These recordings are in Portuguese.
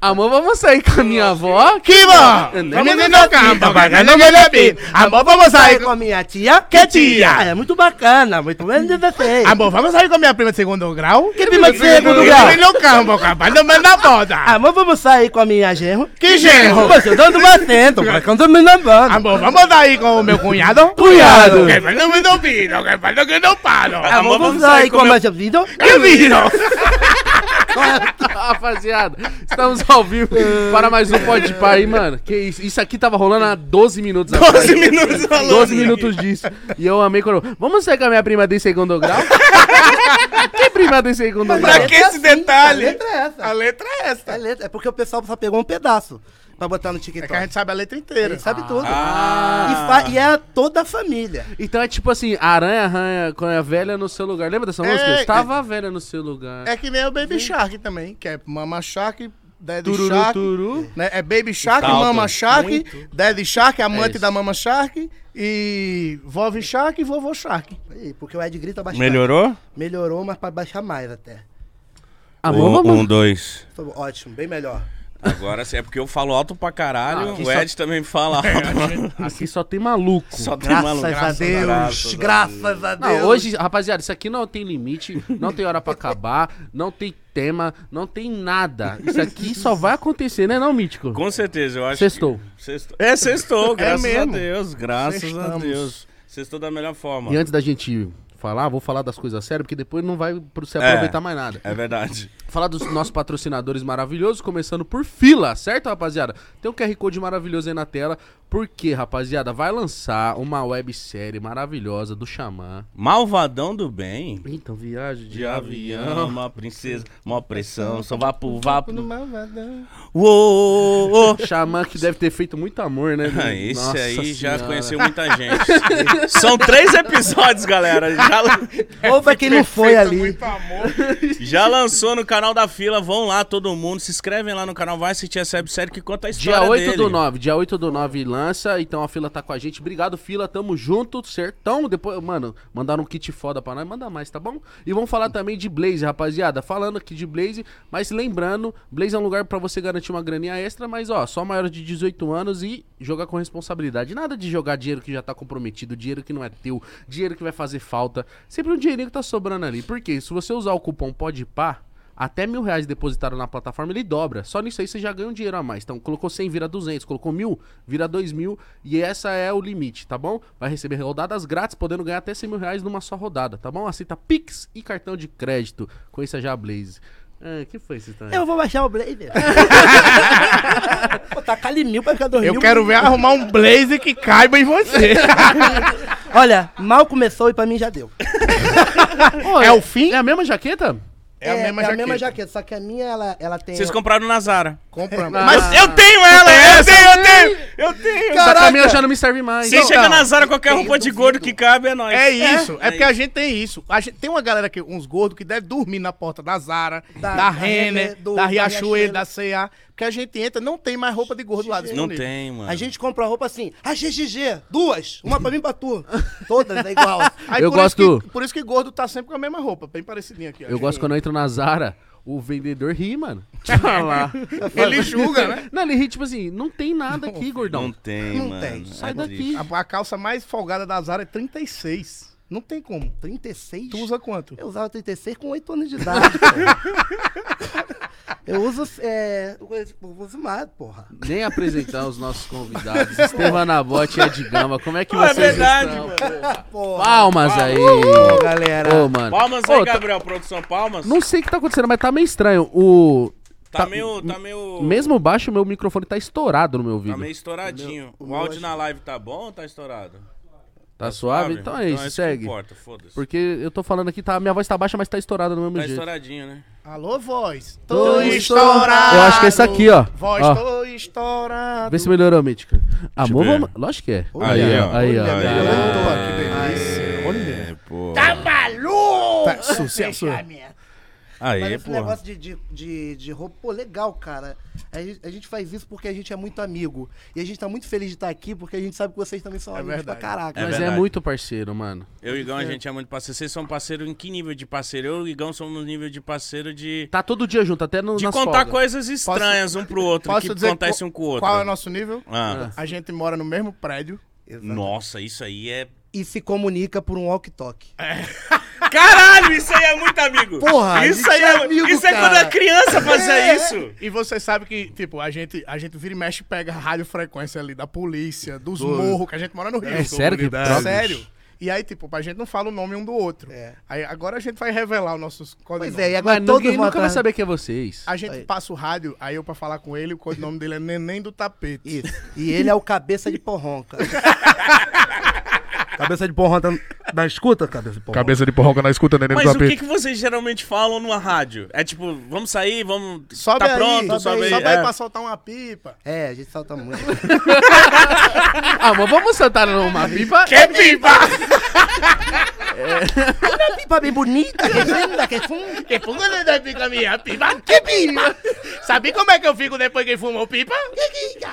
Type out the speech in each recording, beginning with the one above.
Amor, vamos sair com a minha avó? Kiba! Não, Menino camba, bagana gelebe. Amor, vamos sair Sai com... com a minha tia, Que tia? Ah, é muito bacana, muito bem de vocês. Amor, Ah, vamos sair com minha prima de segundo grau? Que prima de segundo grau? Menino camba, cabal, não manda boda. Amor, vamos sair com a minha genro. Que genro? Mas eu dando um acento, mas quando me namoro. Amor, vamos sair com o meu cunhado? Cunhado. Que falou que não viro, que falou que não paro. Amor, vamos sair com a minha vida. Que viro? Rapaziada, estamos ao vivo para mais um Pode Pá aí, mano. Que isso, isso aqui tava rolando há 12 minutos atrás. 12 minutos falando. 12 minutos disso. E eu amei quando. Vamos sair com a minha prima de segundo grau? que prima de segundo grau? Pra que esse detalhe? É assim, A letra é essa. A letra é É essa. letra, é porque o pessoal só pegou um pedaço pra botar no É que a TikTok. gente sabe a letra inteira. Ele sabe tudo. E, fa- e é toda a família. Então é tipo assim, aranha arranha quando é velha no seu lugar. Lembra dessa É, música? é. Estava velha no seu lugar. É que nem o Baby Shark também, que é Mama Shark, Daddy Tururu, Shark. turu. né? É Baby Shark, Dalton. Mama Shark, Daddy Shark, amante isso. da Mama Shark, e Vove Shark e Vovô Shark. Ih, Porque o Ed grita bastante. Melhorou? Melhorou, mas pra baixar mais até. Amor, um, vamos. um, dois. Foi ótimo, bem melhor. Agora sim, é porque eu falo alto pra Ah, caralho. aqui o Ed também fala alto. Aqui só tem maluco. Só tem Graças, maluco. a Deus. Graças, a Não, Deus. hoje, rapaziada, isso aqui não tem limite, não tem hora pra acabar, não tem tema, não tem nada. Isso aqui só vai acontecer, né, não, Mítico? Com certeza, eu acho. Sextou. Que... Sextou. É, sextou, graças a mesmo. Deus. Graças a Sextamos. Deus. Sextou da melhor forma. E antes da gente falar, vou falar das coisas sérias, porque depois não vai pro- se aproveitar mais nada. É verdade. Falar dos nossos patrocinadores maravilhosos, começando por fila, certo, rapaziada? Tem um QR Code maravilhoso aí na tela, porque, rapaziada, vai lançar uma websérie maravilhosa do Xamã. Malvadão do bem. Então, viagem de, De avião, uma princesa, uma pressão, só vá pro vapo. No malvadão. Uou! uou. Xamã que deve ter feito muito amor, né? Ah, esse Nossa aí já Senhora. conheceu muita gente. São três episódios, galera. Já, Ou pra quem É não foi ali. Muito amor. já lançou no canal da fila. Vão lá, todo mundo. Se inscrevem lá no canal, vai assistir essa websérie que conta a história. Dia 8 dele. do 9, dia 8 do 9 lança, então a fila tá com a gente. Obrigado, fila, tamo junto, certão. Depois, mano, mandaram um kit foda pra nós, manda mais, tá bom? E vamos falar também de Blaze, rapaziada. Falando aqui de Blaze, mas lembrando, Blaze é um lugar pra você garantir uma graninha extra, mas ó, só maior de 18 anos e jogar com responsabilidade. Nada de jogar dinheiro que já tá comprometido, dinheiro que não é teu, dinheiro que vai fazer falta. Sempre um dinheirinho que tá sobrando ali. Por quê? Se você usar o cupom PODEPAR, até mil reais depositado na plataforma, ele dobra. Só nisso aí você já ganha um dinheiro a mais. Então, colocou 100, vira 200. Colocou mil, vira 2 mil. E essa é o limite, tá bom? Vai receber rodadas grátis, podendo ganhar até 100 mil reais numa só rodada, tá bom? Aceita Pix e cartão de crédito. Conheça já a Blaze. Ah, que foi, Citão? Eu vou baixar o blazer. Vou tacar ali mil tá pra ficar dois Eu mil. quero ver arrumar um blazer que caiba em você. Olha, mal começou e pra mim já deu. Ô, é o fim? É a mesma jaqueta? É, a mesma jaqueta. só que a minha, ela, ela tem... Vocês compraram na Zara. Compramos. Ah. Mas é, Eu tenho ela! Eu Essa- tenho, eu tenho! Eu tenho! Essa Caraca! caminha já Tá não me serve mais. Se Não, chega não. na Zara, qualquer roupa de um gordo que cabe é nós. é isso. É, é porque a gente tem isso. A gente, tem uma galera aqui, uns gordos, que deve dormir na porta da Zara, Da- da, da Renner, Renner, do- da da Riachuelo, Riachuelo. da C&A. Porque a gente entra, não tem mais roupa de gordo lá Não disponível. tem, mano. A gente compra roupa assim, a GGG, duas, uma pra mim e pra tu. Todas é igual. Aí Eu por isso gosto- que- por isso que gordo tá sempre com a mesma roupa, bem parecidinha aqui. ó. Eu gosto quando eu entro na Zara, o vendedor ri, mano. Olha lá. Ele julga, né? Não, ele ri tipo assim, não tem nada aqui, gordão. Não tem, Não mano. tem. É Sai triste. daqui. A, a calça mais folgada da Zara é 36. Não tem como. 36? Tu usa quanto? Eu usava 36 com 8 anos de idade, pô. Eu uso, é... Eu uso- eu uso mais, porra. Nem apresentar os nossos convidados. Estevam Nabote e Ed Gama. Como é que Pô, vocês é verdade, estão? mano. Porra. Palmas aí. galera. Ô, mano. Palmas Ô, aí, tá- Gabriel, produção, palmas. Não sei o que tá acontecendo, mas tá meio estranho. O... Tá meio. Tá meio. Mesmo baixo, meu microfone tá estourado no meu Tá vídeo. meio estouradinho. o O meu áudio acho- na live tá bom ou tá estourado? Tá suave? Então é isso, que segue. importa, foda-se. Porque eu tô falando aqui, tá, minha voz tá baixa, mas tá estourada do mesmo Tá jeito. estouradinho, né? Alô, voz. Tô estourado. Eu acho que é isso aqui, ó. Voz, Ó. tô estourado. Vê se melhorou, Mítica. Amor, ver. vamos... Lógico que é. Olha, ó. Aí, ó. olha, Aí, ó. olha. Tô É, Tá aqui, delícia. Olha. pô. Tá sucesso. Aí, Mas um esse porra. um negócio de, de, de, de roupa, pô, legal, cara. A gente, a gente faz isso porque a gente é muito amigo. E a gente tá muito feliz de estar aqui porque a gente sabe que vocês também são amigos verdade. pra caraca. É Mas é verdade. muito parceiro, mano. Eu e o Igão, a gente é muito parceiro. Vocês são parceiro em que nível de parceiro? Eu e o Igão somos nível de parceiro de. Tá todo dia junto, até no, De nas contar folgas. coisas estranhas um pro outro, Posso que dizer acontece qual- um com o outro. Qual é o nosso nível? Ah. A gente mora no mesmo prédio. Nossa, isso aí é. E se comunica por um walk-talk. É Caralho, isso aí é muito amigo! Porra, a isso gente aí é é, amigo, Isso é cara. quando a criança É. fazia isso! E você sabe que, tipo, a gente, a gente vira e mexe e pega radiofrequência ali da polícia, dos Do- morros, que a gente mora no Rio. É sério que É troca? sério. E aí, tipo, a gente não fala o nome um do outro. É. Aí agora a gente vai revelar os nossos códigos. Pois é, e agora Mas todo ninguém mundo nunca vai saber que é vocês. A gente Aí. passa o rádio, aí eu pra falar com ele, o codinome dele é Neném do Tapete. Isso. E ele é o cabeça de porronca. cabeça de porronca da escuta, cabeça de porronca? de porroca na escuta, Neném Mas o que, que vocês geralmente falam numa rádio? É tipo, vamos sair, vamos. Sobe tá aí, pronto, sobe, aí. Sobe é. aí pra soltar uma pipa. É, a gente salta muito. Ah, mas vamos sentar numa pipa? É Quer pipa? Que pipa bem bonita, que linda, É, que fundo. Que fuma da pica minha pipa? Que pipa? Sabe como é que eu fico depois que fumou pipa?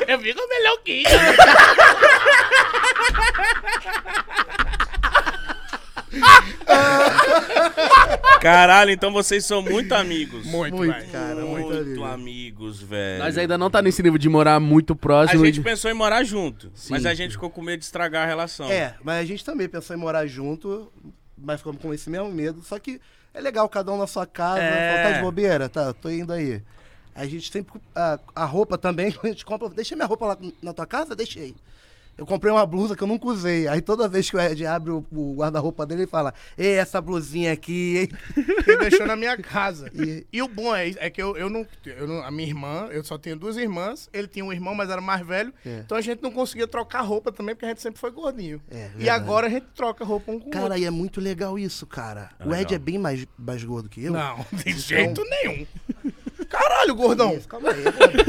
Eu fico meloquinho. Caralho, então vocês são muito amigos. Muito, Muito, velho. cara, muito Muito amigo. amigos, velho. Nós ainda não tá nesse nível de morar muito A próximo. e gente de- pensou em morar junto, mas Assim, Sim. a gente ficou com medo de estragar a relação. É, mas a gente também pensou em morar junto, mas ficamos com esse mesmo medo. Só que é legal, cada um na sua casa. É. Faltar de bobeira, tá, tô indo aí. A gente sempre. A, a roupa também, a gente compra. Deixei minha roupa lá na tua casa? Deixei. Eu comprei uma blusa que eu nunca usei. Aí toda vez que o Ed abre o, o guarda-roupa dele, ele fala: Ei, essa blusinha aqui, hein? Ele deixou na minha casa. E, o bom é, é que eu, eu, não, eu não- A minha irmã, eu só tinha duas irmãs. Ele tinha um irmão, mas era mais velho. É. Então a gente não conseguia trocar roupa também, porque a gente sempre foi gordinho. É, e verdade. agora a gente troca roupa um com o Cara, outro. e é muito legal isso, cara. o legal. Ed é bem mais, mais gordo que eu. Não, de jeito nenhum. Caralho, gordão. Então Isso, calma aí.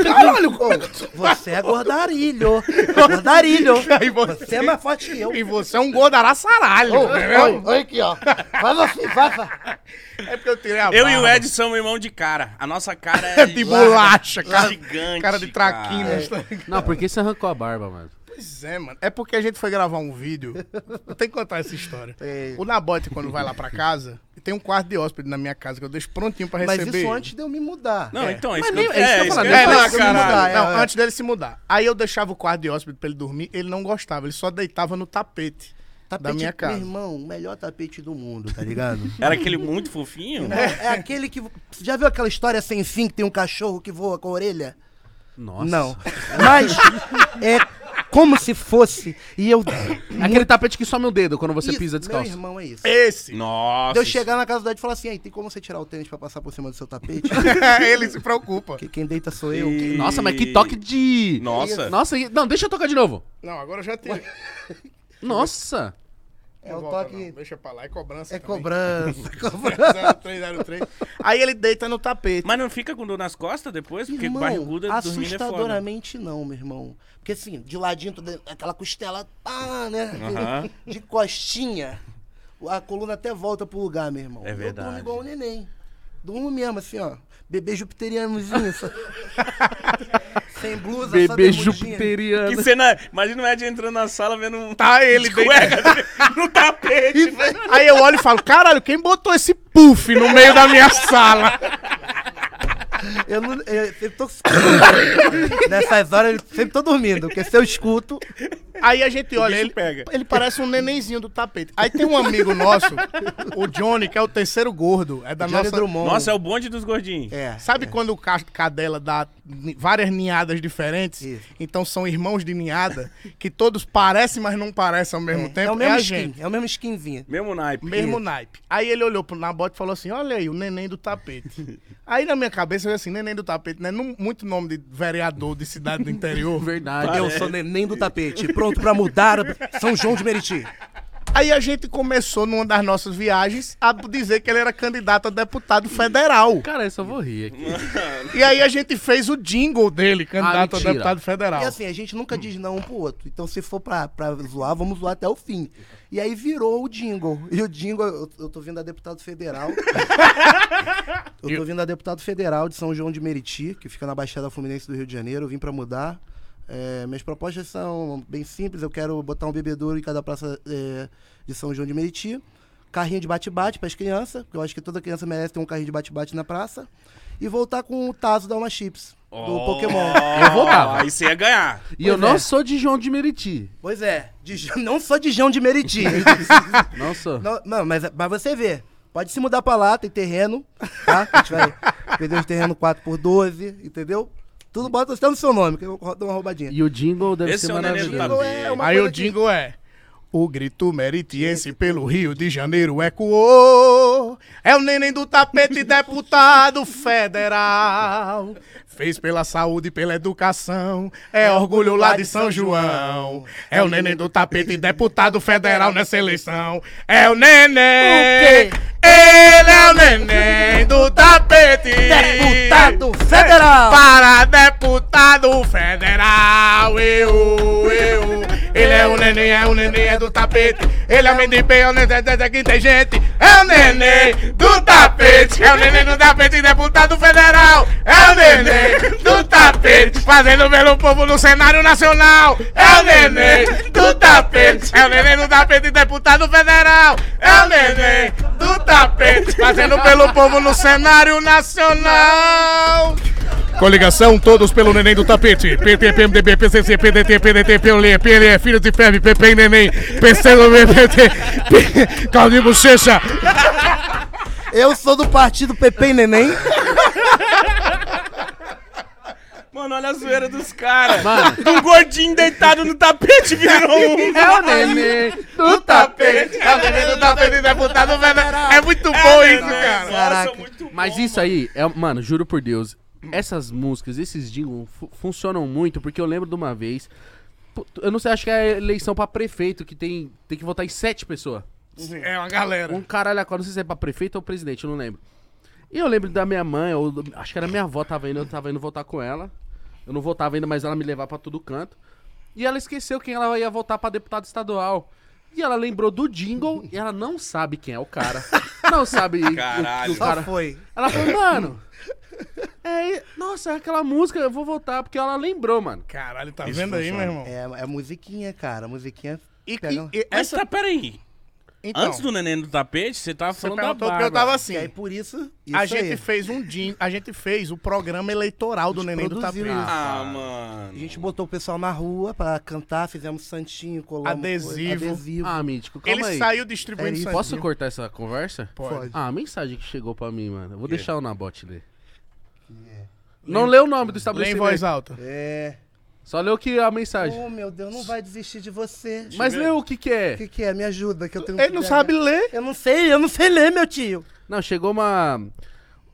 Caralho, como é que tu- Você é gordarilho. Gordarilho. E você- Você é mais forte que eu. E você é um é gordaraçaralho, entendeu? Olha aqui, ó. Faz assim, faz, faz. É porque eu tirei a Eu e o barba. Ed somos irmão de cara. A nossa cara é de bolacha, cara. Gigante, cara de né? traquinas. tá Não, porque você arrancou a barba, mano. Pois é, mano. É porque a gente foi gravar um vídeo. Eu tenho que contar essa história. Tem. O Nabote, quando vai lá pra casa, tem um quarto de hóspede na minha casa que eu deixo prontinho pra Mas receber. isso ele. antes de eu me mudar. Não, É. então, é Mas isso nem- que eu, é isso que eu é, ia isso falar, que eu nem ia É, Depois falar, que eu me caralho. mudar, é, não, é. antes dele se mudar. Aí eu deixava o quarto de hóspede pra ele dormir, ele não gostava, ele só deitava no tapete, da Tapete, minha casa. Meu irmão, o melhor tapete do mundo, tá ligado? Era aquele muito fofinho? É, é aquele que. Você já viu aquela história sem fim que tem um cachorro que voa com a orelha? Nossa. Não. Mas é como se fosse. E eu. Aquele tapete que some o dedo quando você Isso, pisa Meu descalço. irmão é isso. Esse! Nossa. De eu chegar na casa do Ed e falar assim, aí, tem como você tirar o tênis pra passar por cima do seu tapete? ele se preocupa. Porque quem deita sou eu. E- Nossa, mas que toque de. Nossa. Nossa, e- não, deixa eu tocar de novo. Não, agora eu já tirei. Nossa. É Não o volta, toque- não, Deixa pra lá, é cobrança É também. cobrança, cobrança. 0303. Aí ele deita no tapete. Mas não fica com dor nas costas depois? Porque Irmão, barriguda dormindo é foda. assustadoramente não, meu irmão. Porque assim, de ladinho, tu de- aquela costela, pá, né? Aham. De costinha, a coluna até volta pro lugar, meu irmão. É Eu verdade. durmo igual um neném. Durmo mesmo, assim, ó. Bebê jupiterianozinho. só- Sem blusa, só Bebê bermudinha. jupiteriano. Que cena. Imagina o Ed entrando na sala vendo um. Tá ele de deitado. cueca no tapete, velho. Aí eu olho e falo, caralho, quem botou esse puff no meio da minha sala? Eu não. Eu, eu tô... Nessas horas eu sempre tô dormindo, porque se eu escuto. Aí a gente olha, bicho ele, pega. ele parece um nenenzinho do tapete. Aí tem um amigo nosso, o Johnny, que é o terceiro gordo. É da Johnny nossa... tá Drummond. Nossa, é o bonde dos gordinhos. É. Sabe quando o ca- cadela dá ni- várias ninhadas diferentes? Isso. Então são irmãos de ninhada, que todos parecem, mas não parecem ao mesmo tempo. é o mesmo a skin, gente. é o mesmo skinzinho. Mesmo naipe. Mesmo naipe. Aí ele olhou pro Nabote e falou assim: olha aí, o neném do tapete. aí na minha cabeça eu falei assim: neném do tapete, né? Num- muito nome de vereador de cidade do interior. Verdade. Eu sou neném do tapete, pronto pra mudar São João de Meriti. Aí a gente começou numa das nossas viagens a dizer que ele era candidato a deputado federal. Cara, eu só vou rir aqui. E aí a gente fez o jingle dele, candidato a mentira. deputado federal. E assim, a gente nunca diz não um pro outro. Então, se for pra, pra zoar, vamos zoar até o fim. E aí virou o jingle. E o jingle, eu, eu tô vindo a deputado federal. eu tô vindo a deputado federal de São João de Meriti, que fica na Baixada Fluminense do Rio de Janeiro. Eu vim pra mudar. É, minhas propostas são bem simples. Eu quero botar um bebedouro em cada praça é, de São João de Meriti. Carrinho de bate-bate pras crianças, porque eu acho que toda criança merece ter um carrinho de bate-bate na praça. E voltar com o Tazo da Uma Chips, do Pokémon. Eu votava. Aí você ia ganhar. E eu Pois não é. sou de João de Meriti. Pois é, de- não só de João de Meriti. Não sou. não, não, mas, mas você vê, pode se mudar pra lá, tem terreno, tá? A gente vai vender os terrenos 4 por 12, entendeu? Tudo bota até no seu nome, que eu rou- dou uma roubadinha. E o jingle deve Esse ser é o neném do maravilhoso. Tabu. uma Aí coisa o que- jingle é. O grito meritiense pelo Rio de Janeiro ecoou. É o neném do tapete deputado federal. Fez pela saúde e pela educação. É orgulho lá de São João. É o neném do tapete deputado federal nessa eleição. É o neném. O quê? Ele é o neném do tapete. Deputado federal! Para deputado federal, eu, eu. Ele é o neném, é o neném, é do tapete. Ele é o menino de pé, é o neném, é que tem gente. É o neném do tapete, é o neném do tapete, deputado federal. É o neném do tapete, fazendo pelo povo no cenário nacional. É o neném do tapete, é o neném do tapete, deputado federal. É o neném do tapete, fazendo pelo povo no cenário nacional. Coligação, todos pelo neném do tapete. PT, PMDB, PCC, PDT, PDT, PULE, PLE, Filhos de Ferve, PP e Neném, PC, do PT, Claudinho Bochecha. Eu sou do partido Pepe e Neném. Mano, olha a zoeira dos caras. Um gordinho deitado no tapete virou um. É o tá. neném do tapete. É o neném do tapete, deputado federal. É muito É, bom né, isso, né? cara. Nossa, Caraca. muito bom. Mas isso aí, é, mano, juro por Deus, essas músicas, esses jingles fu- funcionam muito, porque eu lembro de uma vez. pu- Eu não sei, acho que é a eleição pra prefeito, que tem, tem que votar em sete pessoas. É uma galera. Um caralho agora, não sei se é pra prefeito ou presidente, eu não lembro. E eu lembro da minha mãe, ou do- acho que era minha avó, tava indo, eu tava indo votar com ela. Eu não votava ainda, mas ela me levava pra todo canto. E ela esqueceu quem ela ia votar pra deputado estadual. E ela lembrou do jingle e ela não sabe quem é o cara. Não sabe o- o- Caralho. o Só cara. foi. Ela falou, mano. É, nossa, aquela música, eu vou voltar, porque ela lembrou, mano. Caralho, tá Isso vendo aí, meu funciona. irmão? É, é musiquinha, cara, musiquinha. E, que- pega- e Mas essa, tá, peraí. então, Antes do neném do tapete, você tava você tá- falando da perguntou barba. porque eu tava E aí, assim. por isso, isso A aí. gente fez um din, a gente fez o programa eleitoral do neném do tapete. produziram Ah, mano. A gente botou o pessoal na rua pra cantar, fizemos santinho, colamos... Adesivo. adesivo. Ah, Mítico, calma Ele aí. saiu distribuindo É isso. sangue. Posso cortar essa conversa? Pode. Ah, a mensagem que chegou pra mim, mano. Eu é? vou deixar o Nabote ler. Não lê o nome do Lê em estabelecimento. voz alta. É... Só lê o que a mensagem. Oh, meu Deus, não vai desistir de você. Mas lê o que que O é. que, que é? Me ajuda, que eu tenho Ele não sabe ler. Eu não sei, eu não sei ler, meu tio. Não, chegou uma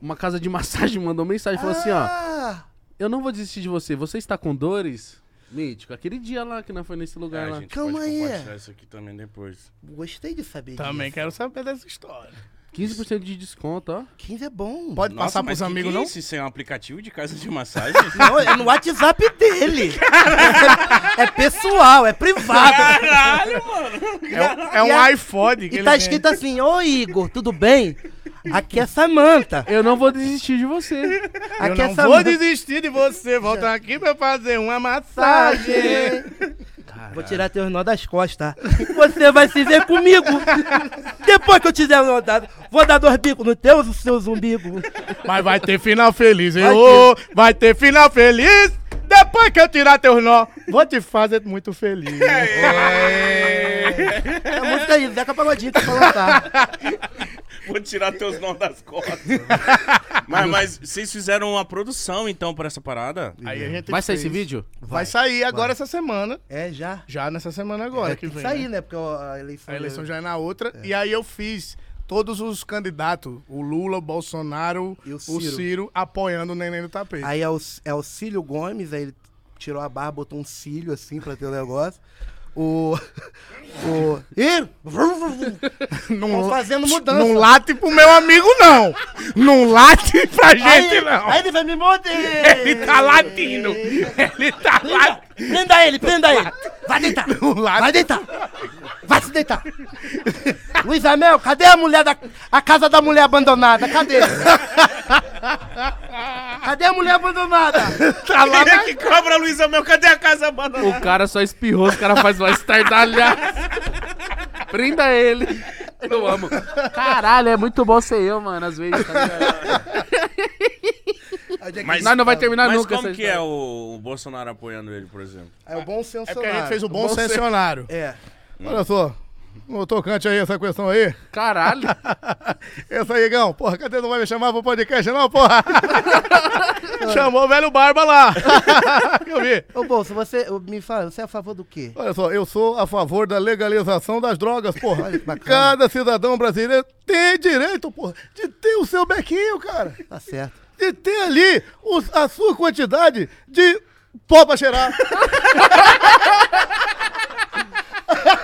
uma casa de massagem mandou mensagem falou assim, ó: Ah, "Eu não vou desistir de você. Você está com dores?" Mítico, aquele dia lá que não foi nesse É, lugar a lá. gente Calma pode aí. compartilhar isso aqui também depois. gostei de saber Também disso. quero saber dessa história. 15% de desconto, ó. 15 é bom. Pode passar mas pros que que amigos, é não? isso? Isso é um aplicativo de casa de massagem? Não, é no WhatsApp dele. é pessoal, é privado. Caralho, mano. É, um- é E um a- iPhone. que E ele tá vende. escrito assim, ô Igor, tudo bem? Aqui é Samanta. Eu não vou desistir de você. Eu Aqui é não vou Samanta. desistir de você. Volta aqui pra fazer um uma massagem. Vou tirar teus nó das costas. Você vai se ver comigo. Depois que eu tiver nó dado, vou dar dois bicos no teu e seu umbigo. Mas vai ter final feliz, hein? Vai Ô, vai ter final feliz. Depois que eu tirar teus nó, vou te fazer muito feliz. É a música aí, Zeca Pagodinho que tá falando, tá? Vou tirar teus nomes das costas. mas, mas vocês fizeram uma produção, então, pra essa parada? Aí a gente Vai sair fez. esse vídeo? Vai sair agora essa semana. É, já. Já nessa semana agora. É, que tem que vem, sair, né? né? Porque a eleição, A eleição já é na outra. E aí eu fiz todos os candidatos, o Lula, o Bolsonaro, E o o Ciro, Ciro. apoiando o Neném do Tapete. Aí é o, é o Cílio Gomes, aí ele tirou a barba, botou um cílio assim pra ter o negócio. O. O. Ih! vrum, vrum, vrum. Não, Tão fazendo mudança. Não late pro meu amigo, não. Não late pra gente, Aí, não. aí ele vai me morder! é- Ele tá latindo. Ele tá Prenda, latindo. prenda ele, prenda ele! Vai deitar! Não late. Vai deitar! Vai se deitar! Luiz Amel, cadê a mulher da. A casa da mulher abandonada? Cadê? Cadê a mulher abandonada? Tá lá Quem é na... que cobra, Luiz Amel? Cadê a casa abandonada? O cara só espirrou, os cara faz mais estardalhar. Prenda ele. Eu amo. Caralho, é muito bom ser eu, mano, às vezes. tá ligado? é Mas, tá? Nós não vai terminar mas nunca como essa que é o, o Bolsonaro apoiando ele, por exemplo? É o bom senso. É porque a gente fez o bom bom senso. sancionário. É. Olha só. No tocante aí, essa questão aí. Caralho. Essa aí, Igão. Porra, cadê? Não vai me chamar pro podcast, não, porra? Chamou o velho Barba lá. Eu vi. Ô, Bolso, você ô, me fala, você é a favor do quê? Olha só, eu sou a favor da legalização das drogas, porra. Olha que bacana. Cada cidadão brasileiro tem direito, porra, de ter o seu bequinho, cara. Tá certo. De ter ali os- a sua quantidade de pó pra cheirar.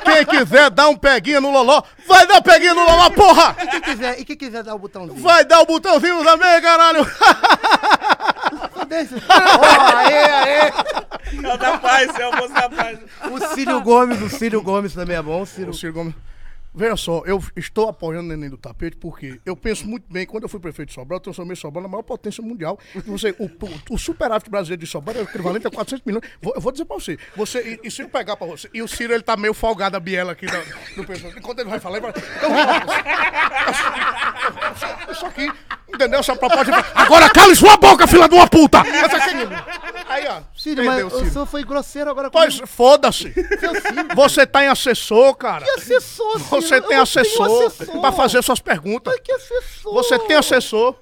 Quem quiser dar um peguinho no loló, vai dar um peguinho no loló, porra! E quem quiser, e quem quiser dar o botãozinho? Vai dar o botãozinho também, caralho! Cadê esse- Ó, aê, aê! É o da paz, é o moço da paz. O Círio Gomes, o Círio Gomes também é bom, o Círio. Ô, Ciro Gomes, Veja só, eu estou apoiando o Neném do Tapete porque eu penso muito bem, quando eu fui prefeito de Sobral, eu transformei Sobral na maior potência mundial. E você, o, o, o superávit brasileiro de Sobral é equivalente a 400 milhões. Vou- eu vou dizer pra você, você e, e Ciro pegar pra você, e o Ciro ele tá meio folgado a biela aqui da, do pessoal. Enquanto ele vai falar, ele vai... Eu vou falar. Isso aqui, entendeu? Essa proposta... de- Agora cala sua boca, filha de uma puta! Essa aqui, aí, ó, Círio, perdeu mas o o Ciro. senhor foi grosseiro agora com Pois, foda-se! Seu Círio. Você tá em assessor, cara. Assessor, Ciro, Você eu tem não assessor, tenho pra fazer suas perguntas. Mas que assessor? Você tem assessor,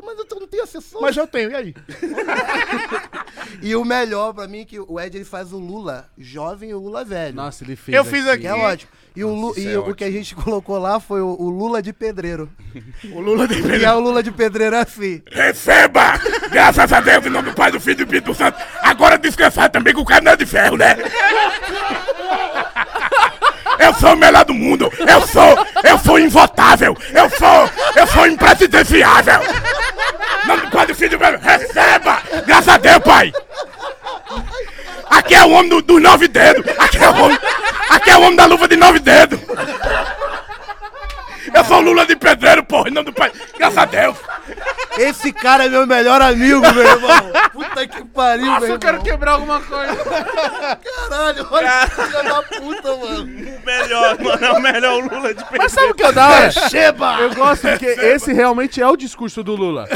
Mas eu não tenho assessor. mas eu tenho, e aí? E o melhor pra mim é que o Ed ele faz o Lula jovem e o Lula velho. Nossa, ele fez. Eu fiz Que aqui. é ótimo. E, o, Lu- isso e é o que a gente colocou lá foi o, o Lula de pedreiro. O Lula tem E é o Lula de pedreiro é assim. Receba! Graças a Deus, em nome do Pai, do Filho e do Espírito Santo. Agora descansar também que o cara não é de ferro, né? Eu sou o melhor do mundo. Eu sou, eu sou invotável. Eu sou, eu sou impresidenciável. Em nome do Pai, do Filho e do Espírito Santo. Receba! Graças a Deus, Pai. Aqui é o homem do- dos nove dedos. Aqui é o homem, aqui é o homem da luva de nove dedos. Eu sou o Lula de pedreiro, porra, em nome do Pai. Graças a Deus. Esse cara é meu melhor amigo, meu irmão. Puta que pariu, meu Nossa, irmão. eu quero quebrar alguma coisa. Caralho, olha que filha da puta, mano. O melhor, mano, é o melhor o Lula de Mas peixe. sabe o que é da hora? Cheba! Eu gosto porque esse realmente é o discurso do Lula.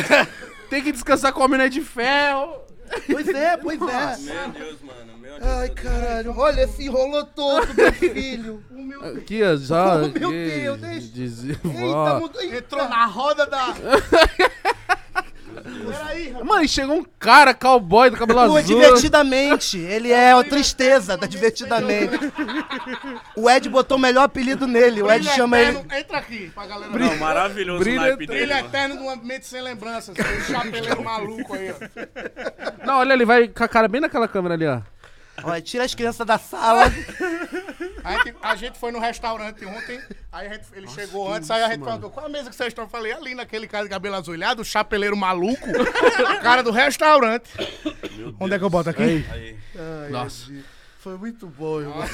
Tem que descansar com a mina de ferro. Pois é, pois é. Meu Deus, mano, meu Deus. Ai, caralho, olha, se enrolou todo, meu filho. O meu... Aqui, ó, já. Oh, meu Deus, deixa- diz- Eita, mudou. Entrou na roda da. Mano, e chegou um cara, cowboy do cabelo Lua, azul. divertidamente. Ele é a tristeza da divertidamente. O Ed botou o melhor apelido nele. O Ed chama ele. Entra aqui pra galera. um Não, maravilhoso Brilha- o naipe dele, Brilho mano. eterno do ambiente sem lembranças. O chapeleiro maluco aí, ó. Não, olha, ele vai com a cara bem naquela câmera ali, ó. Ó, tira as crianças da sala. A gente, a gente foi no restaurante ontem, aí a gente- ele chegou antes, aí a gente perguntou, qual a mesa que vocês estão? Eu falei, "É ali naquele cara de cabelo azulhado, o chapeleiro maluco, o cara do restaurante. Onde é que eu boto aqui? Nossa. Foi muito bom, irmão.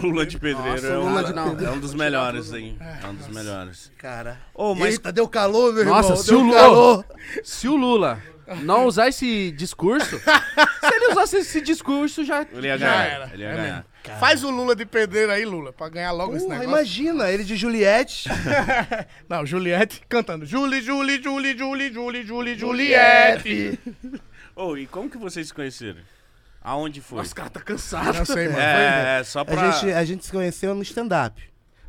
Lula de pedreiro é, um, Lula de- não. é um dos melhores, hein? É um dos melhores. Cara. Ô, mas- Eita, deu calor, meu Nossa, irmão. se o, Deu Lula, calor. se o Lula não usar esse discurso, se ele usasse esse discurso, já. Ele ia Já ganhar, era. ele ia é ganhar. mesmo. Faz o Lula de pedreiro aí, Lula, pra ganhar logo esse Porra, negócio. imagina, ele de Juliette. Não, Juliette cantando. Julie, Julie, Julie, Julie, Julie, Julie, Juliette. Ô, e como que vocês se conheceram? Aonde foi? Os caras tá cansado. Não sei, mano. é, é, só A pra... gente, a gente se conheceu no stand-up.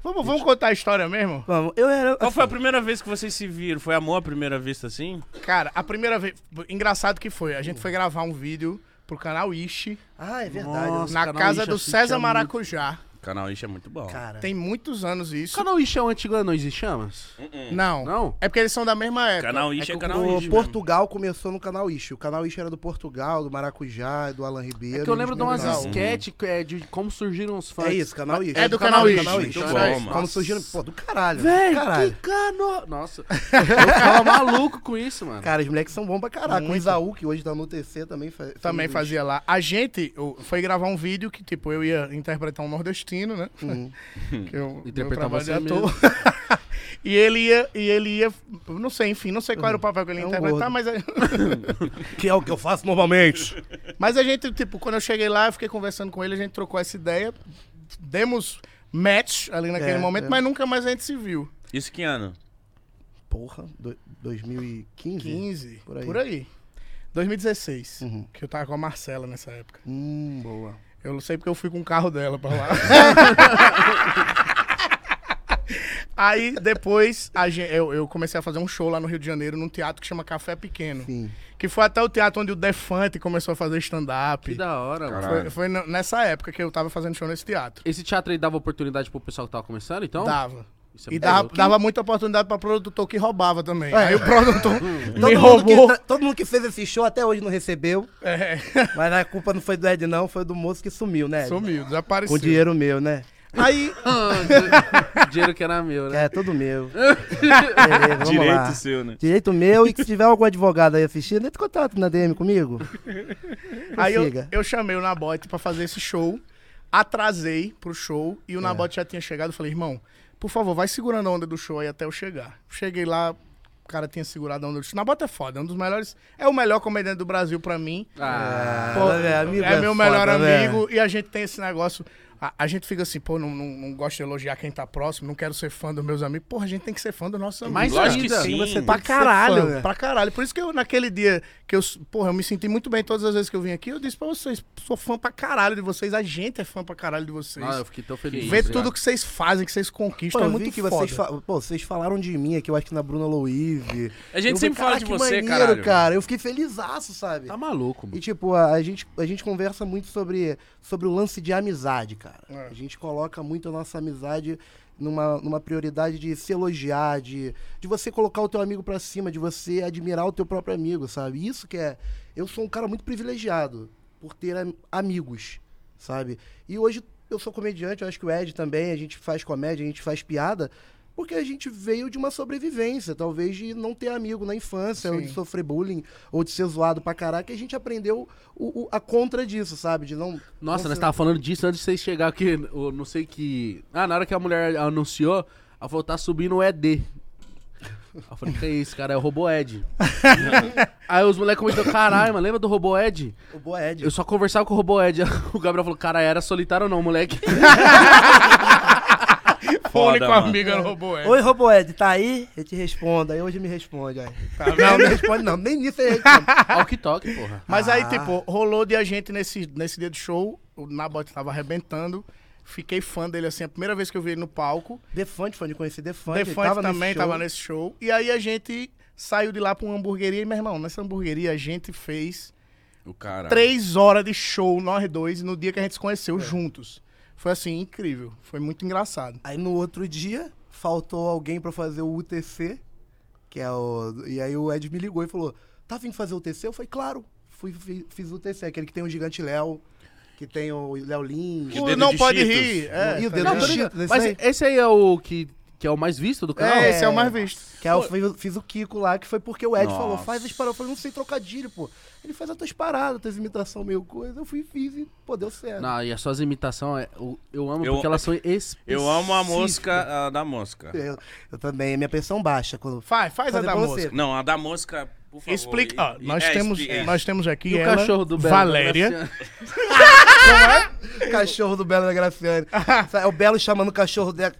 Vamos, vamos contar a história mesmo? Vamos, eu era. Qual foi a primeira vez que vocês se viram? Foi amor à primeira vista, assim? Cara, a primeira vez. Engraçado que foi. A gente foi gravar um vídeo pro canal Ishi Ah, é verdade. Nossa. na canal casa Ishi do assiste César a muito. Maracujá. Canal Ixi é muito bom. Cara. Tem muitos anos O isso. canal Ixi é o antigo Anões e Chamas? Não. Não? É porque eles são da mesma época. Canal Ixi é, que canal Ixi. O mesmo. Portugal começou no canal Ixi. O canal Ixi era do Portugal, do Maracujá, do Alan É Ribeiro. que eu lembro de dos umas meninos da- sketch é, de como surgiram os fãs. É isso, canal Ixi. É do canal Ixi. Ixi. Isso Muito aí. bom, mano. Como surgiram. Pô, do caralho. Véi, caralho. que cano... Nossa, eu ficava maluco com isso, mano. Cara, os moleques são bons pra caralho. Com o Muito. Isaú, que hoje tá no TC, também faz. Também fazia lá. A gente eu- foi gravar um vídeo que, tipo, eu ia interpretar um nordestino, né? Que eu, Interpretar meu trabalho você é mesmo. ator. e ele ia, e ele ia, não sei, enfim, não sei qual era o papel que ele ia É um interpretar, gordo. mas, a- Que é o que eu faço normalmente. mas a gente, tipo, quando eu cheguei lá, eu fiquei conversando com ele, a gente trocou essa ideia, demos match ali naquele É, momento, é. mas nunca mais a gente se viu. Isso que ano? Porra, do- 2015? 15, por Por aí. aí. 2016, Uhum. que eu tava com a Marcela nessa época. Hum, boa. Eu não sei porque eu fui com o carro dela pra lá. Aí depois a gen- eu, eu comecei a fazer um show lá no Rio de Janeiro num teatro que chama Café Pequeno. Sim. Que foi até o teatro onde o Defante começou a fazer Que stand-up. da hora, mano. Caralho. Foi, foi n- nessa época que eu tava fazendo show nesse teatro. Esse teatro aí dava oportunidade pro pessoal que tava começando, então? Dava. Isso é E muito dava, louco. dava muita oportunidade pra produtor que roubava também. É. Aí o produtor Todo me mundo roubou. que- tá, todo mundo que fez esse show até hoje não recebeu. É, Mas a culpa não foi do Ed, não, foi do moço que sumiu, né? Ed? sumiu, Com desapareceu. dinheiro meu, né? Aí Ah, dinheiro que era meu, né? É, tudo meu. Beleza, vamos Direito lá. seu, né? Direito meu, e se tiver algum advogado aí assistindo, entre em contato na DM comigo. Aí eu, Prossiga. eu chamei o Nabote pra fazer esse show, atrasei pro show e o Nabote já tinha chegado. Eu falei, irmão, por favor, vai segurando a onda do show aí até eu chegar. Cheguei lá, o cara tinha segurado a onda do show. Nabote é foda, é um dos melhores, é o melhor comediante do Brasil pra mim. Ah, Pô, Ah, velho, amigo é, meu foda, né? melhor né, velho. amigo e a gente tem esse negócio. A, a gente fica assim, pô, não, não, não gosto de elogiar quem tá próximo, não quero ser fã dos meus amigos. Porra, a gente tem que ser fã dos nossos amigos. Mas Lógico que ainda, sim. você tá- Pra Tem que ser caralho, fã, né? pra caralho. Por isso que eu, naquele dia que eu, porra, eu me senti muito bem todas as vezes que eu vim aqui, eu disse pra vocês, sou fã pra caralho de vocês, a gente é fã pra caralho de vocês. Ah, eu fiquei tão feliz. Ver obrigado. tudo que vocês fazem, que vocês Pô, conquistam, eu é vi muito que foda. vocês, fa- pô, vocês falaram de mim aqui, eu acho que na Bruna Louise. A gente Eu sempre fala falei, "Caraca, de que você, maneiro, caralho. cara. Eu fiquei felizaço, sabe? Tá maluco, mano. E tipo, a, a gente, a gente conversa muito sobre, sobre o lance de amizade, cara. É. A gente coloca muito a nossa amizade numa, numa prioridade de se elogiar, de, de você colocar o teu amigo pra cima, de você admirar o teu próprio amigo, sabe? Isso que é. Eu sou um cara muito privilegiado por ter am- amigos, sabe? E hoje eu sou comediante, eu acho que o Ed também, a gente faz comédia, a gente faz piada. Porque a gente veio de uma sobrevivência, talvez de não ter amigo na infância, ou de Sim. sofrer bullying, ou de ser zoado pra caraca, e a gente aprendeu o- o- a contra disso, sabe? De não. Nossa, não nós ser- tava falando disso antes de vocês chegar aqui. Eu não sei que. Ah, na hora que a mulher anunciou, ela falou, tá subindo o ED. Eu falei, que é isso, cara? É o robô Ed. Aí os moleques comentaram, caralho, mano, lembra do robô Ed? O Boed. Eu só conversava com o robô Ed. O Gabriel falou, cara, era solitário ou não, moleque? Fone Foda, com a mano. amiga no robô, é. Oi, Roboed, tá aí? Eu te respondo. Aí hoje me responde. Aí. não, não responde, não. Nem nisso ele responde. Ao que toque, porra. Mas Ah. aí, tipo, rolou de a gente nesse, nesse dia de show, o Nabote tava arrebentando, fiquei fã dele, assim, a primeira vez que eu vi ele no palco. Defante, fã de conhecer Defante. Defante ele tava também nesse show. tava nesse show. E aí a gente saiu de lá pra uma hamburgueria. E, meu irmão, nessa hamburgueria a gente fez O cara. três horas de show, nós dois, no dia que a gente se É. conheceu juntos. Foi assim, incrível. Foi muito engraçado. Aí no outro dia, faltou alguém pra fazer o UTC, que é o. E aí o Ed me ligou e falou: tá vindo fazer o UTC? Eu falei, claro. Fui, fi- fiz o UTC, aquele que tem o Gigante Léo, que tem o Léo Lins. Que O dedo não de pode Cheetos. rir. É, E o dedo tá ligado? Não, de tô Cheetos. ligado. Esse Mas aí? esse aí é o que, que é o mais visto do canal? é, esse é o mais visto. Que aí eu fiz, fiz o Kiko lá, que foi porque o Ed Nossa. falou, faz as paradas. Eu falei, não sei trocadilho, pô. Ele faz as tuas paradas, tuas imitações, meio coisa. Eu fui e fiz e, pô, deu certo. Não, e as suas imitações, é- eu, eu amo Eu- porque elas são específicas. Eu amo a mosca a da mosca. Eu, eu também, minha pressão baixa. Quando... Faz, faz a Fazer da pra música. você. Não, a da mosca, por favor. Explica. ó, E- nós, é, temos, explica aí. nós temos aqui E o ela, cachorro do Belo, Valéria. né? Cachorro do Belo da Graciane. é o Belo chamando o cachorro dela.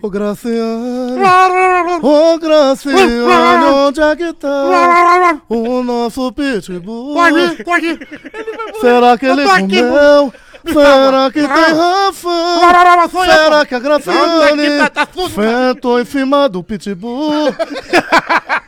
Ô Graciane, ô Graciane, onde é que tá o nosso pitbull? Será que ele comeu? Será que tem Rafa? Será que a Graciane é tá? fentou em cima do pitbull? eh,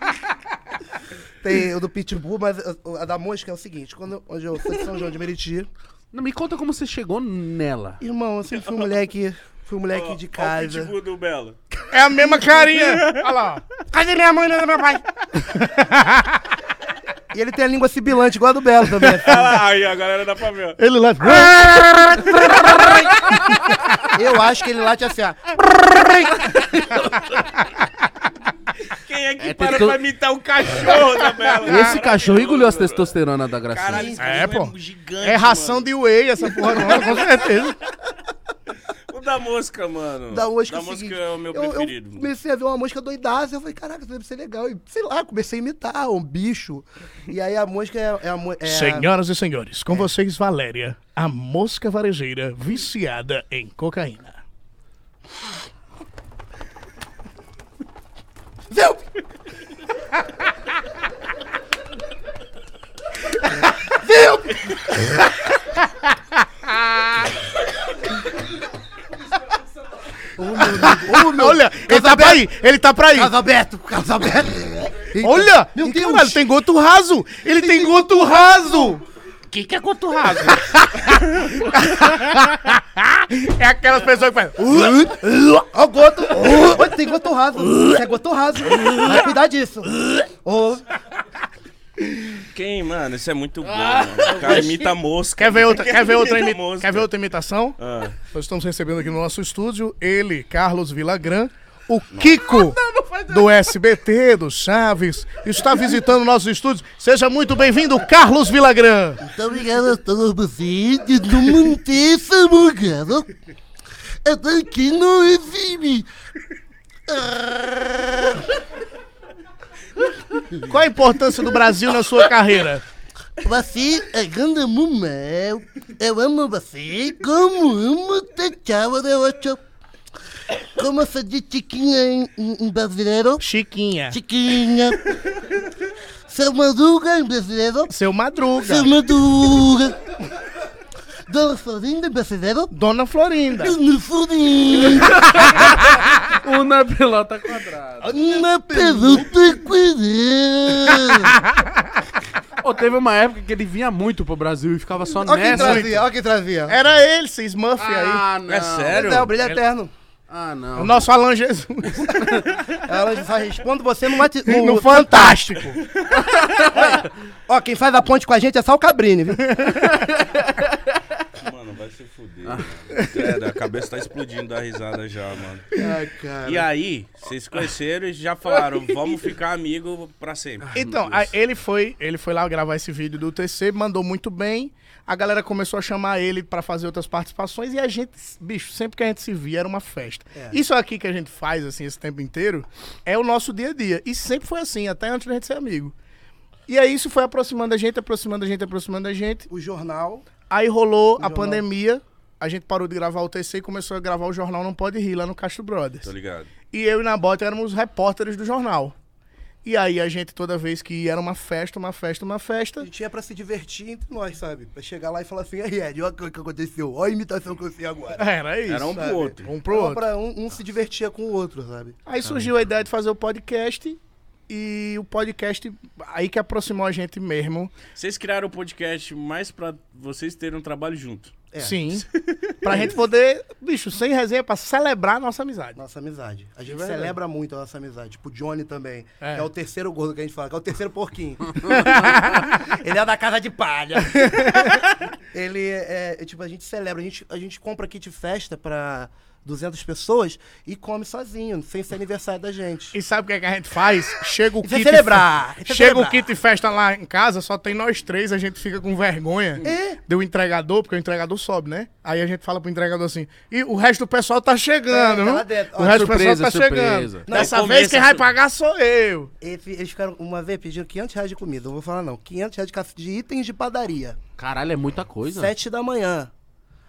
é Tem o do Pitbull, mas a, a da mosca é o seguinte: quando eu, hoje eu sou de São João de Meriti, Não, me conta como você chegou nela. Irmão, eu sempre fui um moleque. Fui um moleque Olha de o casa. pitbull do Belo. É a mesma carinha. Olha lá. ó. Cadê minha mãe, não meu pai? e ele tem a língua sibilante, igual a do Belo também. assim. Olha lá, aí, a galera da favela. Ele lá. Eu acho que ele late assim, ó. Quem é que É, para testo- pra imitar o cachorro da Bela? Esse cachorro engoliu as testosterona da Gracinha. Caralho, esse É, cachorro pô. gigante, É ração mano. de whey essa porra, não, com certeza. O da mosca, mano. Da mosca, da o seguinte, mosca é o meu eu- Eu, preferido. comecei a ver uma mosca doidaça, eu falei, caraca, isso deve ser legal. E, sei lá, comecei a imitar um bicho. E aí a mosca é, é a... mo- É, Senhoras e senhores, com vocês, Valéria, a mosca varejeira viciada em cocaína. Zeu! Olha, ele tá pra aí, ele tá pra aí. Caso aberto, caso aberto. Eita, Olha! Meu e Deus! caralho, tem goto raso! Ele tem goto raso! O que, que é goto raso? é aquelas pessoas que fazem. Ó, o goto. Oi, tem goto raso. Isso é goto raso. Vai cuidar disso. Ô, Quem, mano? Isso é muito bom, mano. O cara imita a mosca. Ah, Quer ver outra, quer ver outra, Imita a imi- mosca. quer ver outra imitação? Ah. Nós estamos recebendo aqui no nosso estúdio ele, Carlos Villagrán, o Kiko do SBT, do Chaves, está visitando nossos estúdios. Seja muito bem-vindo, Carlos Villagrán. Muito Então, obrigado a todos vocês de não manter essa bugada. Até aqui não exibe. Qual a importância do Brasil na sua carreira? Você é grande mamãe. Eu amo você como amo Tchau, Adeocho. Como se diz chiquinha em, em, em brasileiro? Chiquinha, Chiquinha. Seu Madruga em brasileiro? seu Madruga, Seu Madruga. Dona Florinda em brasileiro? Dona Florinda. Dona Florinda. Uma Um pelota quadrada. Uma pelota quadrada. Ô, teve uma época que ele vinha muito pro Brasil e ficava só ó quem nessa. trazia, ó quem trazia. Era ele, esse Smurf aí. Ah, não. É sério? É o brilho eterno. Ah, O não. nosso Alan Jesus. Ela só responde você no, mati- no, No Fantástico. Ó, quem faz a ponte com a gente é só o Cabrini, viu? Mano, vai se fuder. mano. É, a cabeça tá explodindo da risada já, mano. Ai, cara. E aí, vocês se conheceram e já falaram, vamos ficar amigo pra sempre. Então, Meu aí Deus. ele foi, ele foi lá gravar esse vídeo do TC, mandou muito bem. A galera começou a chamar ele pra fazer outras participações e a gente, bicho, sempre que a gente se via era uma festa. É. Isso aqui que a gente faz assim esse tempo inteiro é o nosso dia a dia e sempre foi assim, até antes da gente ser amigo. E aí isso foi aproximando a gente, aproximando a gente, aproximando a gente. O jornal. Aí rolou a jornal. pandemia, a gente parou de gravar o TC e começou a gravar o jornal Não Pode Rir lá no Castro Brothers. Tô tá ligado. E eu e Nabota éramos repórteres do jornal. E aí a gente, toda vez que ia, era uma festa, uma festa, uma A festa. gente ia pra se divertir entre nós, sabe? Pra chegar lá e falar assim, aí, Ed, olha o que que aconteceu, olha a imitação que eu sei agora. Era isso. Era um pro sabe? outro. Um pro Só outro. pra um, um se divertia com o outro, sabe? um Aí surgiu a ideia de fazer o podcast. E o podcast, aí que aproximou a gente mesmo. Vocês criaram o podcast mais pra vocês terem um trabalho junto. É. Sim. Pra gente poder, bicho, sem resenha, pra celebrar a nossa amizade. Nossa amizade. A gente verdade. celebra muito a nossa amizade. Tipo, o Johnny também. É. É. o terceiro gordo que a gente fala, que é o terceiro porquinho. Ele é da casa de palha. Ele é, é, tipo, a gente celebra. A gente, a gente compra kit festa pra 200 pessoas e come sozinho, sem ser aniversário da gente. E sabe o que, é que a gente faz? Chega o Isso é kit. celebrar, isso é Chega o celebrar. kit festa lá em casa, só tem nós três, a gente fica com vergonha. Deu entregador, porque o entregador sobe, né? Aí a gente fala pro entregador assim: e o resto do pessoal tá chegando, É, tá né? lá dentro. O Ó, resto do surpresa, pessoal tá surpresa. chegando. Não, Dessa começa vez quem vai sur- pagar sou eu. Eles, eles ficaram, uma vez, pediram 500 reais de comida. Não vou falar, não. 500 reais de, caf- de itens de padaria. Caralho, é muita coisa. Sete da manhã.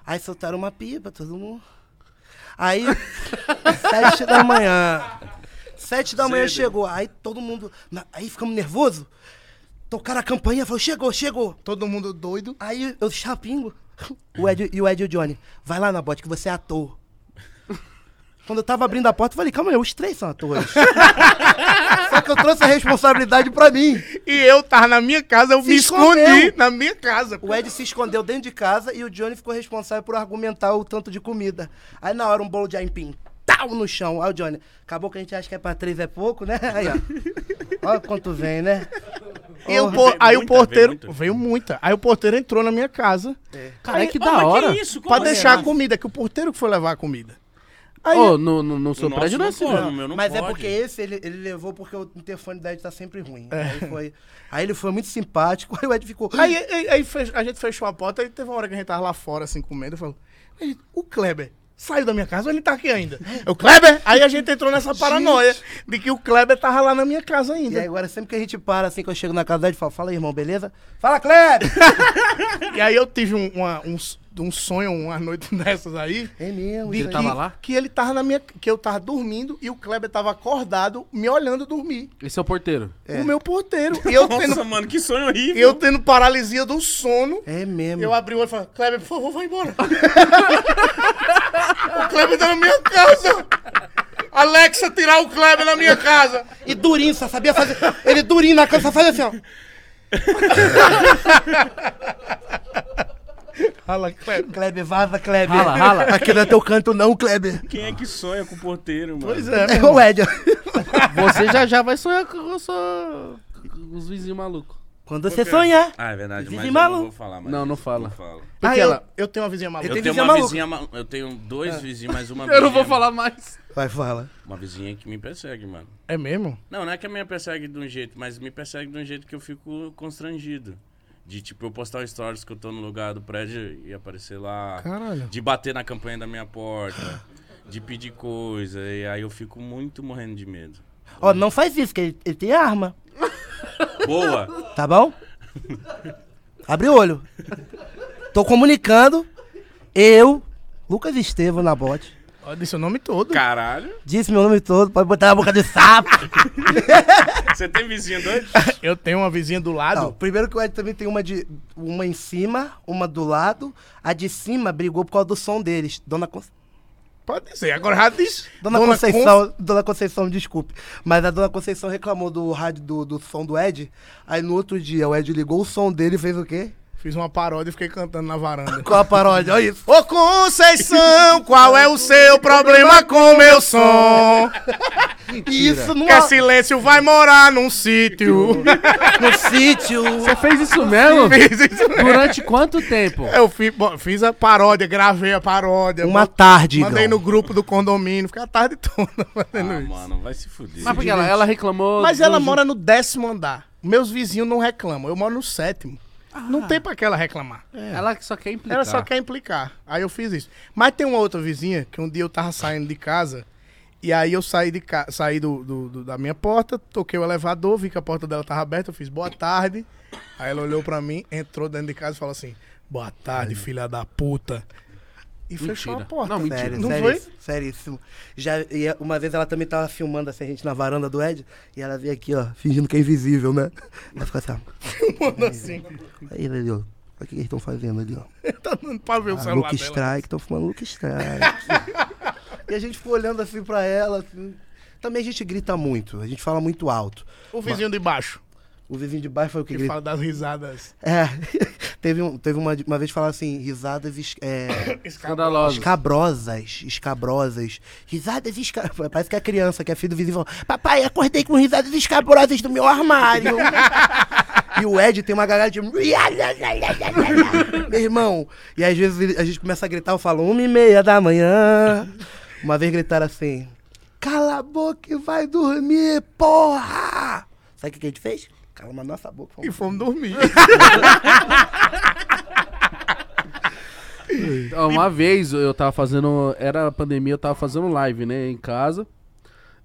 Aí soltaram uma pipa, todo mundo. Aí, sete da manhã. Sete da manhã Cedo. chegou. Aí todo mundo. na- Aí ficamos nervoso. Tocaram a campainha, falou: chegou, chegou. Todo mundo doido. Aí eu chapingo. O Ed, e o Ed e o Johnny. Vai lá na bote que você é ator. Quando eu tava abrindo a porta, eu falei, calma aí, os três são atores. Só que eu trouxe a responsabilidade pra mim. E eu tava na minha casa, eu Se me escondi escondeu. na minha casa. O Ed se escondeu dentro de casa e o Johnny ficou responsável por argumentar o tanto de comida. Aí na hora um bolo de aipim, tal no chão. Aí o Johnny, acabou que a gente acha que é pra três é pouco, né? Aí, ó. Olha quanto vem, né? E o Porra. por- aí o muita, porteiro. veio muita. Veio muita. É. Aí o porteiro entrou na minha casa Cara, é que Ô, da mas hora. Que isso? Como pra assim? deixar a comida, que o porteiro que foi levar a comida. Aí Ô, no, no, no seu O nosso prédio não é assim, pode, não. o meu não Mas é pode. porque esse ele, ele levou porque o interfone da Ed tá sempre ruim. Aí, foi, aí ele foi muito simpático, aí o Ed ficou. Aí, aí- aí fech- a gente fechou a porta, aí teve uma hora que a gente tava lá fora, assim, comendo, e falou, "Ei, o Kleber saiu da minha casa ou ele tá aqui ainda? O Kleber? Aí a gente entrou nessa paranoia de que o Kleber tava lá na minha casa E aí ainda. agora sempre que a gente para, assim, que eu chego na casa dele, falo, fala aí, irmão, beleza? Fala, Kleber! E aí eu tive um, uma- um, s- um sonho, uma noite dessas aí, é mesmo, de Ele que, tava lá? que ele tava na minha, que eu tava dormindo e o Kleber tava acordado, me olhando dormir. Esse é o porteiro. O meu porteiro. E eu Nossa, tendo, mano, que sonho e horrível. eu tendo paralisia do sono. É mesmo. Eu abri o olho e falei, Kleber, por favor, vai embora. o Kleber tá na minha casa. Alexa, tirar o Kleber da minha casa. E durinho, só sabia fazer. é Ele durinho na cama, só fazia assim, ó. Fala, Kleber. Kleber, vaza, Kleber. Rala, rala. Aqui não é teu canto, não, Kleber. Quem é que sonha com o porteiro, mano? Pois é. É o Ed. Você já já vai sonhar com, com, sua- com os vizinhos malucos. Ah, Quando você sonhar. Ah, é verdade, mas Vive eu maluco. não vou falar mais. Não, não fala. Não falo. Ah, Porque eu, ela... eu tenho uma vizinha Eu maluca. Tem tenho vizinha uma maluca. vizinha ma- Eu tenho dois vizinhos, mas uma Eu não vou vizinha- falar mais. Vai, fala. Uma vizinha que me persegue, mano. É mesmo? Não, não é que a minha persegue de um jeito, mas me persegue de um jeito que eu fico constrangido. De, tipo, eu postar um stories que eu tô no lugar do prédio e aparecer lá. Caralho. De bater na campanha da minha porta. de pedir coisa. E aí eu fico muito morrendo de medo. Ó, não faz isso, que ele, ele tem arma. Boa! Tá bom? Abre o olho. Tô comunicando. Eu, Lucas Estevam na bote. Ó, Disse o nome todo. Caralho! Disse meu nome todo, pode botar na boca de sapo. Você tem vizinho doido? Ah, Eu tenho uma vizinha do lado. Não, primeiro que o Ed também tem uma de uma em cima, uma do lado. A de cima brigou por causa do som deles. Dona, Con- Pode dizer. Agora já diz. Dona, Con- Conceição, Dona Conceição, desculpe. Mas a Dona Conceição reclamou do rádio do, do som do Ed. Aí no outro dia o Ed ligou o som dele e fez o quê? Fiz uma paródia e fiquei cantando na varanda. Com a paródia, olha isso. Ô Conceição, qual é o seu problema com meu som? E isso não Que silêncio vai morar num sítio. no sítio. Você fez isso mesmo? Fiz isso mesmo. É Durante quanto tempo? Eu fiz, bom, fiz a paródia, gravei a paródia. Uma mand- tarde, Mandei no Igão. grupo do condomínio, fiquei a tarde toda fazendo Ah, isso. mano, vai se fuder. Mas porque ela, ela reclamou. Mas do- ela mora no décimo andar. Meus vizinhos não reclamam, eu moro no sétimo. Não tem pra que ela reclamar. Ela que só quer implicar. Ela só quer implicar. Aí eu fiz isso. Mas tem uma outra vizinha que um dia eu tava saindo de casa. E aí eu saí, de ca... saí do, do- do- da minha porta, toquei o elevador, vi que a porta dela tava aberta, eu fiz boa tarde. Aí ela olhou pra mim, entrou dentro de casa e falou assim: Boa tarde, filha da puta. E fechou a Mentira. porta. Não, mentira. Sério, Não sério, foi? seríssimo. Já, e a- uma vez ela também tava filmando assim, a gente na varanda do Ed, e ela veio aqui, ó, fingindo que é invisível, né? Ela ficou assim, ó. Mano, assim, Aí, ali, ó. Olha o que eles estão fazendo ali, ó. tá dando pra ver o Ah, celular Luke dela. é Strike, estão fumando Luke Strike. e a gente ficou olhando assim pra ela. assim. Também a gente grita muito, a gente fala muito alto. O vizinho de baixo, O vizinho de baixo foi o que, que grita. fala das risadas. É, teve, um, teve uma, uma vez que falaram assim, risadas es- é, Escandalosa. escabrosas, escabrosas. Risadas escabrosas. Parece que a criança que é filho do vizinho falou, papai, acordei com risadas escabrosas do meu armário. E o Ed tem uma galera de. Meu irmão. E às vezes ele- a gente começa a gritar, eu falo, uma e meia da manhã. Uma vez gritaram assim: Cala a boca e vai dormir, porra! Sabe o que que a gente fez? Calma a nossa boca. E fomos- fomos dormir. Ó, Ah, Uma vez eu tava fazendo. Era a pandemia, eu tava fazendo live, né? Em casa.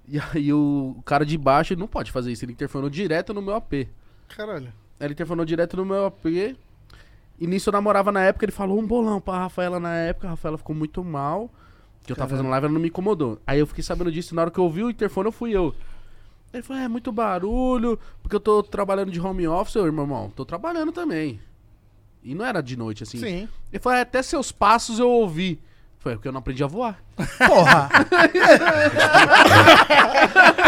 E aí o cara de baixo ele não pode fazer isso. Ele interfonou direto no meu AP. Caralho. Ele interfonou direto no meu AP. E nisso eu namorava na época, ele falou um bolão pra Rafaela na época, a Rafaela ficou muito mal. Que eu tava fazendo live, ela não me incomodou. Aí eu fiquei sabendo disso, na hora que eu ouvi o interfone, eu fui eu. Ele falou, é muito barulho, porque eu tô trabalhando de home office, eu, irmão, tô trabalhando também. E não era de noite, assim. Sim. Ele falou, "É, até seus passos eu ouvi. Eu Foi porque eu não aprendi a voar. Porra.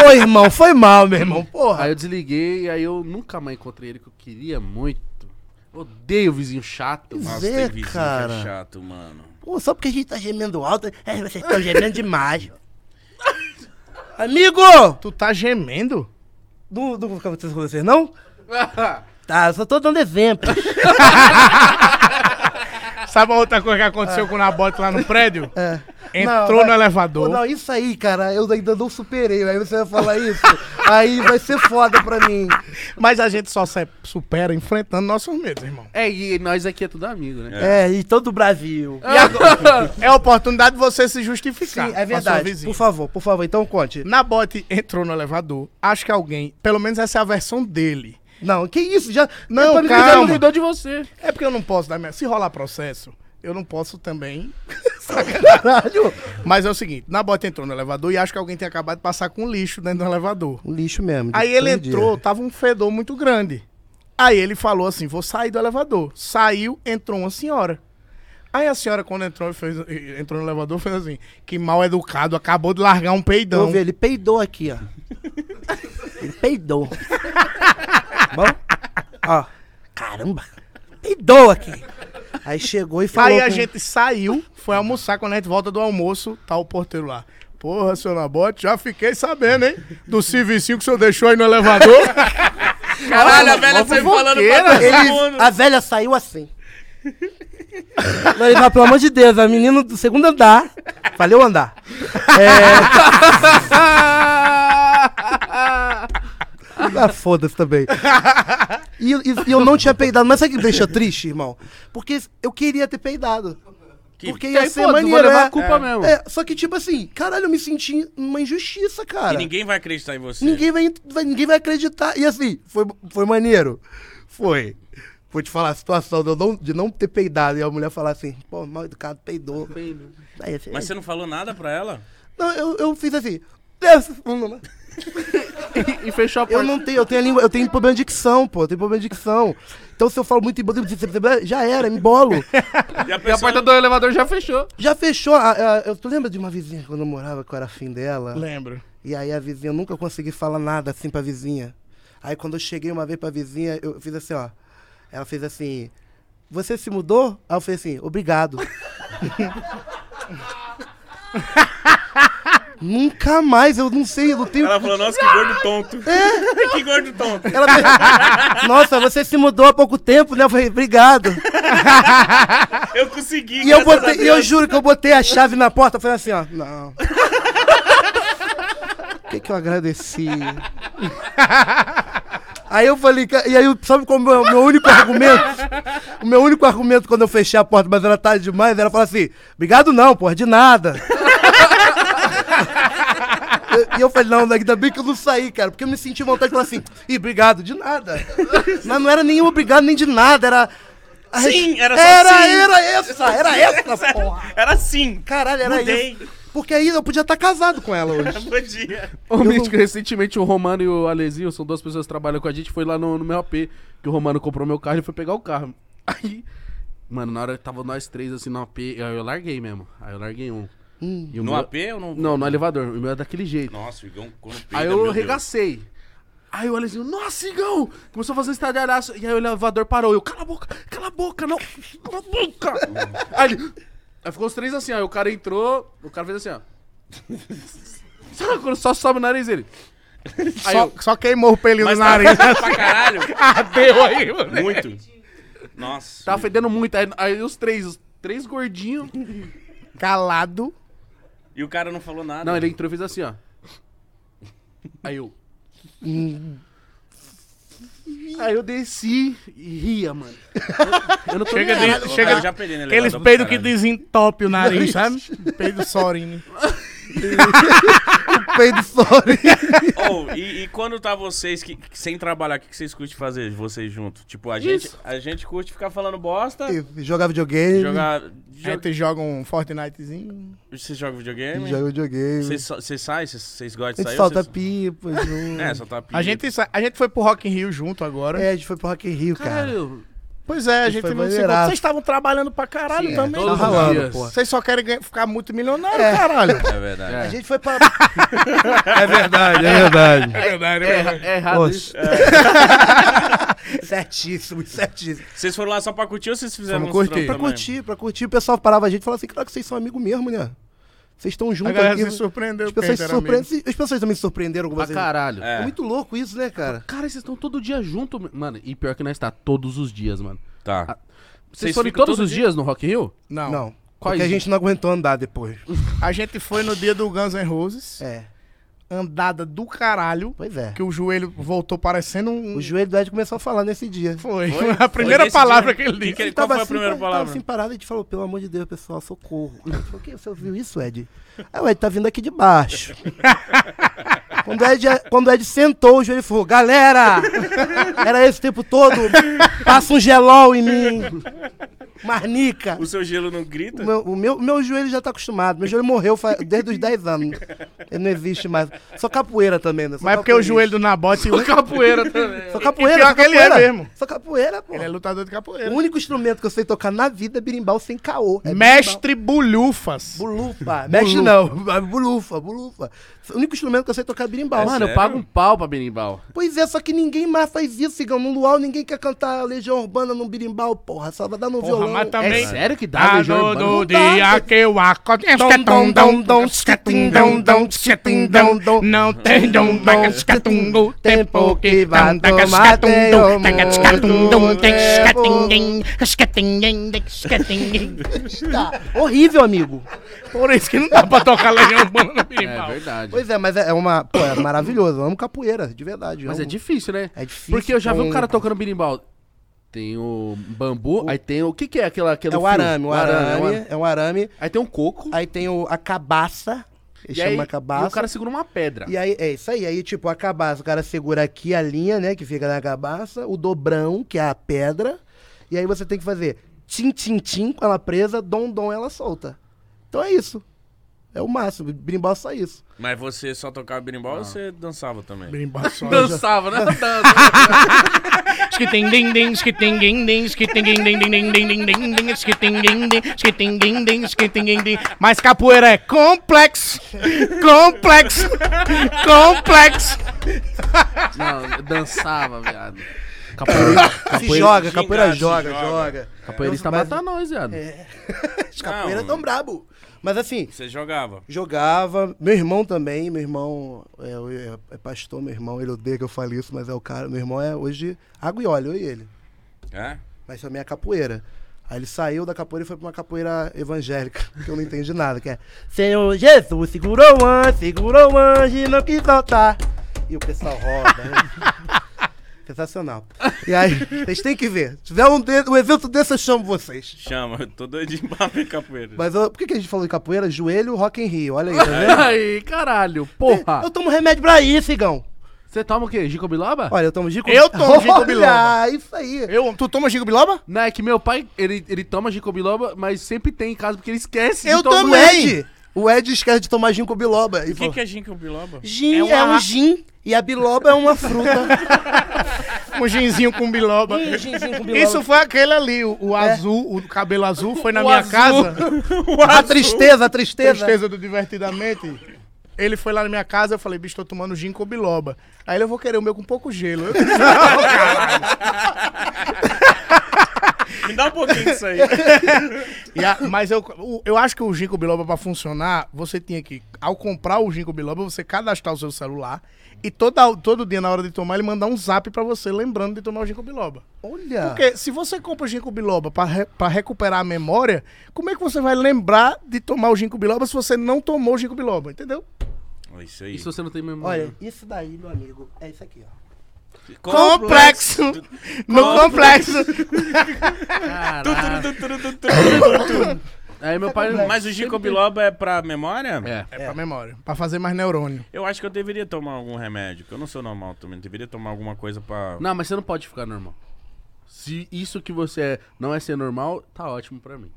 Pô, irmão, foi mal, meu irmão. Porra. Aí eu desliguei e aí eu nunca mais encontrei ele que eu queria muito. Odeio o vizinho chato. Isso. mano. Nossa, Zé, tem vizinho que cara. é chato, mano. Pô, só porque a gente tá gemendo alto, é, vocês estão gemendo demais. Amigo! Tu tá gemendo? Não, não vou ficar com vocês, não? Tá, eu só tô dando exemplo. Sabe uma outra coisa que aconteceu com o Nabote lá no prédio? Entrou Não, no mas- elevador. Pô, não, isso aí, cara, eu ainda não superei. Aí você vai falar isso, aí vai ser foda pra mim. Mas a gente só se- supera enfrentando nossos medos, irmão. É, e nós aqui é tudo amigo, né? É, e todo o Brasil. E agora, é a oportunidade de você se justificar. Sim, é pra sua verdade. vizinha. Por favor, por favor, então conte. Nabote entrou no elevador. Acho que alguém, pelo menos essa é a versão dele. Não, que isso, já... tá Não, Pra mim, calma. Ele não cuidou de você. É porque eu não posso dar minha. Se rolar processo, eu não posso também. Caralho. Mas é o seguinte: Nabote entrou no elevador e acho que alguém tinha acabado de passar com lixo dentro do elevador. Um lixo mesmo. Aí ele entendi. entrou, tava um fedor muito grande. Aí ele falou assim: vou sair do elevador. Saiu, entrou uma senhora. Aí a senhora, quando entrou, e fez, e entrou no elevador, fez assim: que mal educado, acabou de largar um Então, peidão. ver, ele peidou aqui, ó. Ele peidou. Bom? Ó. Caramba. Peidou aqui. Aí chegou e falou Aí a com- gente saiu, foi almoçar. Quando a gente volta do almoço, tá o porteiro lá. Porra, seu Nabote, já fiquei sabendo, hein? Do servicinho que o senhor deixou aí no elevador. Caralho, a velha sempre falando pra todo Ele- mundo. a velha saiu assim. Não, ele fala, pelo amor de Deus, a menina do segundo andar. Falei o andar. É... ah, foda-se também. E, e- e eu não tinha peidado. Mas sabe o que me deixa triste, irmão? Porque eu queria ter peidado. Que- porque E ia aí, ser pô, tu vai maneiro, levar é. a culpa mesmo. É, só que tipo assim, caralho, eu me senti uma injustiça, cara. E ninguém vai acreditar em você. Ninguém vai, vai- ninguém vai acreditar. E assim, foi, foi maneiro. Foi. Vou te falar a situação de, eu não, de não ter peidado e a mulher falar assim, pô, mal educado, peidou. Aí, assim, Mas você não falou nada pra ela? não, eu, eu fiz assim. Deus, vamos lá. E, e fechou a porta. Eu não tenho, eu tenho a língua, eu tenho problema de dicção, pô, eu tenho problema de dicção. Então se eu falo muito em já era, me bolo. E a E a pessoa porta do elevador já fechou. Já fechou, a, a- eu, tu lembra de uma vizinha quando eu morava, que eu era afim dela? Lembro. E aí a vizinha, eu nunca consegui falar nada assim pra vizinha. Aí quando eu cheguei uma vez pra vizinha, eu fiz assim, ó. Ela fez assim, você se mudou? Aí eu falei assim, obrigado. nunca mais, eu não sei, eu não tenho. Ela falou, nossa, que gordo tonto. que gordo tonto. Ela fez, Nossa, você se mudou há pouco tempo, né? Eu falei, obrigado. Eu consegui. E eu, graças a botei, e eu Deus. juro que eu botei a chave na porta, eu falei assim, ó. Não. O que que eu agradeci? Aí eu falei, ca- e aí eu- sabe qual é o meu, meu único argumento? O meu único argumento quando eu fechei a porta, mas era tarde demais, ela fala assim, obrigado não, porra, de nada. Eu- E eu falei, não, ainda bem que eu não saí, cara, porque eu me senti vontade de falar assim, ih, obrigado, de nada. Mas não era nem obrigado, nem de nada, era... a res- Sim, era só Era, sim. era essa, era essa, porra. Era assim. Caralho, era Mudei. isso. Porque aí eu podia estar casado com ela hoje. Podia. Ô, Mítico, recentemente o Romano e o Alezinho, são duas pessoas que trabalham com a gente, foi lá no, no meu AP, que o Romano comprou meu carro e foi pegar o carro. Aí, mano, na hora que tava nós três assim no AP, aí eu larguei mesmo. Aí eu larguei um. E o No meu- AP ou não? Não, no elevador. O meu é daquele jeito. Nossa, o Igão, quando peida, Aí meu eu Deus. arregacei. Aí o Alezinho, nossa, Igão! Começou a fazer um estadalhaço. E aí o elevador parou. Eu, cala a boca, cala a boca, não. Cala a boca! aí, ele, aí ficou os três assim, ó. Aí o cara entrou, o cara fez assim, ó. Sabe quando só sobe o nariz dele? Aí Só, eu, só queimou o pelinho do Mas tava nariz. fedendo pra caralho. Ardeu aí, mano. Muito. Nossa. tava fedendo muito. Aí, aí os três, os três gordinhos. Calado. E o cara não falou nada. Não, ele entrou e fez assim, ó. Aí eu. Aí eu desci e ria, mano. Eu, eu não tô Chega nem aí. de- chega Eu já peguei no Aqueles elevador pra peidos que caralho. desentope o nariz, sabe? Peido sorine. Peido sorry. Oh, e, e quando tá vocês que, que sem trabalhar, o que, que vocês curtem fazer, vocês juntos? Tipo, a gente, Isso. a gente curte ficar falando bosta, Jogar videogame. jogar. A jo- gente joga um Fortnitezinho. Vocês jogam videogame? Jogar videogame. Vocês so- vocês saem? Vocês- Vocês a gostam de gente sair? solta Vocês- pipa. junto. É, soltar pipa. A gente, sa- a gente foi pro Rock in Rio junto agora. É, a gente foi pro Rock in Rio, cara. Caralho, É, Pois é, a Isso gente foi não se maneirado. encontra. Vocês estavam trabalhando pra caralho também. Todos tá os ralando, dias. pô. Vocês só querem ganhar- ficar muito milionário, caralho. É verdade. É. A gente foi pra. É verdade, é verdade. É verdade, é verdade. É errado Poxa. isso. certíssimo, certíssimo. Vocês foram lá só pra curtir ou vocês fizeram Vamos um curtir. Pra curtir, pra curtir. O pessoal parava a gente e falava assim, claro que vocês são amigos mesmo, né? Vocês estão A juntos galera aqui. se surpreendeu. As porque pessoas, se a gente era amigo. surpre... As pessoas também se surpreenderam com Pra vocês. caralho. É. É muito louco isso, né, cara? Cara, vocês estão todo dia junto, mano. E pior que nós tá todos os dias, mano. Tá. Vocês Vocês foram em ficam todos todo os dia? dias no Rock in Rio? Não. Não. Quais Porque a dias? gente não aguentou andar depois. A gente foi no dia do Guns N' Roses. É, Andada do caralho. pois é. Que o joelho voltou parecendo um. O joelho do Ed começou a falar nesse dia. Foi. Foi? A primeira Foi nesse palavra dia? que ele Que que disse. ele- Qual foi a assim, primeira ele palavra? Tava assim parado, a gente falou, pelo amor de Deus, pessoal, socorro. Aí Ele falou, o que? Você ouviu isso, Ed? Aí o Ed tá vindo aqui de baixo. quando, o Ed, quando o Ed sentou, o joelho falou, galera, era esse o tempo todo, passa um gelol em mim, marnica. O seu gelo não grita? O meu, o meu, o meu joelho já tá acostumado, meu joelho morreu fa- desde os 10 anos, ele não existe mais. Só capoeira também, né? Só Mas é porque o capoeirista. joelho do Nabote. Capoeira também. Só capoeira, E pior só que ele é capoeira. mesmo. Só capoeira, pô. Ele é lutador de O capoeira. único instrumento que eu sei tocar na vida é birimbau sem caô. É Mestre Bulhufas. birimbau. Bulufa. Mexe não. Bulufa, bulufa. O único instrumento que eu sei tocar é birimbau. Mano, eu sério? pago um pau pra berimbau. Pois é, só que ninguém mais faz isso, Cigão. No luau, ninguém quer cantar Legião Urbana num birimbau, porra. Só vai dar no Porra, violão. Ah, mas É também. sério que Ah, dá, Tá Legião no Urbana? do Não dá, dia velho. que é eu acordo. dom, dom, dom, scatum, dom, dom, scatum, dom, dom. Não tem dom, dom, scatum, o tempo que vai Tempo que tomar vai dom, tomar taca, scatum, dom, tempo. taca, scatum, dom. Tá. Horrível, amigo. Por isso que não tá dá pra tocar Legião Urbana no É berimbau. verdade. Pois é, mas é uma... Pô, é maravilhoso. Eu amo capoeira, de verdade. Mas Eu é amo- difícil, né? É difícil, Porque eu já vi um tem- cara tocando berimbau. Tem o bambu, aí tem o... O que que é aquela... aquele É o fio? arame, o é o arame. É um arame. Aí tem um coco. Aí tem o, a cabaça. Ele e aí, chama cabaça. e o cara segura uma pedra. Tá. E aí, é isso aí. Aí, tipo, a cabaça, o cara segura aqui a linha, né, que fica na cabaça, o dobrão, que é a pedra, e aí você tem que fazer tim-tim-tim com ela presa, dom-dom ela solta. Então é isso. É o máximo. Brimbal é só isso. Mas você só tocava berimbau ou você dançava também? Berimbau só. Dançava, né? Dança. Skiting ding ding, skiting ding ding, skiting ding ding ding ding ding ding ding ding, skiting ding ding, skiting ding ding, skiting ding ding. Mas capoeira é complexo, complexo, complexo. Não, dançava, viado. Capoeira, capoeira, Se joga, Gingado, capoeira se joga, joga. joga. capoeirista Mas- é, mata nós, viado. Os capoeiras tão brabo. Mas assim, Você jogava. jogava. Meu irmão também, meu irmão é, é- é pastor, meu irmão, ele odeia que eu fale isso, mas é o cara. Meu irmão é hoje água e óleo, eu e ele. É? mas também é capoeira. Aí ele saiu da capoeira e foi pra uma capoeira evangélica, que eu não entendi nada, que é Senhor Jesus segurou o anjo, segurou o anjo e não quis soltar. E o pessoal roda. né? Sensacional. E aí, vocês têm que ver. Se tiver um, de, um evento desse, eu chamo vocês. Chama, eu tô doidinho pra ver capoeira. Mas eu- por que, que a gente falou de capoeira? Joelho, rock em rio, olha aí, tá vendo? Aí, caralho, É, porra. Eu tomo remédio pra isso, Igão. Você toma o quê? Gico biloba? Olha, eu tomo gico... Eu tomo ginkgo Ah, biloba. isso aí. Eu, tu toma gigo biloba? Não, é que meu pai, ele, ele toma gico biloba, mas sempre tem em casa porque ele esquece Eu tomar. Então, O Ed, o Ed esquece de tomar ginkgo biloba. O que, que é ginkgo biloba? Gin é, É uma um ra- gin e a biloba é uma fruta. Um ginzinho com biloba. Isso foi aquele ali, o, o azul, o cabelo azul, É foi na O minha azul. casa. a tristeza, a tristeza. Tristeza do Divertidamente. Ele foi lá na minha casa, eu falei, bicho, tô tomando gin com biloba. Aí ele, eu vou querer o meu com pouco gelo. Eu disse, Me dá um pouquinho disso aí. E a- mas eu, o- eu acho que o Ginkgo Biloba, pra funcionar, você tinha que, ao comprar o Ginkgo Biloba, você cadastrar o seu celular e toda, todo dia, na hora de tomar, ele mandar um zap pra você lembrando de tomar o Ginkgo Biloba. Olha. Porque se você compra o Ginkgo Biloba pra, re- pra recuperar a memória, como é que você vai lembrar de tomar o Ginkgo Biloba se você não tomou o Ginkgo Biloba, entendeu? É isso aí. E se você não tem memória? Hum. Olha, isso daí, meu amigo, é isso aqui, ó. Complexo! No complexo! Caralho. Aí meu pai... Mas o ginkgo biloba é pra memória? É. É, pra memória, pra fazer mais neurônio. Eu acho que eu deveria tomar algum remédio, que eu não sou normal também. Eu Deveria tomar alguma coisa pra... Não, mas você não pode ficar normal. Se isso que você é não é ser normal, tá ótimo pra mim.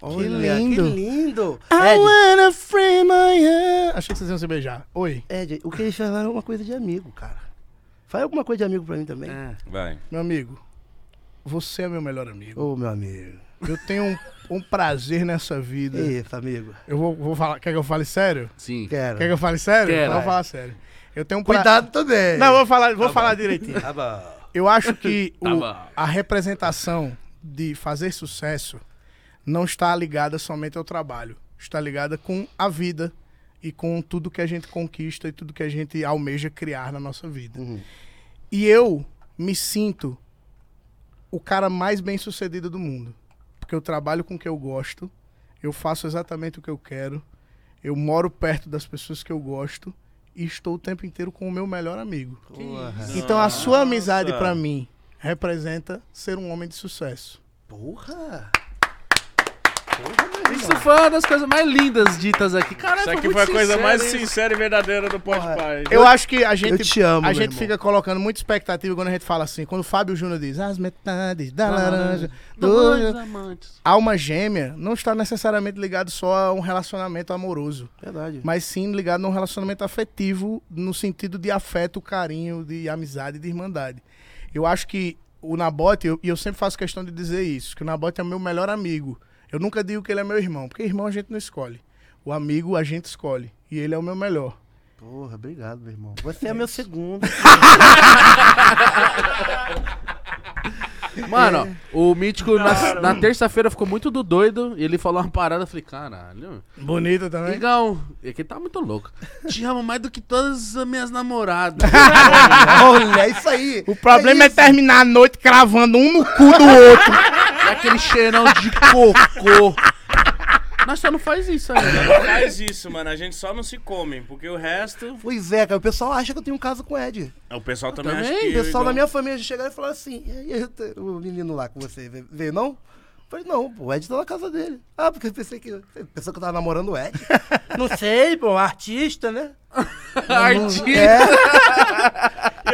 Olha, lindo. Que lindo. I wanna free my hand. É, Achei que vocês iam se beijar. Oi, Ed, Ed, o que eles falaram é uma coisa de amigo, cara. Faz alguma coisa de amigo pra mim também. É. Vai. meu amigo. Você é meu melhor amigo. Ô, meu amigo. Eu tenho um, um prazer nessa vida. Isso, amigo. Eu vou, vou falar. Quer que eu fale sério? Sim. Quero. Quer que eu fale sério? Quero. Vou falar sério. Eu tenho um pra- Cuidado também. Não, vou falar, vou falar direitinho. Tá bom. Eu acho que Tá o- bom. a representação de fazer sucesso não está ligada somente ao trabalho. Está ligada com a vida e com tudo que a gente conquista e tudo que a gente almeja criar na nossa vida. E eu me sinto o cara mais bem sucedido do mundo. Porque eu trabalho com o que eu gosto, eu faço exatamente o que eu quero, eu moro perto das pessoas que eu gosto e estou o tempo inteiro com o meu melhor amigo. Então a sua amizade pra mim representa ser um homem de sucesso. Porra. Isso foi uma das coisas mais lindas ditas aqui. Caralho, Isso foi aqui muito foi a coisa sincero, mais hein? sincera e verdadeira do Pode Pai. Eu acho que a gente eu te amo, a meu gente irmão. fica colocando muita expectativa quando a gente fala assim, quando o Fábio Júnior diz as metades da laranja, Dois do... amantes. alma gêmea não está necessariamente ligado só a um relacionamento amoroso, Verdade. mas sim ligado a um relacionamento afetivo no sentido de afeto, carinho, de amizade, de irmandade. Eu acho que o Nabote, eu- e eu sempre faço questão de dizer isso, que o Nabote é meu melhor amigo. Eu nunca digo que ele é meu irmão, porque irmão a gente não escolhe. O amigo a gente escolhe. E ele é o meu melhor. Porra, obrigado, meu irmão. Você é, meu segundo. Mano, o Mítico na, na terça-feira ficou muito do doido. E ele falou uma parada. Eu falei, caralho. Bonito também. Igão, é que ele tá muito louco. Te amo mais do que todas as minhas namoradas. Olha, é isso aí. O problema é, isso. terminar a noite cravando um no cu do outro. E aquele cheirão de cocô. Nós só não faz isso aí. né? Não faz isso, mano. A gente só não se come, porque o resto. Pois é, cara. O pessoal acha que eu tenho um caso com o Ed. O pessoal também, também, acha que. O pessoal eu, da minha família chegaram e falaram assim: e aí, eu te- o menino lá com você ve- veio, não? Eu Falei, não, pô, o Ed tá na casa dele. Ah, porque eu pensei que. Você pensou que eu tava namorando o Ed? não sei, pô, artista, né? Artista. É,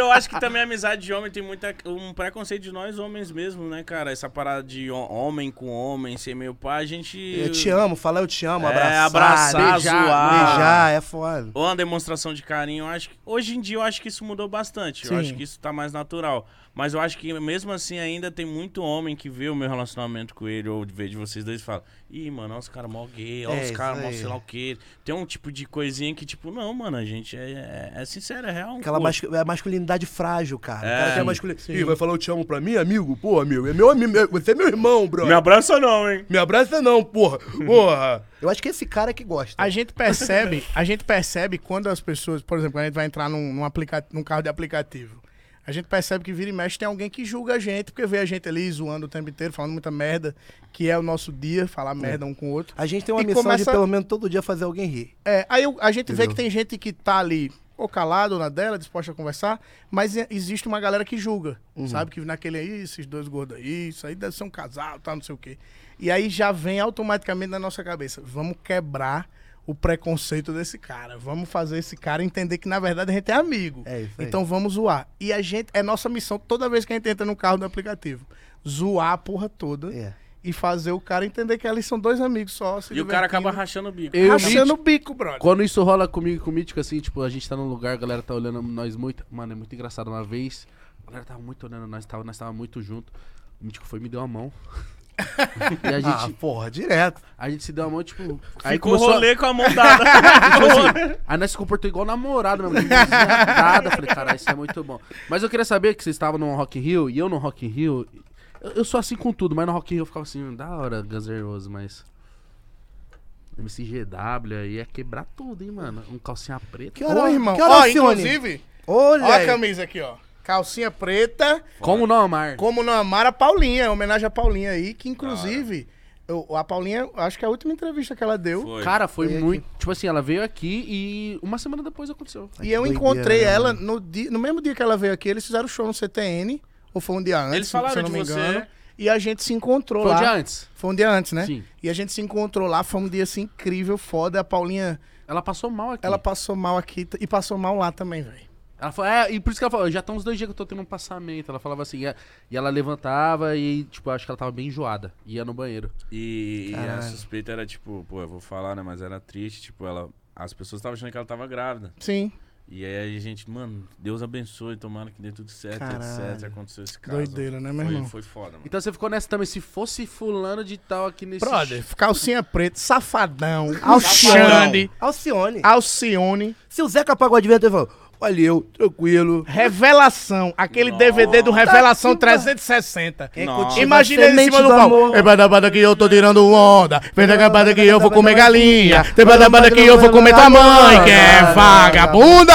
eu acho que também a amizade de homem tem muita. Um preconceito de nós homens mesmo, né, cara? Essa parada de ho- homem com homem, ser meio pai, a gente. eu te amo, falar eu te amo, É, abraçar. abraçar, beijar, zoar. beijar, é foda. Ou uma demonstração de carinho, eu acho que, hoje em dia eu acho que isso mudou bastante. Sim. Eu acho que isso tá mais natural. Mas eu acho que mesmo assim ainda tem muito homem que vê o meu relacionamento com ele, ou vê de vocês dois e fala, ih, mano, olha os caras mó gay, olha É, os caras isso mó aí. sei lá o quê. Tem um tipo de coisinha que, tipo, não, mano, a gente é, é, é sincero, é real. Aquela pô. mascu- é a masculinidade frágil, cara. É. o cara tem a masculinidade. Ih, vai falar eu te amo pra mim, amigo? Pô, amigo, é meu amigo, é- você é meu irmão, bro. Me abraça não, hein? Me abraça não, porra. Porra. Eu acho que é esse cara que gosta. A gente percebe, a gente percebe quando as pessoas, por exemplo, quando a gente vai entrar num, num, aplica- num carro de aplicativo. A gente percebe que vira e mexe tem alguém que julga a gente, porque vê a gente ali zoando o tempo inteiro, falando muita merda, que é o nosso dia, falar merda um com o outro. A gente tem uma E missão de começa- pelo menos todo dia fazer alguém rir. É, aí eu- a gente vê que tem gente que tá ali ou calado ou na dela, disposta a conversar, mas e- existe uma galera que julga, Uhum. sabe? Que naquele aí, esses dois gordos aí, isso aí deve ser um casal, tá, não sei o quê. E aí já vem automaticamente na nossa cabeça, vamos quebrar o preconceito desse cara, vamos fazer esse cara entender que na verdade a gente é amigo. É isso aí. Então vamos zoar. E a gente, é nossa missão toda vez que a gente entra no carro do aplicativo, zoar a porra toda É. e fazer o cara entender que eles são dois amigos só. se E o cara divertindo, acaba rachando o bico. Eu e o rachando Mítico- o bico, brother. Quando isso rola comigo e com o Mítico, assim, tipo, a gente tá num lugar, a galera tá olhando nós muito. Mano, é muito engraçado. Uma vez, a galera tava muito olhando nós, tava, nós tava muito junto. O Mítico foi e me deu a mão. e a Ah, gente, porra, direto. a gente se deu a mão, tipo. Aí Ficou começou a- rolê com a mão dada. Tipo assim, aí nós se comportou igual namorado mesmo. não dizia Nada. Eu Falei, caralho, isso é muito bom. Mas eu queria saber que vocês estavam no Rock in Rio e eu no Rock in Rio. Eu, eu sou assim com tudo, mas no Rock in Rio eu ficava assim, da hora, Guns N' Roses, mas. MCGW aí ia quebrar tudo, hein, mano. Um calcinha preta. Que hora, Ô, irmão. Que hora, Ó, Alcione? inclusive, Olha, ó a aí. camisa aqui, ó. Calcinha preta, Como não amar? como não amar a Paulinha, homenagem a Paulinha aí, que inclusive, eu- a Paulinha, acho que é a última entrevista que ela deu. Foi. Cara, foi Foi aqui. muito. Tipo assim, ela veio aqui e uma semana depois aconteceu. E eu doideira, encontrei né, ela no, dia- no mesmo dia que ela veio aqui, eles fizeram show no CTN, ou foi um dia antes, Eles falaram se eu não de me você. é. engano. E a gente se encontrou Foi um lá. o dia antes. Foi um dia antes, né? Sim. E a gente se encontrou lá, foi um dia assim incrível, foda. A Paulinha, Ela passou mal aqui. ela Ela, passou mal aqui t- e passou mal lá também, velho. falou, é, e por isso que ela falou, já estão uns dois dias que eu tô tendo um passamento. Ela falava assim, é, e ela levantava e, tipo, acho que ela tava bem enjoada. Ia no banheiro. E, e a suspeita era, tipo, pô, eu vou falar, né? Mas era triste, tipo, ela. As pessoas estavam achando que ela tava grávida. Sim. E aí a gente, mano, Deus abençoe, tomara que dê tudo certo, etc. Aconteceu esse caso. Doideira, né, meu Foi- irmão? Foi foda, mano. Então você ficou nessa também. Se fosse fulano de tal aqui nesse. Brother, calcinha preta, safadão, Alcione. Alexandre, Alcione. Alcione, Se o Zeca Pagodinho vier, ele falou, olha eu, tranquilo. Revelação, aquele DVD do Revelação 360. Nossa. Imagina ele em Semente cima do do pau. amor. É badabada que eu tô tirando onda. Vem da gabada que eu vou comer galinha. Tem badabada que eu vou comer tua mãe, que é vagabunda.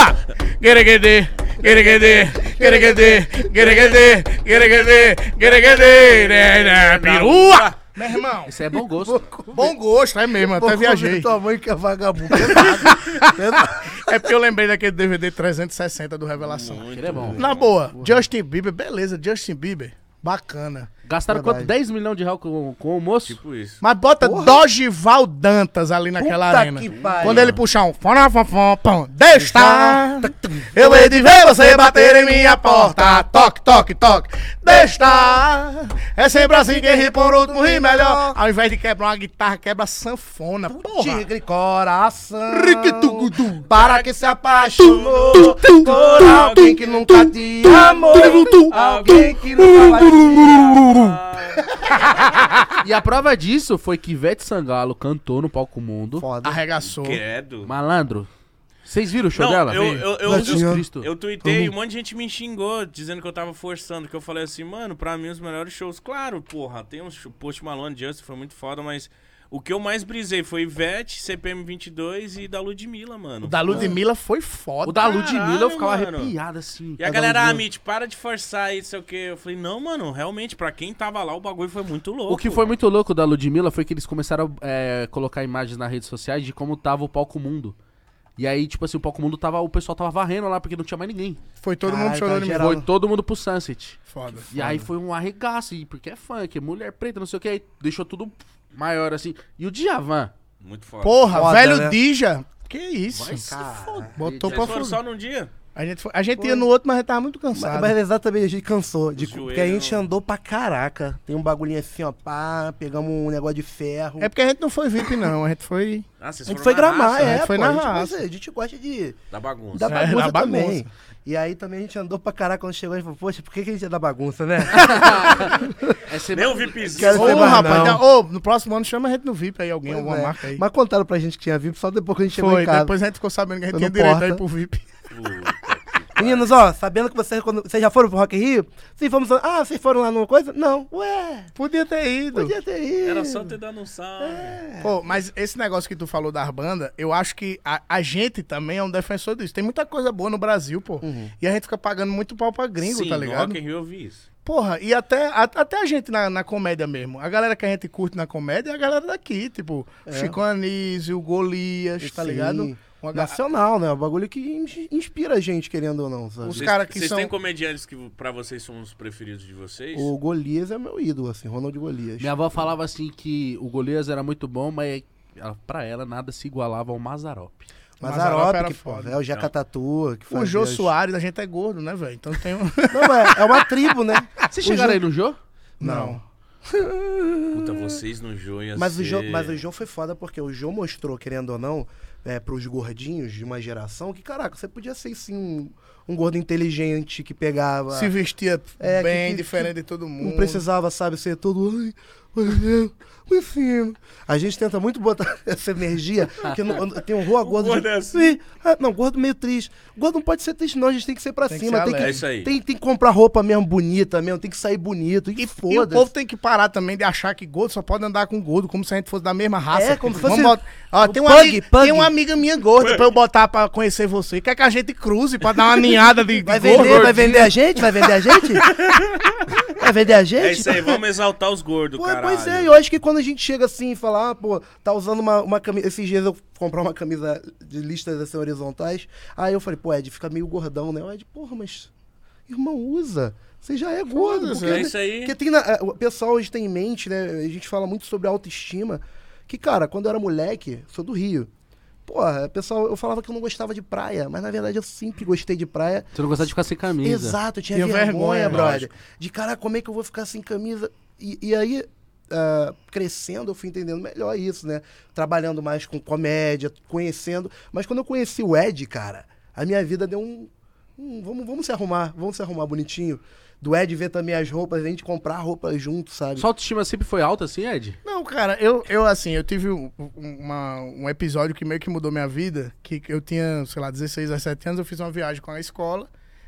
Guereguedê, guereguedê, guereguedê, guereguedê, guereguedê, guereguedê, né, né, perua. Meu irmão, Isso é bom gosto. bom gosto, é mesmo, até viajei. Tua mãe que é vagabundo. É porque eu lembrei daquele DVD 360 do Revelação. Ele é bom. Na boa, Justin Bieber, beleza, Justin Bieber, bacana. Gastaram quanto? 10 milhões de real com, com o almoço? Tipo isso. Mas bota Dogival Dantas ali naquela Puta arena. que pariu. Quando ele puxar um fona, fon, fon, pão, deixa. Eu hei de ver você bater em minha porta. Toque, toque, toque. Deixa. É sempre assim que ri por último ri melhor. Ao invés de quebrar uma guitarra, quebra a sanfona. Porra. Tigre coração. Para que se apaixonou por alguém que nunca te amou. Alguém que nunca vai te amar. E a prova disso foi que Ivete Sangalo cantou no palco mundo. Foda. Arregaçou. Credo. Malandro. Vocês viram o show Não, dela? eu, eu, eu, Mas tinha- eu, Cristo. eu tuitei, um monte de gente me xingou, dizendo que eu tava forçando, que eu falei assim, mano, pra mim os melhores shows, claro, porra, tem uns show- Post Malone, Justin, foi muito foda, mas o que eu mais brisei foi Ivete, CPM22 e da Ludmilla, mano. O da Ludmilla foi foda. O da Ludmilla eu ficava Caralho, mano. arrepiado assim. E a galera, ah, Mitch, para de forçar aí, não sei o que. Eu falei, não, mano, realmente, pra quem tava lá, o bagulho foi muito louco. O que foi muito louco da Ludmilla foi que eles começaram a é, colocar imagens nas redes sociais de como tava o palco mundo. E aí, tipo assim, o palco mundo tava. O pessoal tava varrendo lá porque não tinha mais ninguém. Foi todo mundo Caralho, chorando tá em mim. geral- Foi todo mundo pro Sunset. Foda. E aí foi um arregaço, e porque é funk, é mulher preta, não sei o que, aí deixou tudo maior assim. E o Djavan? Muito foda. Porra, Foda, velho né? Dija. Que isso? Caralho. Botou pra Vocês foram foder. só num dia? A gente, foi- a gente ia no outro, mas a gente tava muito Mas, cansado. mas exatamente, a gente cansou. De, Os porque a gente joelhos- andou pra caraca. Tem um bagulhinho assim, ó, pá, pegamos um negócio de ferro. É porque a gente não foi VIP, não. A gente foi. Ah, vocês a gente foram foi na gramar, raça, né? é, Foi pô, na a gente- raça. mas a gente gosta de, Da bagunça. Da É, bagunça, da bagunça. também. E aí também a gente andou pra caralho quando chegou a gente falou, poxa, por que, que a gente é da bagunça, né? É ser- Nem ouvi piso. Quero- Ô, sei mais, rapaz, não. dá- ô, no próximo ano chama a gente no VIP aí, alguém, alguma Pois é. marca aí. Mas contaram pra gente que tinha VIP só depois que a gente chegou foi, em casa. depois a gente ficou sabendo que a gente Foi tinha no direito Porta. aí pro VIP. Meninos, ó, sabendo que vocês, quando, vocês já foram pro Rock in Rio, vocês fomos. Ah, vocês foram lá numa coisa? Não. Ué, Podia ter ido. podia ter ido. Era só ter dado um salve. É, Pô, mas esse negócio que tu falou das bandas, eu acho que a, a gente também é um defensor disso. Tem muita coisa boa no Brasil, pô. Uhum. E a gente fica pagando muito pau pra gringo, Sim, tá no ligado? Rock in Rio eu vi isso. Porra, e até a, até a gente na, na comédia mesmo. A galera que a gente curte na comédia é a galera daqui, tipo, Chico Anísio, Golias, tá É. Sim. ligado? Uma ga- Nacional, né? O bagulho que in- inspira a gente, querendo ou não, sabe? Os Vocês- cara que Vocês são- têm comediantes que pra vocês são os preferidos de vocês? O Golias é meu ídolo, assim, Ronald Golias. Minha avó falava assim que o Golias era muito bom, mas é, ela- pra ela nada se igualava ao Mazarop. Mazzaropi Mazarop, era que pô, foda. é o Jeca Tatu, que O fazia Jô as- Soares, a gente é gordo, né, velho? Então tem um. Não, é, é uma tribo, né? Vocês chegaram aí no jogo? Não. Puta, vocês no Jô ia Mas o, Jô, ser- mas o Jô foi foda porque o Jô mostrou, querendo ou não, é, pros gordinhos de uma geração que, caraca, você podia ser sim um, um gordo inteligente que pegava. Se vestia É, bem, que- que- diferente de todo mundo. Não precisava, sabe, ser todo. Ai, olha, me ensina. A gente tenta muito botar essa energia. Porque não, eu tenho um rua gordo. gordo de- é assim. Ih, ah, não, gordo meio triste. Gordo não pode ser triste, não. A gente tem que ser pra Tem que cima. ser tem, que, alegre. É isso aí. Tem, tem que comprar roupa mesmo bonita mesmo. Tem que sair bonito. E, E, foda. e o povo tem que parar também de achar que gordo só pode andar com gordo, como se a gente fosse da mesma raça. É, como se fosse Vamos botar- Ó, o tem, uma pug, amiga, pug. tem uma amiga minha gorda pra eu botar pra conhecer você. Quer que a gente cruze pra dar uma ninhada de, de Vai gordo? vender, vai vender a gente? Vai vender a gente? vai vender a gente? né? É isso aí, vamos exaltar os gordos, Pô, cara. pois é, eu acho que quando a gente chega assim e fala, ah, pô, tá usando uma, uma camisa. Esses dias eu comprar uma camisa de listas assim horizontais. Aí eu falei, pô, Ed, fica meio gordão, né? O Ed, porra, mas. Irmão, usa. Você já é gordo. Foda-se, Porque, é isso aí. Porque tem na- eh, o pessoal hoje tem em mente, né? A gente fala muito sobre autoestima. Que, cara, quando eu era moleque, sou do Rio. Porra, pessoal, eu falava que eu não gostava de praia, mas na verdade eu sempre gostei de praia. Você não gostava de ficar sem camisa. Exato, eu tinha Tinha vergonha, vergonha, brother. De cara, como é que eu vou ficar sem camisa? E, e aí, ah, crescendo, eu fui entendendo melhor isso, né? Trabalhando mais com comédia, conhecendo. Mas quando eu conheci o Ed, cara, a minha vida deu um. um, vamos, vamos se arrumar, vamos se arrumar bonitinho. Do Ed ver também as roupas, a gente comprar roupa junto, sabe? Sua autoestima sempre foi alta assim, Ed? Não, cara, eu, eu assim, eu tive um, um- uma- um episódio que meio que mudou minha vida, que eu tinha, sei lá, 16, 17 anos, eu fiz uma viagem com a escola,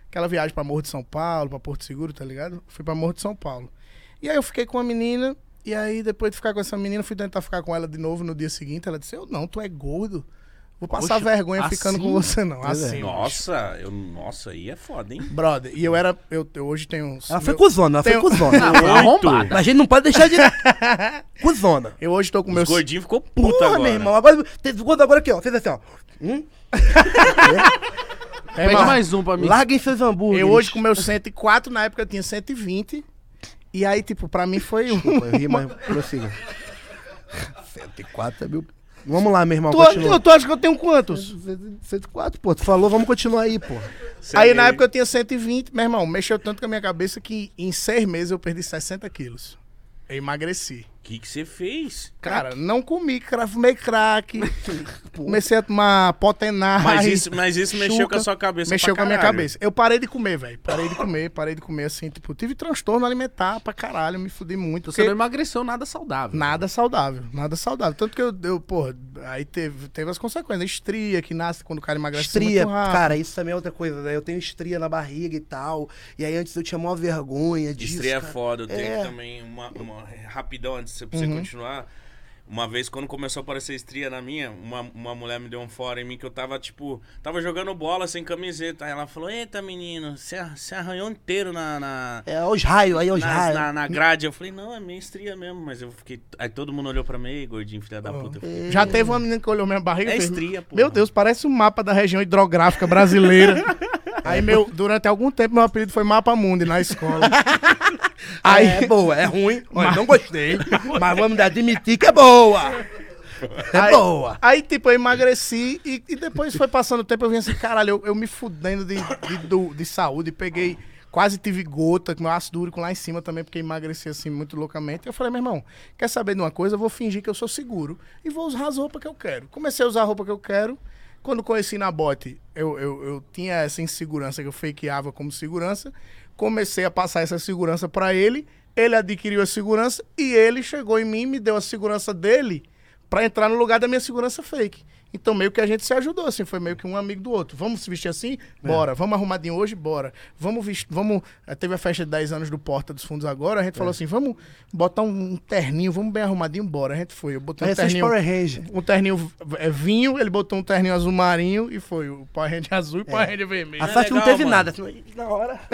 aquela viagem pra Morro de São Paulo, pra Porto Seguro, tá ligado? Fui pra Morro de São Paulo. E aí eu fiquei com uma menina, e aí depois de ficar com essa menina, fui tentar ficar com ela de novo no dia seguinte, ela disse, eu não, tu é gordo, vou passar Poxa, vergonha ficando assim? com você não, assim. Nossa, eu, nossa, aí é foda, hein? Brother, e eu era, eu, eu hoje tenho... uns- Ela foi meu- cuzona, ela foi Tem- cuzona. Mas a gente não pode deixar de. cuzona. Eu hoje tô com Os meus... gordinhos ficou puta Porra, agora. meu irmão, agora. Tem quando agora aqui, ó. Fez assim, ó. Hum? É, Pede mas- mais um pra mim. Larguem seus hambúrgueres. Eu hoje com meus 104, na época eu tinha 120. E aí, tipo, pra mim foi um. Pô, eu ri, mas prossiga. 104 é mil. Vamos lá, meu irmão, Tu, é continua. tu acha que eu tenho quantos? 104, pô. Tu falou, vamos continuar aí, pô. Você aí é na meio- época eu tinha 120, meu irmão, mexeu tanto com a minha cabeça que em seis meses eu perdi 60 quilos. Eu emagreci. O que que você fez? Cara, não comi, cra- fumei crack. comecei a tomar potenar. Mas isso, mas isso mexeu com a chuca. sua cabeça Mexeu pra com a minha caralho. cabeça. Eu parei de comer, velho. Parei de comer, parei de comer assim, tipo, tive transtorno alimentar pra caralho, me fudi muito. Então Você porque- não emagreceu nada saudável. Nada saudável, nada saudável. Tanto que eu, eu porra, aí teve, teve as consequências. Estria que nasce quando o cara emagrece Estria, muito rápido. cara, isso também é outra coisa, né? Eu tenho estria na barriga e tal. E aí antes eu tinha maior vergonha disso. Estreia é cara. foda, eu tenho É. Uhum. que também uma, uma- rapidão antes de você continuar. Uma vez, quando começou a aparecer estria na minha, uma, uma mulher me deu um fora em mim que eu tava, tipo, tava jogando bola sem camiseta. Aí ela falou: Eita, menino, você ar- você arranhou inteiro na, na, É, olha os raios, aí olha os nas- raios. na, na grade. Eu falei: Não, é minha estria mesmo. Mas eu fiquei. Aí todo mundo olhou pra mim, "Ei, gordinho, filha da puta. Eu fiquei, Já teve uma menina que olhou minha barriga É e fez, estria, pô. Meu Deus, parece um mapa da região hidrográfica brasileira. aí meu, durante algum tempo meu apelido foi Mapa Mundi na escola. aí É boa, é ruim. Olha, não gostei. mas vamos admitir que é boa. É Aí- boa. Aí, tipo, eu emagreci e, e depois foi passando o tempo, eu vim assim, caralho, eu, eu me fudendo de, de, do- de saúde, peguei, quase tive gota, com meu ácido úrico lá em cima também, porque emagreci assim muito loucamente. Eu falei, meu irmão, quer saber de uma coisa? Eu vou fingir que eu sou seguro e vou usar as roupas que eu quero. Comecei a usar a roupa que eu quero. Quando conheci na bote, eu, eu, eu tinha essa insegurança que eu fakeava como segurança. Comecei a passar essa segurança pra ele. Ele adquiriu a segurança e ele chegou em mim e me deu a segurança dele pra entrar no lugar da minha segurança fake. Então meio que a gente se ajudou, assim, foi meio que um amigo do outro. Vamos se vestir assim? Bora. Vamos arrumadinho hoje? Bora. Vamos vestir, vamos... eh, Teve a festa de 10 anos do Porta dos Fundos agora, a gente falou assim, vamos botar um terninho, vamos bem arrumadinho, bora. A gente foi, eu botei um Parece os terninho... é Power Ranger. Um terninho eh, vinho, ele botou um terninho azul marinho e foi o Power Ranger azul e o Power Ranger vermelho. A sorte não legal, teve mano. nada. senão- Na hora.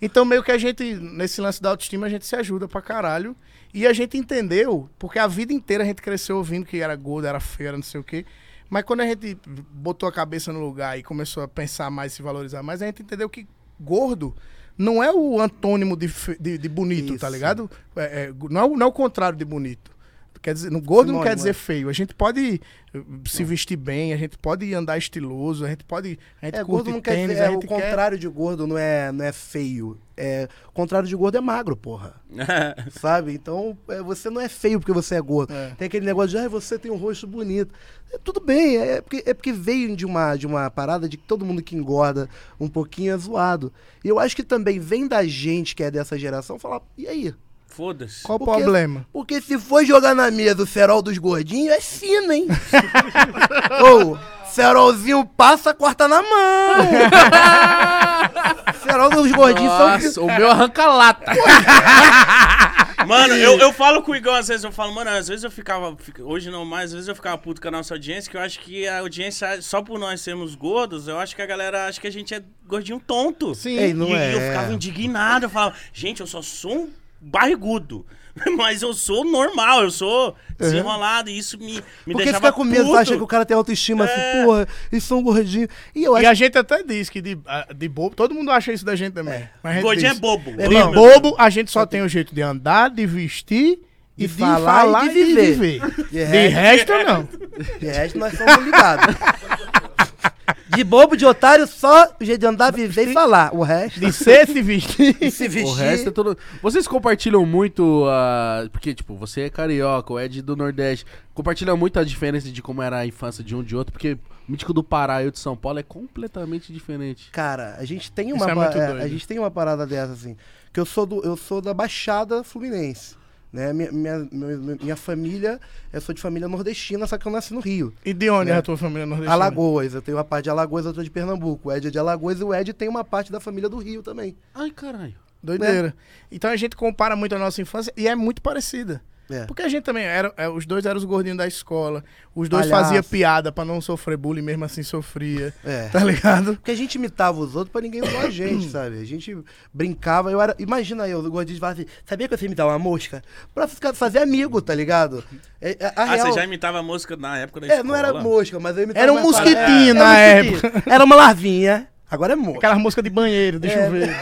Então, meio que a gente, nesse lance da autoestima, a gente se ajuda pra caralho. E a gente entendeu, porque a vida inteira a gente cresceu ouvindo que era gordo, era feio, era não sei o quê. Mas quando a gente botou a cabeça no lugar e começou a pensar mais, se valorizar mais, a gente entendeu que gordo não é o antônimo de, fe- de- de bonito, tá Isso. ligado? É- é, não, é o, não é o contrário de bonito. Quer dizer, no gordo não Sinônimo, quer dizer é. feio. A gente pode eh, se vestir bem, a gente pode andar estiloso, a gente pode. A gente É, curte gordo não quer tênis, dizer. É, a o gente quer- contrário de gordo não é, não é feio. É, o contrário de gordo é magro, porra. Sabe? Então, é, você não é feio porque você é gordo. É. Tem aquele negócio de, ah, você tem um rosto bonito. É, tudo bem, é porque, é porque veio de uma, de uma parada de que todo mundo que engorda um pouquinho é zoado. E eu acho que também vem da gente que é dessa geração falar, e aí? Foda-se. Qual o Porque- problema? Porque se for jogar na mesa o cerol dos gordinhos, é fino, hein? Ou, cerolzinho passa, corta na mão. cerol dos gordinhos são finos. Nossa, o meu arranca lata. Mano, eu, eu falo com o Igão às vezes, eu falo, mano, às vezes eu ficava, fica- hoje não mais, às vezes eu ficava puto com a nossa audiência, que eu acho que a audiência, só por nós sermos gordos, eu acho que a galera acha que a gente é gordinho tonto. Sim. Ei, não e é. eu ficava indignado, eu falava, gente, eu só sou um barrigudo, mas eu sou normal, eu sou desenrolado, e isso me, me Uhum. Porque deixava fica com medo, puto. acha que o cara tem autoestima assim, porra, eles são gordinhos. E eu E acho a gente até diz que de, ah, de bobo, todo mundo acha isso da gente também. Mas a gente Gordinho é diz, bobo. De Não. bobo, a gente só tem o jeito de andar, de vestir, e de, falar, e de viver. De De resto, não. é, que de resto nós somos ligados. De bobo, de otário, só o jeito de andar, viver e falar. O resto. De ser se vestir. Se O resto é todo. Vocês compartilham muito a. Porque, tipo, você é carioca, o Ed do Nordeste. Compartilham muito a diferença de como era a infância de um de outro, porque o mítico do Pará e o de São Paulo é completamente diferente. Cara, a gente tem uma Isso é pa- muito é, doido. a gente tem uma parada dessa assim, que eu sou do eu sou da Baixada Fluminense, né? Minha, minha, meu- minha família, eu sou de família nordestina, só que eu nasci no Rio. E de onde é Né? a tua família nordestina? Alagoas, eu tenho uma parte de Alagoas, outra de Pernambuco. O Ed é de Alagoas e o Ed tem uma parte da família do Rio também. Ai, caralho. né? Doideira. Então a gente compara muito a nossa infância e é muito parecida. É. Porque a gente também era, é, os dois eram os gordinhos da escola, os dois Palhaço. faziam piada pra não sofrer bullying, mesmo assim sofria. É. Tá ligado? Porque a gente imitava os outros pra ninguém zoar a gente, sabe? A gente brincava, eu era. Imagina eu, o gordinho falava assim, sabia que eu sei imitar uma mosca? Pra ficar, fazer amigo, tá ligado? É, é, a Ah, real- você já imitava a música na época da É, escola? não era mosca, mas eu imitava. Era um uma parada- mosquitinho É, na era um mosquitinho. Era uma larvinha. Agora é mosca. Aquelas músicas de banheiro, de chuveiro.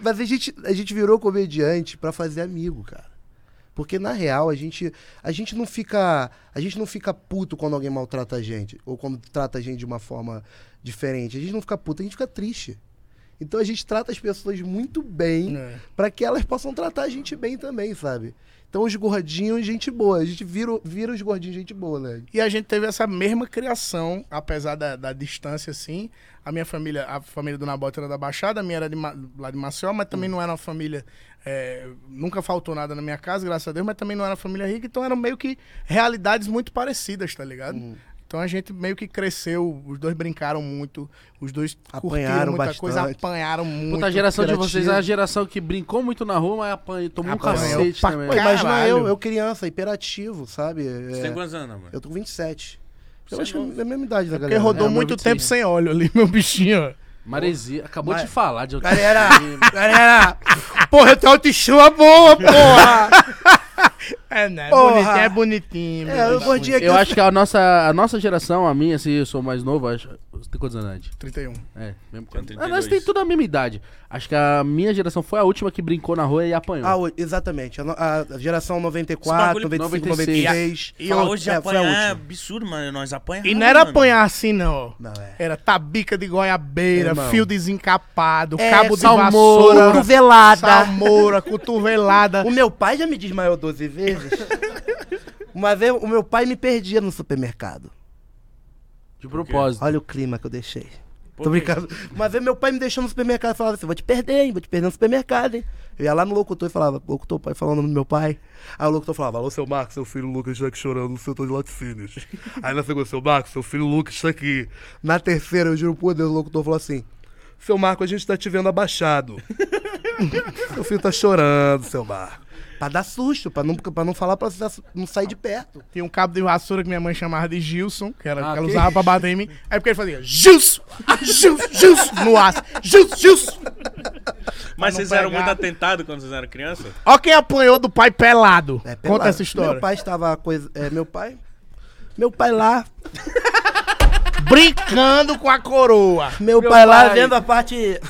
Mas a gente, a gente virou comediante pra fazer amigo, cara. Porque na real a gente, a gente não fica, a gente não fica puto quando alguém maltrata a gente ou quando trata a gente de uma forma diferente. A gente não fica puto, a gente fica triste. Então a gente trata as pessoas muito bem É. pra que elas possam tratar a gente bem também, sabe? Então os gordinhos, gente boa. A gente vira, vira os gordinhos, gente boa, né? E a gente teve essa mesma criação, apesar da, da distância, assim. A minha família, a família do Nabota era da Baixada, a minha era de, Ma- lá de Maceió, mas Hum. também não era uma família. é, nunca faltou nada na minha casa, graças a Deus, mas também não era uma família rica, então eram meio que realidades muito parecidas, tá ligado? Hum. Então a gente meio que cresceu, os dois brincaram muito, os dois curtiram Apanharam muita coisa, bastante. apanharam muito. Puta, a geração de criativo. vocês é a geração que brincou muito na rua, mas apanha, tomou Apanhou um cacete pra também. Pô, imagina Caralho. eu, eu criança, hiperativo, sabe? Você É, tem quantos anos, mano? eu tô com 27. Eu Você acho que é é novo. a mesma idade da galera. né? Porque rodou É, meu muito vinte e tempo cinco. sem óleo ali, meu bichinho. ó. Maresia. Acabou Mas- de falar de Galera, galera, porra, eu tenho autoestima boa, porra. É, né? Porra. Bonitinho, é bonitinho. É, eu bonitinho. gordinho aqui. Eu acho que a nossa, a nossa geração, a minha, assim, eu sou mais novo, acho. Você tem quantos anos, Ed? 31. É, mesmo Tenho quanto. Ah, nós 32. tem tudo a mesma idade. Acho que a minha geração foi a última que brincou na rua e apanhou. Ah, o- exatamente. A, no- a geração Esse 94, bagulho- 95, 96. 96. E hoje é, foi a apanhar é última. absurdo, mano. Nós apanhamos. E não era mano. apanhar assim, não. Não, é. Era tabica de goiabeira, Irmão. fio desencapado, É, cabo de salmoura, vassoura, cotovelada. salmoura, cotovelada. O meu pai já me desmaiou 12 vezes. Uma vez o meu pai me perdia no supermercado. de propósito. Olha o clima que eu deixei. Por Tô quê? brincando. Uma vez meu pai me deixou no supermercado e falava assim: vou te perder, hein? Vou te perder no supermercado, hein? Eu ia lá no locutor e falava, locutor, pai, falando o nome do meu pai. Aí o locutor falava, alô, seu Marcos, seu filho Lucas está aqui chorando no setor de laticínios. Aí na segunda, seu Marcos, seu filho Lucas está aqui. Na terceira, eu juro por Deus, o locutor falou assim: seu Marco, a gente tá te vendo abaixado. seu filho tá chorando, seu Marco. Pra dar susto, pra não, pra não falar, pra não sair de perto. Tinha um cabo de vassoura que minha mãe chamava de Gilson, que era Ah, que ela que usava pra bater em mim. Aí porque ele fazia Gilson, Gilson, Gilson, no aço, Gilson, Gilson. Mas não vocês eram pegar. muito atentados quando vocês eram criança? Ó quem apanhou do pai pelado. É, Conta pelado. essa história. Meu pai estava. Coisa, é, meu pai. Meu pai lá. Brincando com a coroa. Meu, Meu pai, lá pai. vendo a parte.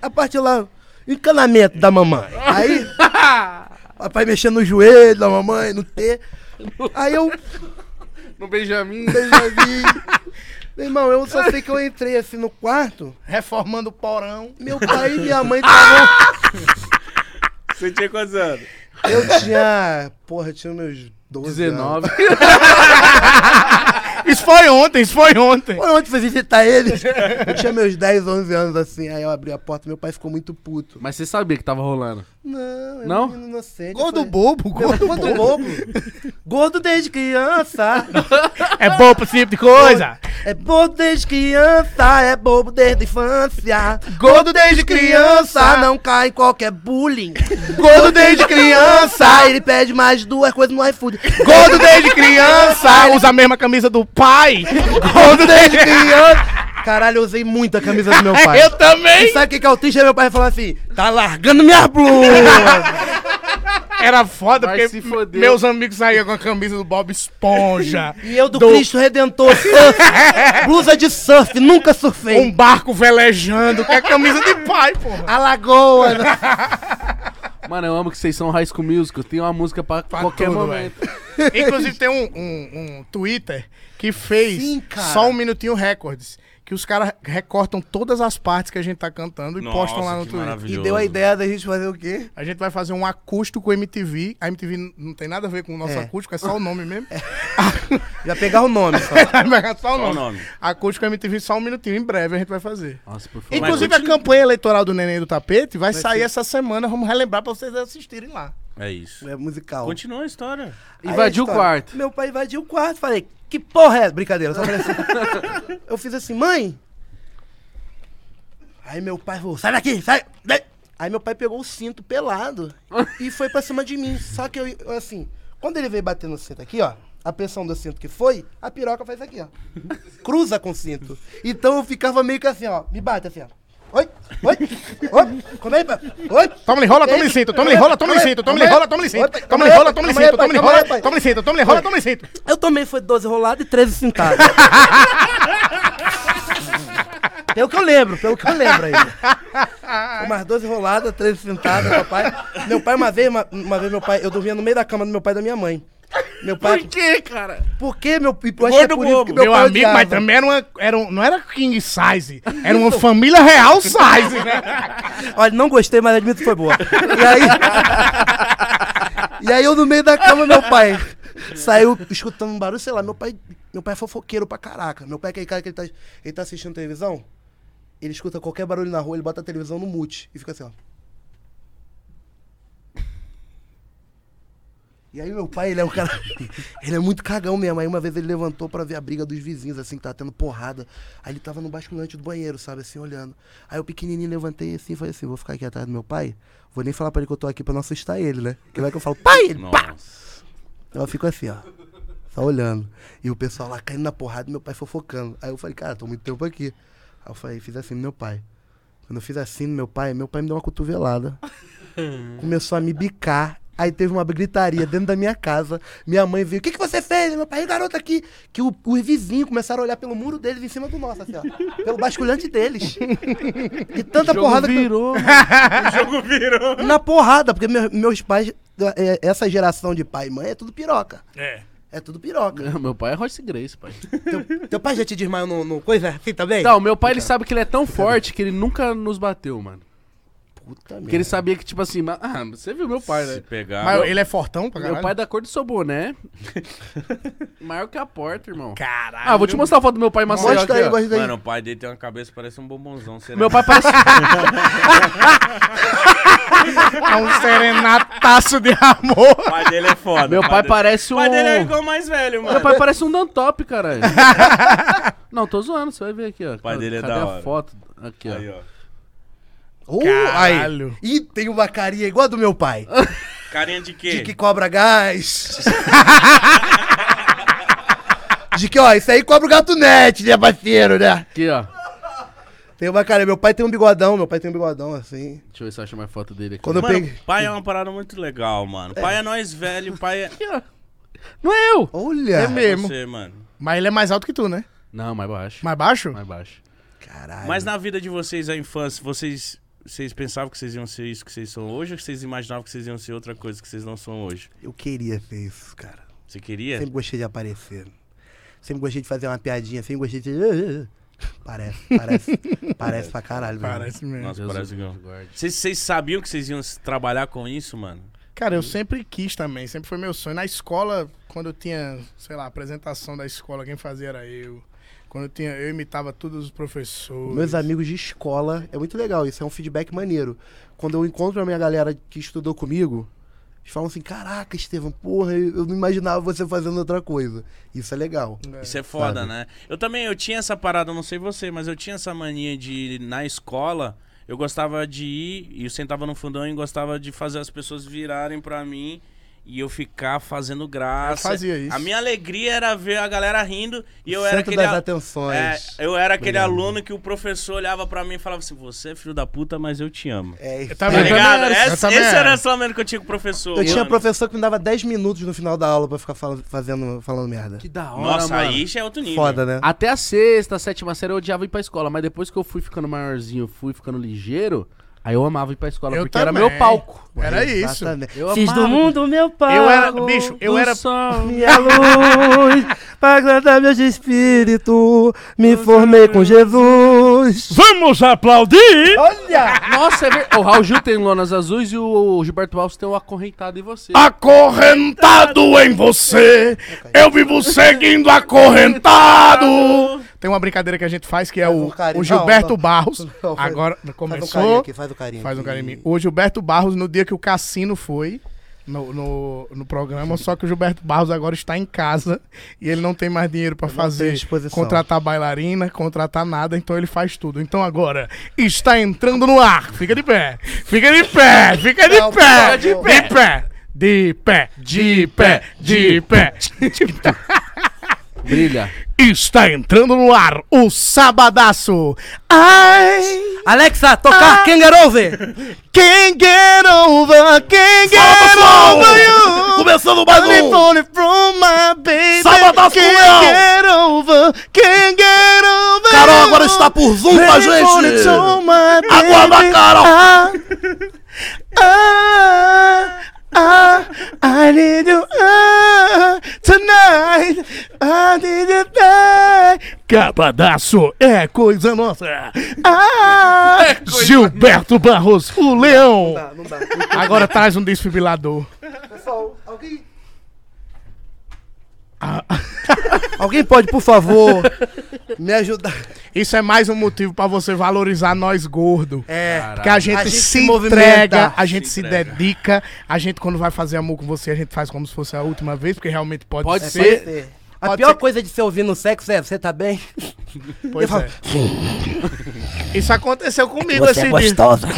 A parte lá. Encanamento da mamãe. Aí. Papai mexendo no joelho da mamãe, no T. Aí eu. No Benjamin. Benjamin, Meu irmão, eu só sei que eu entrei assim no quarto. Reformando o porão. Meu pai e minha mãe estavam. Você tinha quantos anos? Eu tinha. Porra, eu tinha meus 12 anos. 19. Isso foi ontem, isso foi ontem. Foi onde fui visitar eles. Eu tinha meus 10, 11 anos assim. Aí eu abri a porta, meu pai ficou muito puto. Mas você sabia que tava rolando. Não, eu Não? não? menino inocente. Gordo eu falei- bobo, gordo Gordo bobo. bobo. Gordo desde criança. É bom pra esse tipo de coisa. É bobo desde criança, é bobo desde infância. Gordo desde Criança não cai em qualquer bullying. Gordo desde Criança, ele pede mais duas coisas no iFood. Gordo desde criança usa a mesma camisa do pai. Gordo desde criança. Caralho, eu usei muito a camisa do meu pai. Eu E também. sabe o que que é autista? Meu pai falava assim, tá largando minhas blusas. Era foda Vai porque se foder. meus amigos saíam com a camisa do Bob Esponja. E eu do, Cristo Redentor, surf. Blusa de surf, nunca surfei. Um barco velejando, que é camisa de pai, porra. Alagoa. Mano, eu amo que vocês são High School Musical. Tem uma música pra, qualquer tudo, momento. Inclusive tem um, um, um Twitter que fez Sim, cara. só um minutinho recordes. que os caras recortam todas as partes que a gente tá cantando e Nossa, postam lá no que Twitter. maravilhoso. E deu a ideia da gente fazer o quê? A gente vai fazer um acústico MTV. A MTV n- não tem nada a ver com o nosso É. acústico, é só o nome mesmo. Já pegar o nome só. É só Qual o o nome. nome? Acústico MTV, só um minutinho. Em breve a gente vai fazer. Nossa, por favor. Inclusive, a campanha eleitoral do Neném do Tapete vai, sair essa semana. Vamos relembrar pra vocês assistirem lá. É isso. É musical. Continua a história. Aí Invadiu a o história. quarto. Meu pai invadiu o quarto. Falei, que porra é? essa? Brincadeira. Só falei assim. eu fiz assim, mãe. Aí meu pai falou, sai daqui, sai. daí." Aí meu pai pegou o cinto pelado e foi pra cima de mim. Só que eu, eu, assim, quando ele veio bater no cinto aqui, ó, a pressão do cinto que foi, a piroca faz aqui, ó. Cruza com o cinto. Então eu ficava meio que assim, ó, me bate assim, ó. Oi, oi, oi, como é, pai? Oi, Toma-lhe rola, toma-lhe cinto. Toma-lhe rola, toma-lhe cinto. Toma-lhe rola, toma-lhe cinto. Toma-lhe rola, toma-lhe cinto. Toma-lhe rola, toma-lhe cinto. Toma-lhe rola, toma-lhe cinto. Eu tomei foi 12 roladas e 13 cintadas. pelo que eu lembro, pelo que eu lembro ainda. Foi Umas 12 roladas, 13 cintadas, papai. Meu pai, uma vez, uma, uma vez meu pai, eu dormia no meio da cama do meu pai e da minha mãe. Meu pai. Por quê, cara? Por quê, meu e eu acho que é Gordo por isso que bobo. meu, Meu pai amigo, mas odiava. também era uma. Era um, não era king size. Era uma família real size, né? Olha, não gostei, mas admito que foi boa. E aí. e aí eu no meio da cama, meu pai. Saiu escutando um barulho, sei lá, meu pai. Meu pai é fofoqueiro pra caraca. Meu pai é aquele cara que ele tá, ele tá assistindo televisão, ele escuta qualquer barulho na rua, ele bota a televisão no mute e fica assim, ó. E aí meu pai, ele é um cara. ele é muito cagão mesmo. Aí uma vez ele levantou pra ver a briga dos vizinhos, assim, que tava tendo porrada. Aí ele tava no basculante do banheiro, sabe, assim, olhando. Aí eu pequenininho levantei assim e falei assim, vou ficar aqui atrás do meu pai. Vou nem falar pra ele que eu tô aqui pra não assustar ele, né? Que vai que eu falo, pai, ele pá! Nossa. Ela ficou assim, ó. Só olhando. E o pessoal lá caindo na porrada e meu pai fofocando. Aí eu falei, cara, tô muito tempo aqui. Aí eu falei, fiz assim no meu pai. Quando eu fiz assim no meu pai, meu pai me deu uma cotovelada. Começou a me bicar. Aí teve uma gritaria dentro da minha casa. Minha mãe veio, o que, que você fez? Meu pai, "O garoto aqui. Que o- os vizinhos começaram a olhar pelo muro deles em cima do nosso, assim, ó. Pelo basculhante deles. E tanta porrada que. virou. Na porrada, porque meu- meus pais, eh, essa geração de pai e mãe é tudo piroca. É. É tudo piroca. Meu pai é Royce Grace, pai. Teu, teu pai já te desmaiou no, no coisa assim também? Tá, Então, meu pai, ele sabe que ele é tão forte que ele nunca nos bateu, mano. Puta Porque ele sabia que, tipo assim, ma- ah, você viu meu pai, Se né? pegar. Mas ele é fortão pra Meu caralho. pai é da cor do seu boné. Maior que a porta, irmão. Caralho. Ah, vou te mostrar a foto do meu pai em Maceió aqui, Mostra aí, ó. mostra aí. Mano, o pai dele tem uma cabeça que parece um bombonzão. será? Meu pai parece... tá É um serenataço de amor. O pai dele é foda. Meu o pai dele- parece O pai dele é um... igual mais velho, mano. Meu pai parece um Dantop, caralho. Não, tô zoando, você vai ver aqui, ó. pai dele é Cadê da a hora. foto? Aqui, ó. Aí, ó. Uh, Caralho. aí. Ih, tem uma carinha igual a do meu pai. Carinha de quê? De que cobra gás. De que, ó, isso aí cobra o gato net, né, parceiro, né? Aqui, ó. Tem uma carinha. Meu pai tem um bigodão, meu pai tem um bigodão, assim. Deixa eu ver se eu acho mais foto dele aqui. Quando eu Mano, peguei. pai é uma parada muito legal, mano. Pai é nós velho, pai é. Aqui, ó. Não é eu! Olha! É mesmo. Você, mano. Mas ele é mais alto que tu, né? Não, mais baixo. Mais baixo? Mais baixo. Caralho. Mas na vida de vocês, a infância, vocês. Vocês pensavam que vocês iam ser isso que vocês são hoje ou vocês imaginavam que vocês iam ser outra coisa que vocês não são hoje? Eu queria ser isso, cara. Você queria? Sempre gostei de aparecer. Sempre gostei de fazer uma piadinha, sempre gostei de. Parece, parece. parece pra caralho, velho. Parece mesmo. Nossa, parece que não. guarde. Vocês, vocês sabiam que vocês iam se trabalhar com isso, mano? Cara, eu sempre quis também, sempre foi meu sonho. Na escola, quando eu tinha, sei lá, apresentação da escola, quem fazia era eu. Quando eu tinha, eu imitava todos os professores. Meus amigos de escola, é muito legal, isso é um feedback maneiro. Quando eu encontro a minha galera que estudou comigo, eles falam assim: Caraca, Estevam, porra, eu eu não imaginava você fazendo outra coisa. Isso é legal. Isso é foda, Sabe? né? Eu também, eu tinha essa parada, eu não sei você, mas eu tinha essa mania de, na escola, eu gostava de ir, e eu sentava no fundão e gostava de fazer as pessoas virarem pra mim e eu ficar fazendo graça. Eu fazia isso. A minha alegria era ver a galera rindo e eu era Centro aquele... das a- atenções. É, eu era aquele aluno que o professor olhava pra mim e falava assim, você é filho da puta, mas eu te amo. É, isso. tava- Tá Eu ligado? também era. Eu Esse, também esse era era. o slamento que eu tinha com o professor. Eu tinha mano. professor que me dava 10 minutos no final da aula pra ficar fala- fazendo, falando merda. Que da hora, Nossa, mano. aí já é outro nível. Foda, Ah, né? Até a sexta, a sétima série eu odiava ir pra escola, mas depois que eu fui ficando maiorzinho, fui ficando ligeiro, Aí eu amava ir pra escola, Eu porque era também. meu palco. Era isso. Exatamente. Eu Fiz do amava. mundo meu pai. Eu era, bicho, eu Do era sol. Minha luz, pra agradar meu espírito, me formei com Jesus. Vamos aplaudir! Olha! Nossa, é verdade. O Raul Gil tem lonas azuis e o Gilberto Alves tem o acorrentado em você. Ah. Acorrentado em você, eu vivo seguindo acorrentado. Tem uma brincadeira que a gente faz que é um o, carinho. o Gilberto Não, não. Barros. Não, faz- Agora Faz um carinho começou. aqui, faz um carinho. Faz um aqui. carinho em mim. O Gilberto Barros, no dia que o cassino foi no, no, no programa, só que o Gilberto Barros agora está em casa e ele não tem mais dinheiro para fazer, disposição. contratar bailarina, contratar nada, então ele faz tudo. Então agora está entrando no ar. Fica de pé, fica de pé, fica de Não, pé, não, de não. pé. De pé, de pé, de pé. Brilha. Está entrando no ar o sabadaço. Ah! Ai! Alexa, tocar ah. Kangaroo! Can't get Ah, over, can't get over you. Começando mais um. from my baby. é Sabadaço can't com Leão. get over, can't get over Carol agora you. está por Zoom com a Telephone gente. to my baby. Aguarda, Carol. Ah, ah, ah, I need you ah, tonight. I need you tonight. Cabadaço é coisa nossa. Ah, Gilberto Barros, o leão. Ah, Não dá. Agora traz um desfibrilador. Pessoal, alguém. Ah. Alguém pode, por favor, me ajudar? Isso é mais um motivo pra você valorizar nós gordo. É. Porque a gente, A gente se se movimenta. entrega, a gente se, entrega. dedica, a gente quando vai fazer amor com você, a gente faz como se fosse a última vez, porque realmente pode, Pode ser. ser. A Pode pior ser- coisa de se ouvir no sexo é, você tá bem? Pois é. Isso aconteceu comigo Você é esses dias. gostosa.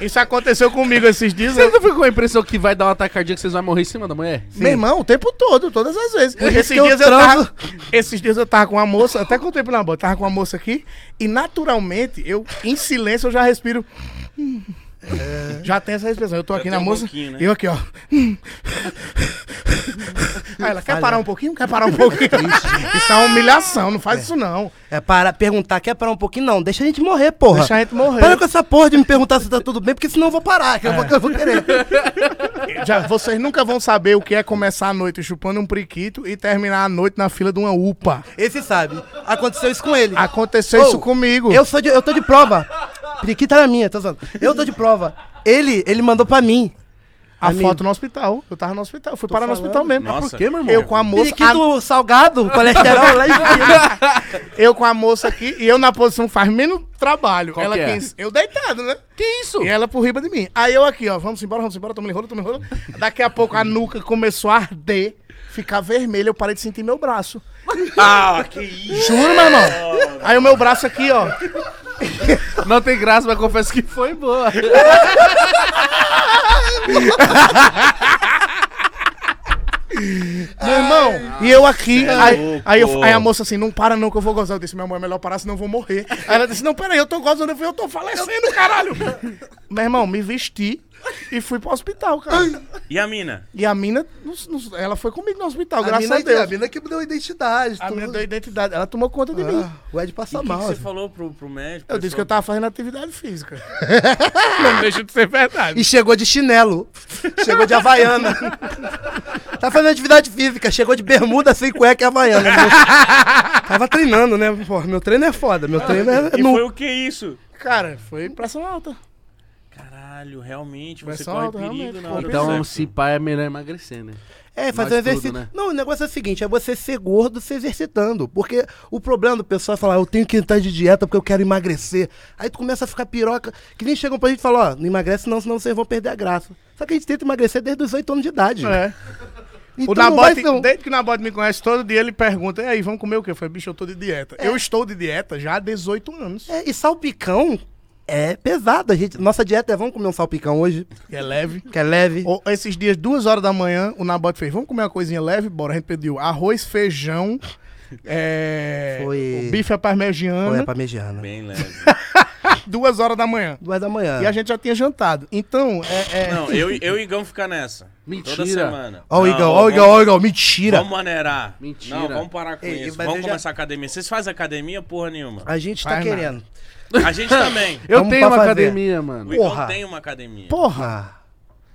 Isso aconteceu comigo esses dias. Vocês não ficam com a impressão que vai dar uma tacardia que vocês vão morrer em cima da mulher? Meu irmão, o tempo todo, todas as vezes. isso Esses que eu dias, eu transo. tava, esses dias eu tava com uma moça, até contei pra ela, eu tava com uma moça aqui, e naturalmente, eu, em silêncio, eu já respiro. Hum. Já tem essa respiração. Eu tô aqui tem na um moça, pouquinho, né? eu aqui, ó. Hum. Aí ela, quer parar um pouquinho? Quer parar um pouquinho? isso é uma humilhação, não faz isso não. É para perguntar, quer parar um pouquinho? Não, deixa a gente morrer, porra. Deixa a gente morrer. É. Para com essa porra de me perguntar se tá tudo bem, porque senão eu vou parar, que eu, vou, eu vou querer. Já, vocês nunca vão saber o que é começar a noite chupando um priquito e terminar a noite na fila de uma UPA. Esse sabe. Aconteceu isso com Ah, ele. Aconteceu Ô, isso comigo. Eu sou de, eu tô de prova. Periquita era minha, tô zoando. Eu tô de prova. Ele, ele mandou pra mim. a amigo. foto no hospital. Eu tava no hospital. Eu Fui parar no hospital mesmo. Ah, Nossa. Por quê, meu irmão? Eu com a moça. a- Periquito salgado, colesterol lá em cima. eu com a moça aqui e eu na posição que faz menos trabalho. Qual ela que é? quis- Eu deitado, né? Que isso? E ela por riba de mim. Aí eu aqui, ó, vamos embora, vamos embora, toma enrolo, toma enrolo. Daqui a pouco a nuca começou a arder, ficar vermelha, eu parei de sentir meu braço. Ah, que isso. Juro, meu irmão. Aí o meu braço aqui, ó. Não tem graça, mas confesso que foi boa. Meu irmão, e eu aqui, aí, louco. aí, eu- aí a moça assim, não para não que eu vou gozar. Eu disse, minha mãe, é melhor parar, senão eu vou morrer. Aí ela disse, não, peraí, eu tô gozando, eu falei, eu tô falecendo, caralho. Meu irmão, me vesti e fui pro hospital, cara. E a Tá mina? E a mina, nos- nos- ela foi comigo no hospital, A graças mina, a Deus. a mina que me deu identidade. A mina tudo. deu identidade, ela tomou conta de mim. Ah, o Ed passa O que, que mal. você assim. Zé. falou pro, pro médico? Eu disse que eu Ele tava fazendo atividade física. não deixa de ser verdade. E chegou de chinelo. Chegou de Havaiana. Tá fazendo atividade física, chegou de bermuda sem cueca e Havaiana. Tava treinando, né? Pô, meu treino é foda, meu treino é falou- E nu. foi o que isso? Cara, foi pressão alta. Caralho, realmente, Mas você só corre alto, perigo realmente, na pô. hora Então, do se sexo. pá, é melhor emagrecer, né? É, Nós fazer um tudo, exercício. né? Não, o negócio é o seguinte, é você ser gordo se exercitando. Porque o problema do pessoal é falar, eu tenho que entrar de dieta porque eu quero emagrecer. Aí tu começa a ficar piroca, que nem chegam pra gente e falam, ó, não emagrece não, senão vocês vão perder a graça. Só que a gente tenta emagrecer desde os 8 anos de idade. É. Então O não vai Nabote, ser um... desde que o Nabote me conhece todo dia, ele pergunta: e aí, vamos comer o quê? Eu falei, bicho, eu tô de dieta. Eu estou de dieta já há 18 anos. É, e salpicão é pesado. A gente... Nossa dieta é, vamos comer um salpicão hoje, É leve. que é leve. Ou, esses dias, duas horas da manhã, o Nabote fez: vamos comer uma coisinha leve? Bora. A gente pediu arroz, feijão, é, Foi- o bife à parmegiana, Ou é parmegiana. Bem leve. duas horas da manhã. Duas da manhã. E a gente já tinha jantado. Então, é. é- Não, eu, e- eu e Igão ficar nessa. Mentira. Toda semana. Ó o Não, Igão, ó o vamos- Igão, ó o Igão, mentira. Vamos maneirar. Mentira. Não, vamos parar com Ei, isso. mas Vamos eu já- começar a academia. Vocês fazem academia porra nenhuma? A gente tá Faz nada. querendo. A gente também. Eu Vamos tenho pra uma fazer. academia, mano. O Igão Porra. tem uma academia. Porra!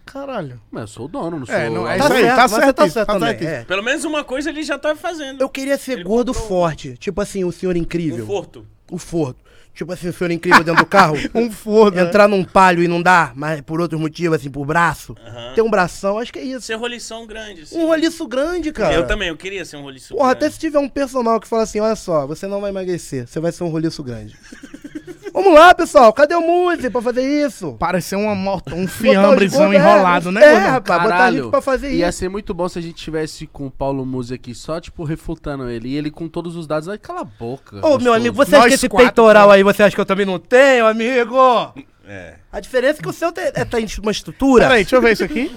Caralho. Mas eu sou o dono, não sou... É, não, é Tá isso aí, certo, tá mas você certo, tá isso, certo tá também, certo isso. é. Pelo menos uma coisa ele já tá fazendo. Eu queria ser Ele Um gordo comprou forte. Tipo assim, o senhor incrível. Conforto. O Fordo. Tipo assim, o senhor incrível dentro do carro. Um forno. né? Entrar num palho e não dá, mas por outros motivos, assim, por braço. Ter um bração, acho que é isso. Ser rolição grande. assim. Um roliço grande, cara. Eu também, eu queria ser um roliço Porra, até grande. se tiver um personal que fala assim, olha só, você não vai emagrecer, você vai ser um roliço grande. Vamos lá, pessoal, cadê o Muse pra fazer isso? Pareceu uma morta, um Botar os fiambrezão gordos, é, enrolado, né? É, gordão? rapaz, botar a gente pra fazer Ia isso. ser muito bom se a gente tivesse com o Paulo Musi aqui só, tipo, refutando ele. E ele com todos os dados. Aí cala a boca. Ô, meu gostoso. amigo, você acha Nós que esse quatro, peitoral cara. aí, você acha que eu também não tenho, amigo? É. A diferença é que o seu tem, é, tem uma estrutura. Peraí, deixa eu ver isso aqui.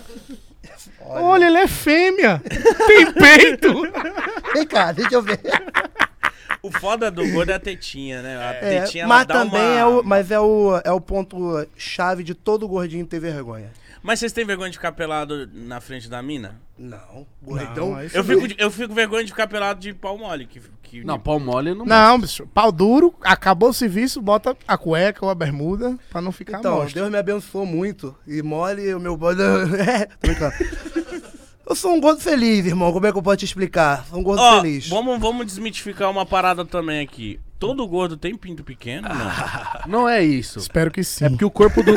Tá. Olha, ele é fêmea. Tem peito. Vem cá, deixa eu ver. O foda do gordo é a tetinha, né? A É, tetinha, ela mas dá também uma... é, o, mas é, o, é o ponto chave de todo gordinho ter vergonha. Mas vocês têm vergonha de ficar pelado na frente da mina? Não, é gordão. mas- Eu fico, de- eu fico vergonha de ficar pelado de pau mole. Que, que, Não, pau mole não. Não, bicho. Pau duro, acabou o serviço, bota a cueca ou a bermuda pra não ficar Então, mostra. Deus me abençoou muito. E mole o meu bode. É, tô brincando. Eu sou um gordo feliz, irmão. Como é que eu posso te explicar? Sou um gordo Ó, feliz. vamos, vamos desmitificar uma parada também aqui. Todo gordo tem pinto pequeno, Ah, não? Não é isso. Espero que sim. É porque o corpo do.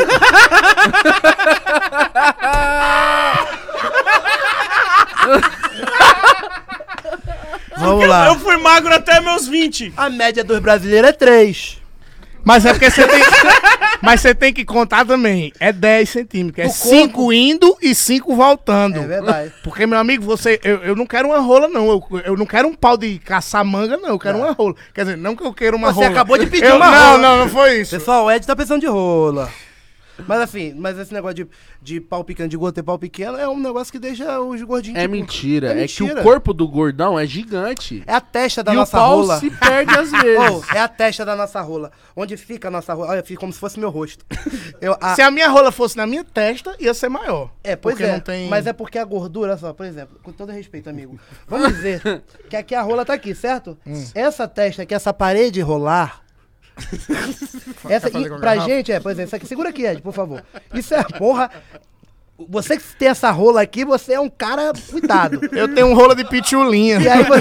Vamos Eu lá. fui magro até meus 20. A média dos brasileiros é 3. Mas é porque você tem. Mas você tem que contar também. É 10 centímetros. É 5 indo e 5 voltando. É verdade. Porque, meu amigo, você. Eu, eu não quero uma rola, não. Eu, eu não quero um pau de caçar manga, não. Eu Tá. quero uma rola. Quer dizer, não que eu queira uma Você rola. acabou de pedir eu, uma não, rola. Não, não, foi isso. Pessoal, o Ed tá pensando de rola. Mas assim, mas esse negócio de, de pau pequeno, de gordo ter pau pequeno, é um negócio que deixa os gordinhos. É tipo, mentira. É É, que mentira. o corpo do gordão é gigante. É a testa da e o nossa pau rola. se perde às vezes. Oh, é a testa da nossa rola. Onde fica a nossa rola? Olha, fica como se fosse meu rosto. Eu, a- Se a minha rola fosse na minha testa, ia ser maior. É, pois porque é. não tem. Mas é porque a gordura, olha só, por exemplo, com todo respeito, amigo. Vamos dizer que aqui a rola tá aqui, certo? Hum. Essa testa aqui, essa parede rolar. essa, fazer e, com a pra garrafa? gente, é, por exemplo, isso aqui, segura aqui, Ed, por favor. Isso é porra. Você que tem essa rola aqui, você é um cara cuidado. Eu tenho um rolo de pitulinha. E aí você-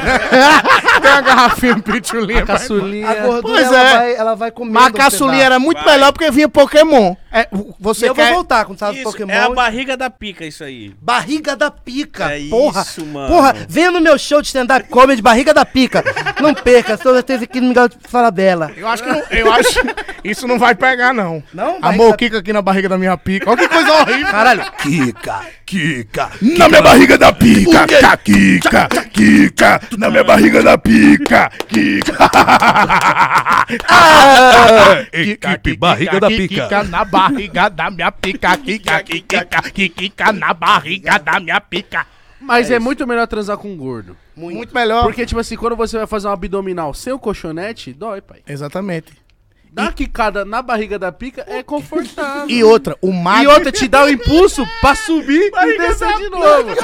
Tem uma garrafinha um de pitulinha. mas- Caçulinha. a gordura Pois ela, é. vai, ela vai comendo. Mas a um pedaço. caçulinha era muito melhor porque vinha Pokémon. É, você E eu quer... vou voltar com o Isso, do Pokémon. é a barriga da pica isso aí. Barriga da Pica, É porra. isso, mano. Porra, venha no meu show de stand-up comedy Barriga da Pica. Não perca, sou certeza que não me gato fala dela. Eu acho que não, eu acho isso não vai pegar não. Não? A Vai- moquica aqui na barriga da minha pica. Olha que coisa horrível. Caralho. Kika, Kika, na minha barriga da pica, Kika, Kika, Kika, na minha barriga da pica, Kika. Equipe barriga da pica. Kika na barriga da minha pica. Kika, kika, kika, kika na barriga da minha pica. Mas é, muito melhor transar com um gordo. Muito, melhor. Porque, tipo assim, quando você vai fazer um abdominal sem o colchonete, dói, pai. Exatamente. Dar quicada na barriga da pica é confortável. E outra, o E magro... outra, te dá o impulso pra subir e descer de novo.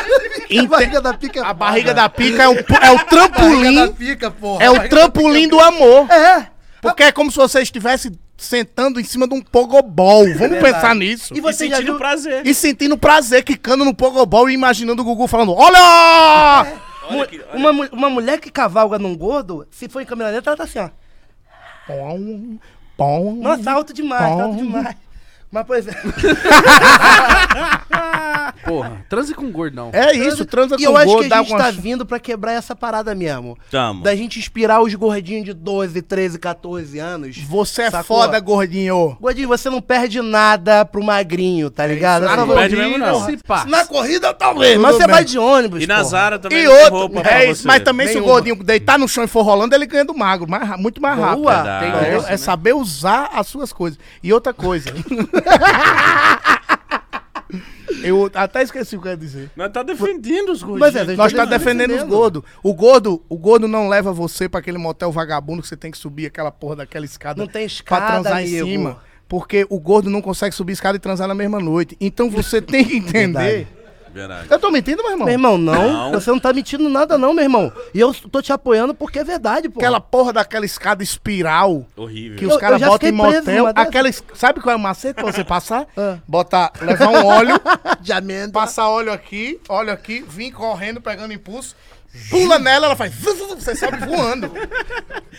Barriga da Pica. A barriga da pica é o, pu- é o trampolim, Pica, porra. é o trampolim do amor. É. Porque é como se você estivesse sentando em cima de um pogobol. Vamos É pensar nisso. E E você já sentindo viu... prazer. E sentindo prazer, quicando no pogobol e imaginando o Gugu falando: Olha! Olha aqui, olha. Uma, mu- uma mulher que cavalga num gordo, se for em câmera lenta, ela tá assim, ó. Pom, pom. Nossa, tá alto demais, Bom. alto demais. Mas, é. por exemplo... Porra, transe com um gordão. É isso, transa E com eu acho gordo, que a dá gente com tá a vindo pra quebrar essa parada mesmo. Tamo. Da gente inspirar os gordinhos de 12, 13, 14 anos. Você é Sacou? foda, gordinho. Gordinho, você não perde nada pro magrinho, tá ligado? Ah, Você não vai- perde mesmo, não. Se pá. Na corrida talvez, mas Tudo você bem. vai de ônibus. E na porra. Zara também E não tem outro, é isso, mas também se o Nenhuma. gordinho deitar no chão e for rolando, ele ganha do magro, mais ra- muito mais rápido. Boa. Verdade. Entendeu? Tem É, isso, né? saber usar as suas coisas. E outra coisa. eu até esqueci o que eu ia dizer. Nós tá defendendo os gordinhos. Mas é, Nós tá defendendo os gordos. O gordo, o gordo não leva você pra aquele motel vagabundo que você tem que subir aquela porra daquela escada. Não tem Pra escada, transar amigo. em cima. Porque o gordo não consegue subir escada e transar na mesma noite. Então você tem que entender Verdade. Eu tô mentindo, meu irmão? Meu irmão, Não. não. Você não tá mentindo nada, não, meu irmão. E eu tô te apoiando porque é verdade, pô. Aquela porra daquela escada espiral Horrível. que Eu- os eu caras já botam em fiquei preso motel. numa Ah. dessa. Aquela, es- sabe qual é o macete pra você passar? Botar, levar um óleo, de amêndoa. passar óleo aqui, óleo aqui, vim correndo, pegando impulso, pula nela, ela faz. zu, zu, zu, Você sai voando.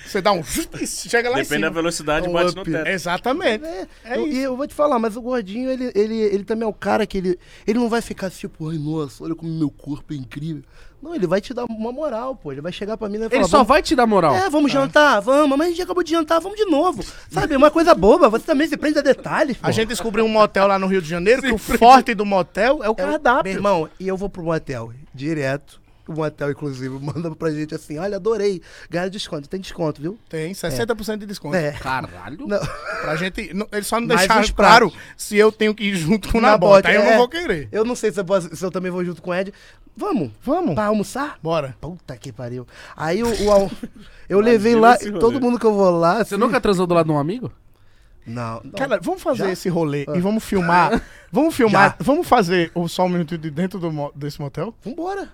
Você dá um. zu, e Chega lá Depende da em cima. velocidade, Um bate no up. teto. Exatamente. É Eu- isso. E eu vou te falar, mas o gordinho, ele, ele, ele também é o cara que ele, ele não vai ficar tipo, ai, nossa, olha como meu corpo é incrível. Não, ele vai te dar uma moral, pô. Ele vai chegar pra mim e vai falar, Ele só "Vamos- vai te dar moral. É, vamos jantar, vamos, mas a gente acabou de jantar, vamos de novo. Sabe, uma coisa boba, você também se prende a detalhes, pô. A gente descobriu um motel lá no Rio de Janeiro que o forte do motel é o É o- Meu cardápio. irmão, e eu vou pro motel, direto. O motel, inclusive, manda pra gente assim, olha, adorei, ganha desconto, tem desconto, viu? Tem 60% de desconto. É. Caralho. Não. Pra gente. não- Eles só não Mais deixaram uns claro pratos. se eu tenho que ir junto com o Nabote. Aí eu é. não vou querer. Eu não sei se eu, posso- se eu também vou junto com o Ed. Vamos, Vamos. pra almoçar? Bora. Puta que pariu. Aí o, o al- eu levei lá, esse rolê. todo mundo que eu vou lá. Você assim- nunca transou do lado de um amigo? Não, não. Cara, vamos fazer esse rolê e vamos filmar. Vamos filmar. Vamos fazer o só um minuto de dentro do mo- desse motel? Vambora.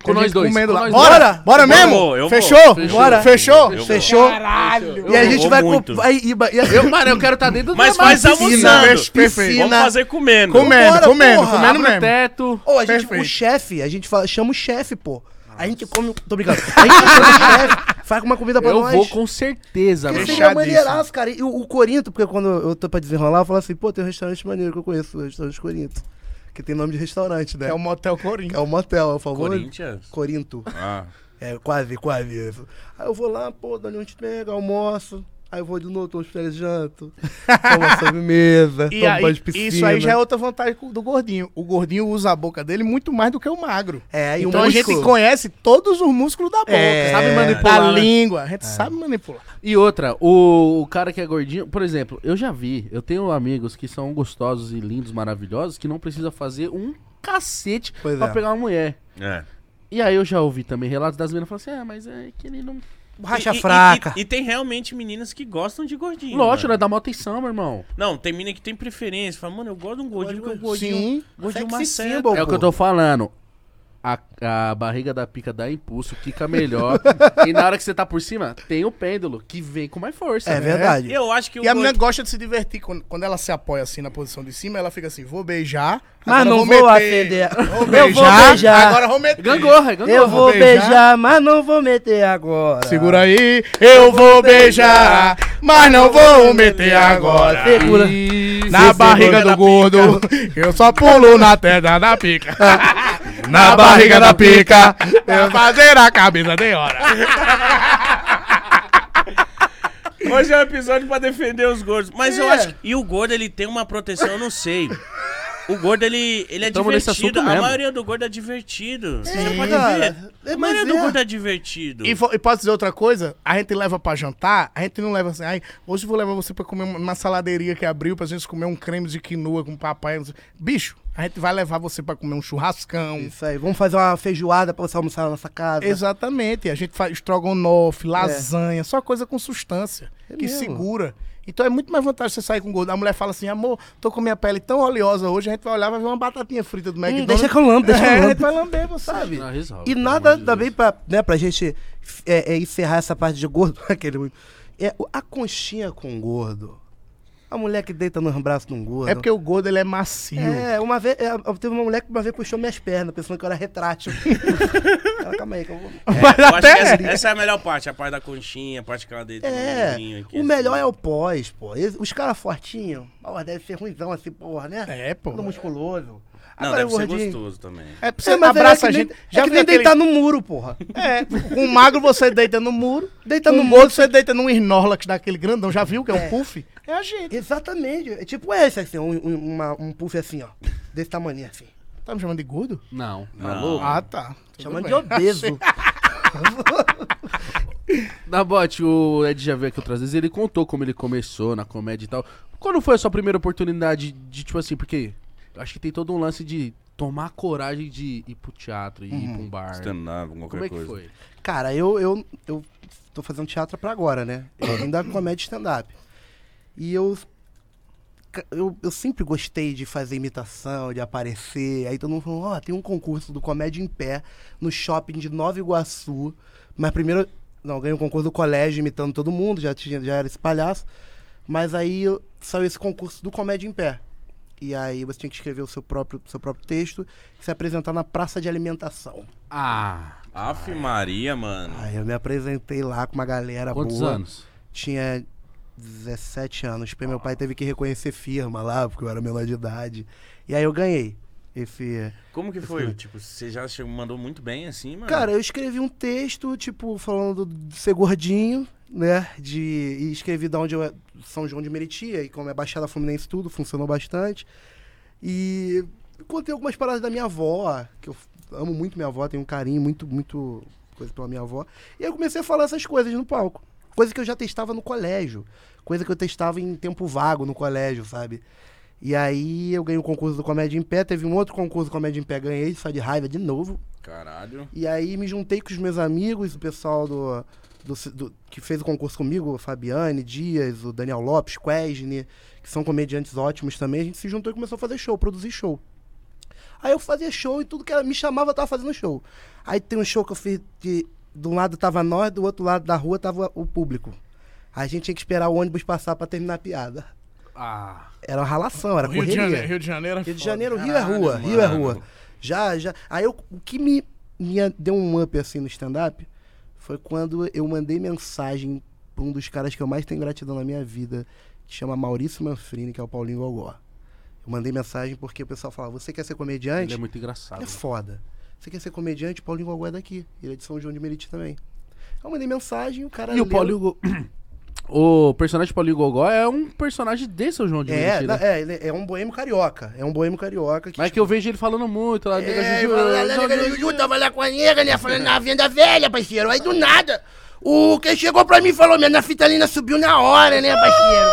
Com Tem nós gente dois. comendo com lá. nós Bora! dois. Bora, mesmo? vou, eu vou. Fechou? Fechou. Bora. Fechou? Eu vou. Fechou? Caralho. E a Eu gente vou vai. muito. com- vai- e- e- e- Eu, mano, eu quero estar dentro do Mas faz almoçando. Perfeito, perfeito. Vamos fazer comendo. Comendo, Vambora, comendo, porra. comendo Abre o mesmo. teto. Ô, a gente, o Perfeito. chefe, a gente fala, chama o chefe, pô. A gente come. um, Tô brincando. A gente chama o chefe, faz uma comida pra Eu nós. vou com certeza, Porque mano. seria Fechadíssimo. maneiraço, cara. E o, o Corinto, porque quando eu tô pra desenrolar, eu falo assim, pô, tem um restaurante maneiro que eu conheço, o restaurante Corinto. Que tem nome de restaurante, né? É o motel é Corinthians. o motel, é o favor. Corinthians. Corinto. Ah. É, quase, quase. Aí eu vou lá, pô, dali onde pega, almoço. Aí eu vou de novo, tomo os férias janto. tomo a sobremesa, E tomo um aí, banho de piscina. né? isso aí já é outra vantagem do gordinho. O gordinho usa a boca dele muito mais do que o magro. É, e o então a gente músculo? conhece todos os músculos da boca. É. sabe manipular. A A língua. A gente sabe manipular. E outra, o, o cara que é gordinho, por exemplo, eu já vi, eu tenho amigos que são gostosos e lindos, maravilhosos, que não precisa fazer um cacete Pois pra é. pegar uma mulher. É. E aí eu já ouvi também relatos das meninas falando assim, ah, mas é que ele não... Borracha E- e- fraca. E, e tem realmente meninas que gostam de gordinho. Lógico, mano. né? Dá mó atenção, meu irmão. Não, tem menina que tem preferência. Fala, mano, eu gosto de um gordinho, que eu gosto de um Sim. gordinho Sexy maceiro. symbol, É o que pô. eu tô falando. A, a barriga da pica dá impulso, quica melhor. e na hora que você tá por cima, tem o pêndulo, que vem com mais força. né? É verdade. Eu acho que o E a menina gordinho- gosta de se divertir. Quando, quando ela se apoia assim na posição de cima, ela fica assim: vou beijar. Mas agora não vou meter. acender. Vou Eu beijar, vou beijar. Agora vou meter. Gangorra, é gangorra. Eu vou beijar. beijar, mas não vou meter agora. Segura aí, eu vou beijar, mas não vou meter agora. Segura. Na barriga do gordo, eu só pulo na testa da pica. Na barriga da pica, eu fazer a cabeça de hora. Hoje é um episódio pra defender os gordos. Mas eu acho que... E o gordo, ele tem uma proteção, eu não sei. O gordo, ele, ele é Tamo nesse assunto divertido. A mesmo. maioria do gordo é divertido. Você Sim, pode cara. ver. É, A mas maioria do é. gordo é divertido. E, fo- e posso dizer outra coisa? A gente leva pra jantar, a gente não leva assim, ai, hoje eu vou levar você pra comer uma- uma saladeria que abriu pra gente comer um creme de quinoa com papai. não sei- Bicho, a gente vai levar você pra comer um churrascão. Isso aí, vamos fazer uma feijoada pra você almoçar na nossa casa. Exatamente. A gente faz estrogonofe, lasanha, só coisa com substância, que É. mesmo. segura. Então é muito mais vantagem você sair com gordo. A mulher fala assim, amor, tô com minha pele tão oleosa hoje, a gente vai olhar, vai ver uma batatinha frita do McDonald's. Hum, deixa que eu lambo, deixa que eu É, lambo. a gente vai lamber, você sabe? Não, resolve, E pelo nada amor de Deus. também pra, né, pra gente é, é, encerrar essa parte de gordo, aquele muito. É o- a conchinha com gordo. A mulher que deita nos braços de um gordo. É porque o gordo, ele é macio. É, uma vez. é, eu- teve uma mulher que uma vez puxou minhas pernas, pensando que eu era retrátil. Ela, calma aí, que eu vou. Mas Eu acho que até... essa, essa é a melhor parte, a parte da conchinha, a parte que ela deita no É, um ombrinho aqui, o melhor assim. é o pós, pô. Esse- Os caras fortinhos, porra, deve ser ruimzão assim, porra, né? É, pô. Todo musculoso. Não, Agora deve o ser gordinho- gostoso também. É pra você É, mas é que abraça a nem- gente. é que viu nem aquele- deitar no muro, porra. É, com o magro você deita no muro. Deita com no o gordo você deita num Snorlax daquele grandão. Já viu que é, um puff? É a gente. Exatamente. É tipo esse, assim, um, um- uma- um puff assim, ó. Desse tamanho assim. Tá me chamando de gordo? Não. Não. Ah, tá. Tudo Chamando bem. de obeso. Na bote, o Ed já veio aqui outras vezes, ele contou como ele começou na comédia e tal. Quando foi a sua primeira oportunidade de, tipo assim, porque eu acho que tem todo um lance de tomar coragem de ir pro teatro e Uhum. ir pra um bar. Stand-up, qualquer Como é que coisa. foi? Cara, eu, eu, eu tô fazendo teatro pra agora, né? Eu vim da comédia stand-up. E eu. ca- eu, eu sempre gostei de fazer imitação, de aparecer. Aí todo mundo falou, ó, tem um concurso do Comédia em Pé no shopping de Nova Iguaçu. Mas primeiro, não, eu ganhei um concurso do colégio imitando todo mundo, já, tinha, já era esse palhaço. Mas aí eu- saiu esse concurso do Comédia em Pé. E aí você tinha que escrever o seu próprio, seu próprio texto e se apresentar na praça de alimentação. Ah, Aff Maria, mano. Aí eu me apresentei lá com uma galera quantos boa. anos? Tinha 17 anos. porque Meu pai teve que reconhecer firma lá, porque eu era menor de idade. E aí eu ganhei esse... Como que foi? Tipo, você já chegou- mandou muito bem assim, mano? Cara, eu escrevi um texto, tipo, falando de ser gordinho, né? De, e escrevi da onde eu é, São João de Meriti, e como é Baixada Fluminense e tudo, funcionou bastante. E contei algumas paradas da minha avó, que eu f- amo muito minha avó, tenho um carinho muito, muito coisa pela minha avó. E aí eu comecei a falar essas coisas no palco. Coisa que eu já testava no colégio. Coisa que eu testava em tempo vago no colégio, sabe? E aí eu ganhei o concurso do Comédia em Pé, teve um outro concurso do Comédia em Pé, ganhei, só de raiva de novo. Caralho. E aí me juntei com os meus amigos, o pessoal do, do, do- que fez o concurso comigo, o Fabiane, Dias, o Daniel Lopes, Quesne, que são comediantes ótimos também. A gente se juntou e começou a fazer show, produzir show. Aí eu fazia show e tudo que ela me chamava eu tava fazendo show. Aí tem um show que eu fiz que de um lado tava nós, do outro lado da rua tava o público. Aí a gente tinha que esperar o ônibus passar pra terminar a piada. Ah, Era uma ralação, era Rio de correria. Janeiro, Rio de Janeiro é Rio de foda. Janeiro, Rio é rua, Caralho, Rio é mano. rua. Já, já. Aí eu, o que me, me deu um up assim no stand-up foi quando eu mandei mensagem pra um dos caras que eu mais tenho gratidão na minha vida, que chama Maurício Manfrini, que é o Paulinho Gogó. Eu mandei mensagem porque o pessoal falava, você quer ser comediante? ele é muito Ele engraçado. é foda. Você quer ser comediante? Paulinho Gogó é daqui. Ele é de São João de Meriti também. Eu mandei mensagem, o cara E o leu. Paulinho Go- O personagem Paulinho Gogó é um personagem de São João de É, Meriti, na- né? é, ele é um boêmio carioca. É um boêmio carioca que Mas é que eu vejo ele falando muito lá. nega É, Juju, eu lá, Juju, lá, nega Juju, tava lá com a nega, né? Falando na venda velha, parceiro. Aí do nada, o que chegou pra mim e falou, minha nafitalina subiu na hora, né, parceiro?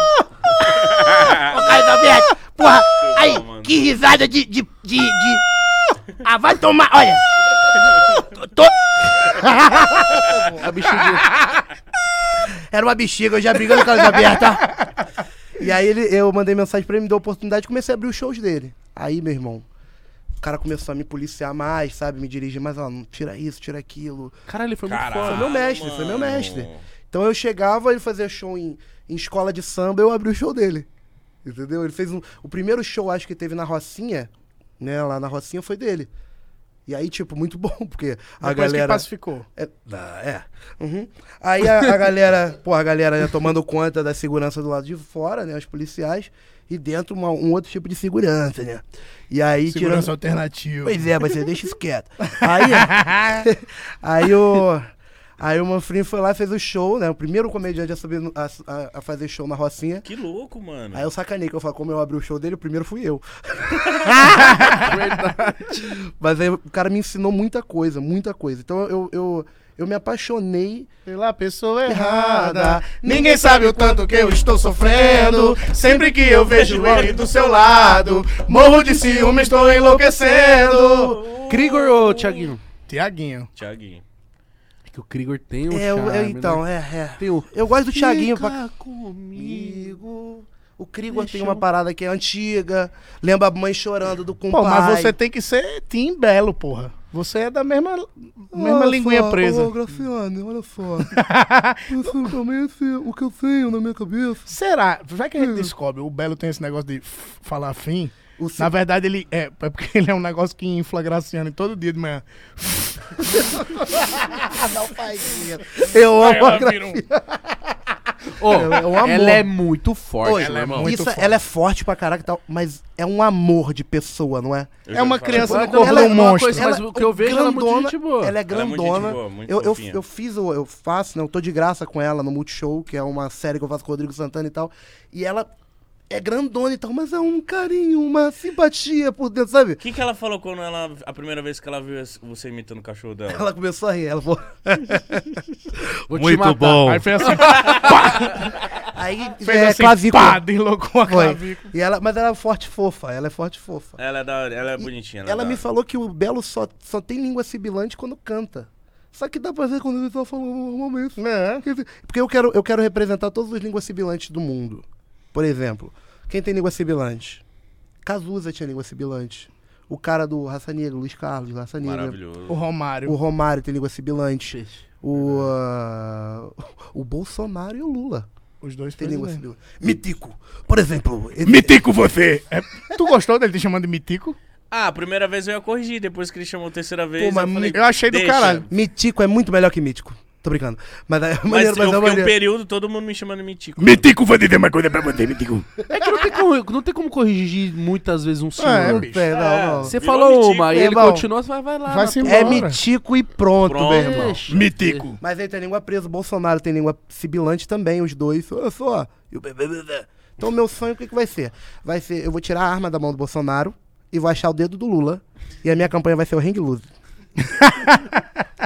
Ô, Carlos Alberto, porra, aí, mano. que risada de, de, de, de- Ah, vai tomar, olha. Tô... a bexiga. Era uma bexiga, eu já brigando com a Carlos Alberto, tá? E aí ele, eu mandei mensagem pra ele, me deu a oportunidade, comecei a abrir os shows dele. Aí, meu irmão, o cara começou a me policiar mais, sabe? Me dirigir mais, ó, não tira isso, tira aquilo. Caralho, ele foi muito Caralho, foda. Foi meu mestre, foi meu mestre. Então eu chegava, ele fazia show em, em escola de samba, eu abri o show dele. Entendeu? Ele fez um. O primeiro show, acho que teve na Rocinha, né? Lá na Rocinha foi dele. E aí, tipo, muito bom, porque a Depois que galera. pacificou. É. dá, é. Uhum. Aí a, a galera, pô, a galera né, tomando conta da segurança do lado de fora, né? Os policiais. E dentro uma- um outro tipo de segurança, né? E aí Segurança tirando. alternativa. Pois é, mas você deixa isso quieto. Aí, aí o. Aí o Manfrim foi lá e fez o show, né? O primeiro comediante a, subir no- a, a- a fazer show na Rocinha. Que louco, mano. Aí eu sacanei, que eu falei, como eu abri o show dele, o primeiro fui eu. Mas aí o cara me ensinou muita coisa, muita coisa. Então eu, eu, eu me apaixonei Pela pessoa errada. errada. Ninguém sabe o tanto que eu estou sofrendo. Sempre que eu vejo ele do seu lado, morro de ciúme, estou enlouquecendo. Krigor ou Thiaguinho? Tiaguinho. Thiaguinho. É que o Krigor tem um É, eu- charme, eu- então, né? é, é. Tem o... Eu gosto do Thiaguinho pra Fica comigo. comigo. O Krigor tem uma parada que é antiga. Lembra a mãe chorando do Pô, compadre. mas você tem que ser Tim Belo, porra. Você é da mesma, mesma linguinha presa. Graciane, olha só. Você também tem o que eu tenho na minha cabeça. Será? Vai que a gente descobre. O Belo tem esse negócio de f- falar fim. O Na verdade, ele é, é porque ele é um negócio que infla Graciane todo dia de manhã. tá Eu amo a Ela Graciane. vira um- Ô, é um amor. ela é muito forte, Oi, né, meu irmão. isso, ela é forte pra caraca, e tal, mas é um amor de pessoa, não é? Eu É já uma falei. criança Ela no é corpo de um uma coisa- monstro. Mas o que eu vejo, ela é muito gente boa. Ela Ela é é muito grandona. gente boa, muito eu, eu, fofinha. eu fiz, o- eu faço, né? Eu tô de graça com ela no Multishow, que é uma série que eu faço com o Rodrigo Santana e tal. E ela é grandona e tal, mas é um carinho, uma simpatia por dentro, sabe? O que, que ela falou quando ela. A primeira vez que ela viu es- você imitando o cachorro dela? Ela começou a rir, ela falou. Vou te matar. Aí fez assim, Aí fez é assim, clavícula. pá, deslocou a Foi. clavícula. E ela, mas ela é forte e fofa, ela é forte e fofa. Ela é da hora, ela é bonitinha. Ela me falou. falou que o Belo só, só tem língua sibilante quando canta. Só que dá pra ver quando ele tá falando normalmente. Porque eu quero, eu quero representar todas as línguas sibilantes do mundo. Por exemplo, Quem tem língua sibilante? Cazuza tinha língua sibilante. O cara do Raça Negra, Luiz Carlos, Raça Negra. Maravilhoso. O Romário. O Romário tem língua sibilante. É O, ah, o Bolsonaro e o Lula Os dois tem língua é. presidentes. sibilante. Mitico, por exemplo. ele- Mitico você! É, tu gostou dele te chamando de Mitico? Ah, a primeira vez eu ia corrigir, depois que ele chamou a terceira vez. Pô, mas eu, falei, eu achei do "Deixa". caralho. Mitico é muito melhor que mítico. Tô brincando. Mas é Mas maneiro, mas, eu é fiquei um maneiro. período todo mundo me chamando de Mitico. Mitico, vou dizer uma coisa pra você, Mitico. É que não tem como, não tem como corrigir muitas vezes um senhor. É, bicho. É, não, não. Você Virou falou mitico, uma, e né, ele irmão? continua, você vai, vai lá. Vai-se na- embora. É mitico e pronto, Pronto. meu irmão. Deixa ver. Mitico. Mas ele tem língua presa, o Bolsonaro tem língua sibilante também, os dois. Olha só. E o BBB. Então meu sonho, o que, que vai ser? Vai ser, eu vou tirar a arma da mão do Bolsonaro e vou achar o dedo do Lula. E a minha campanha vai ser o Ring Lose.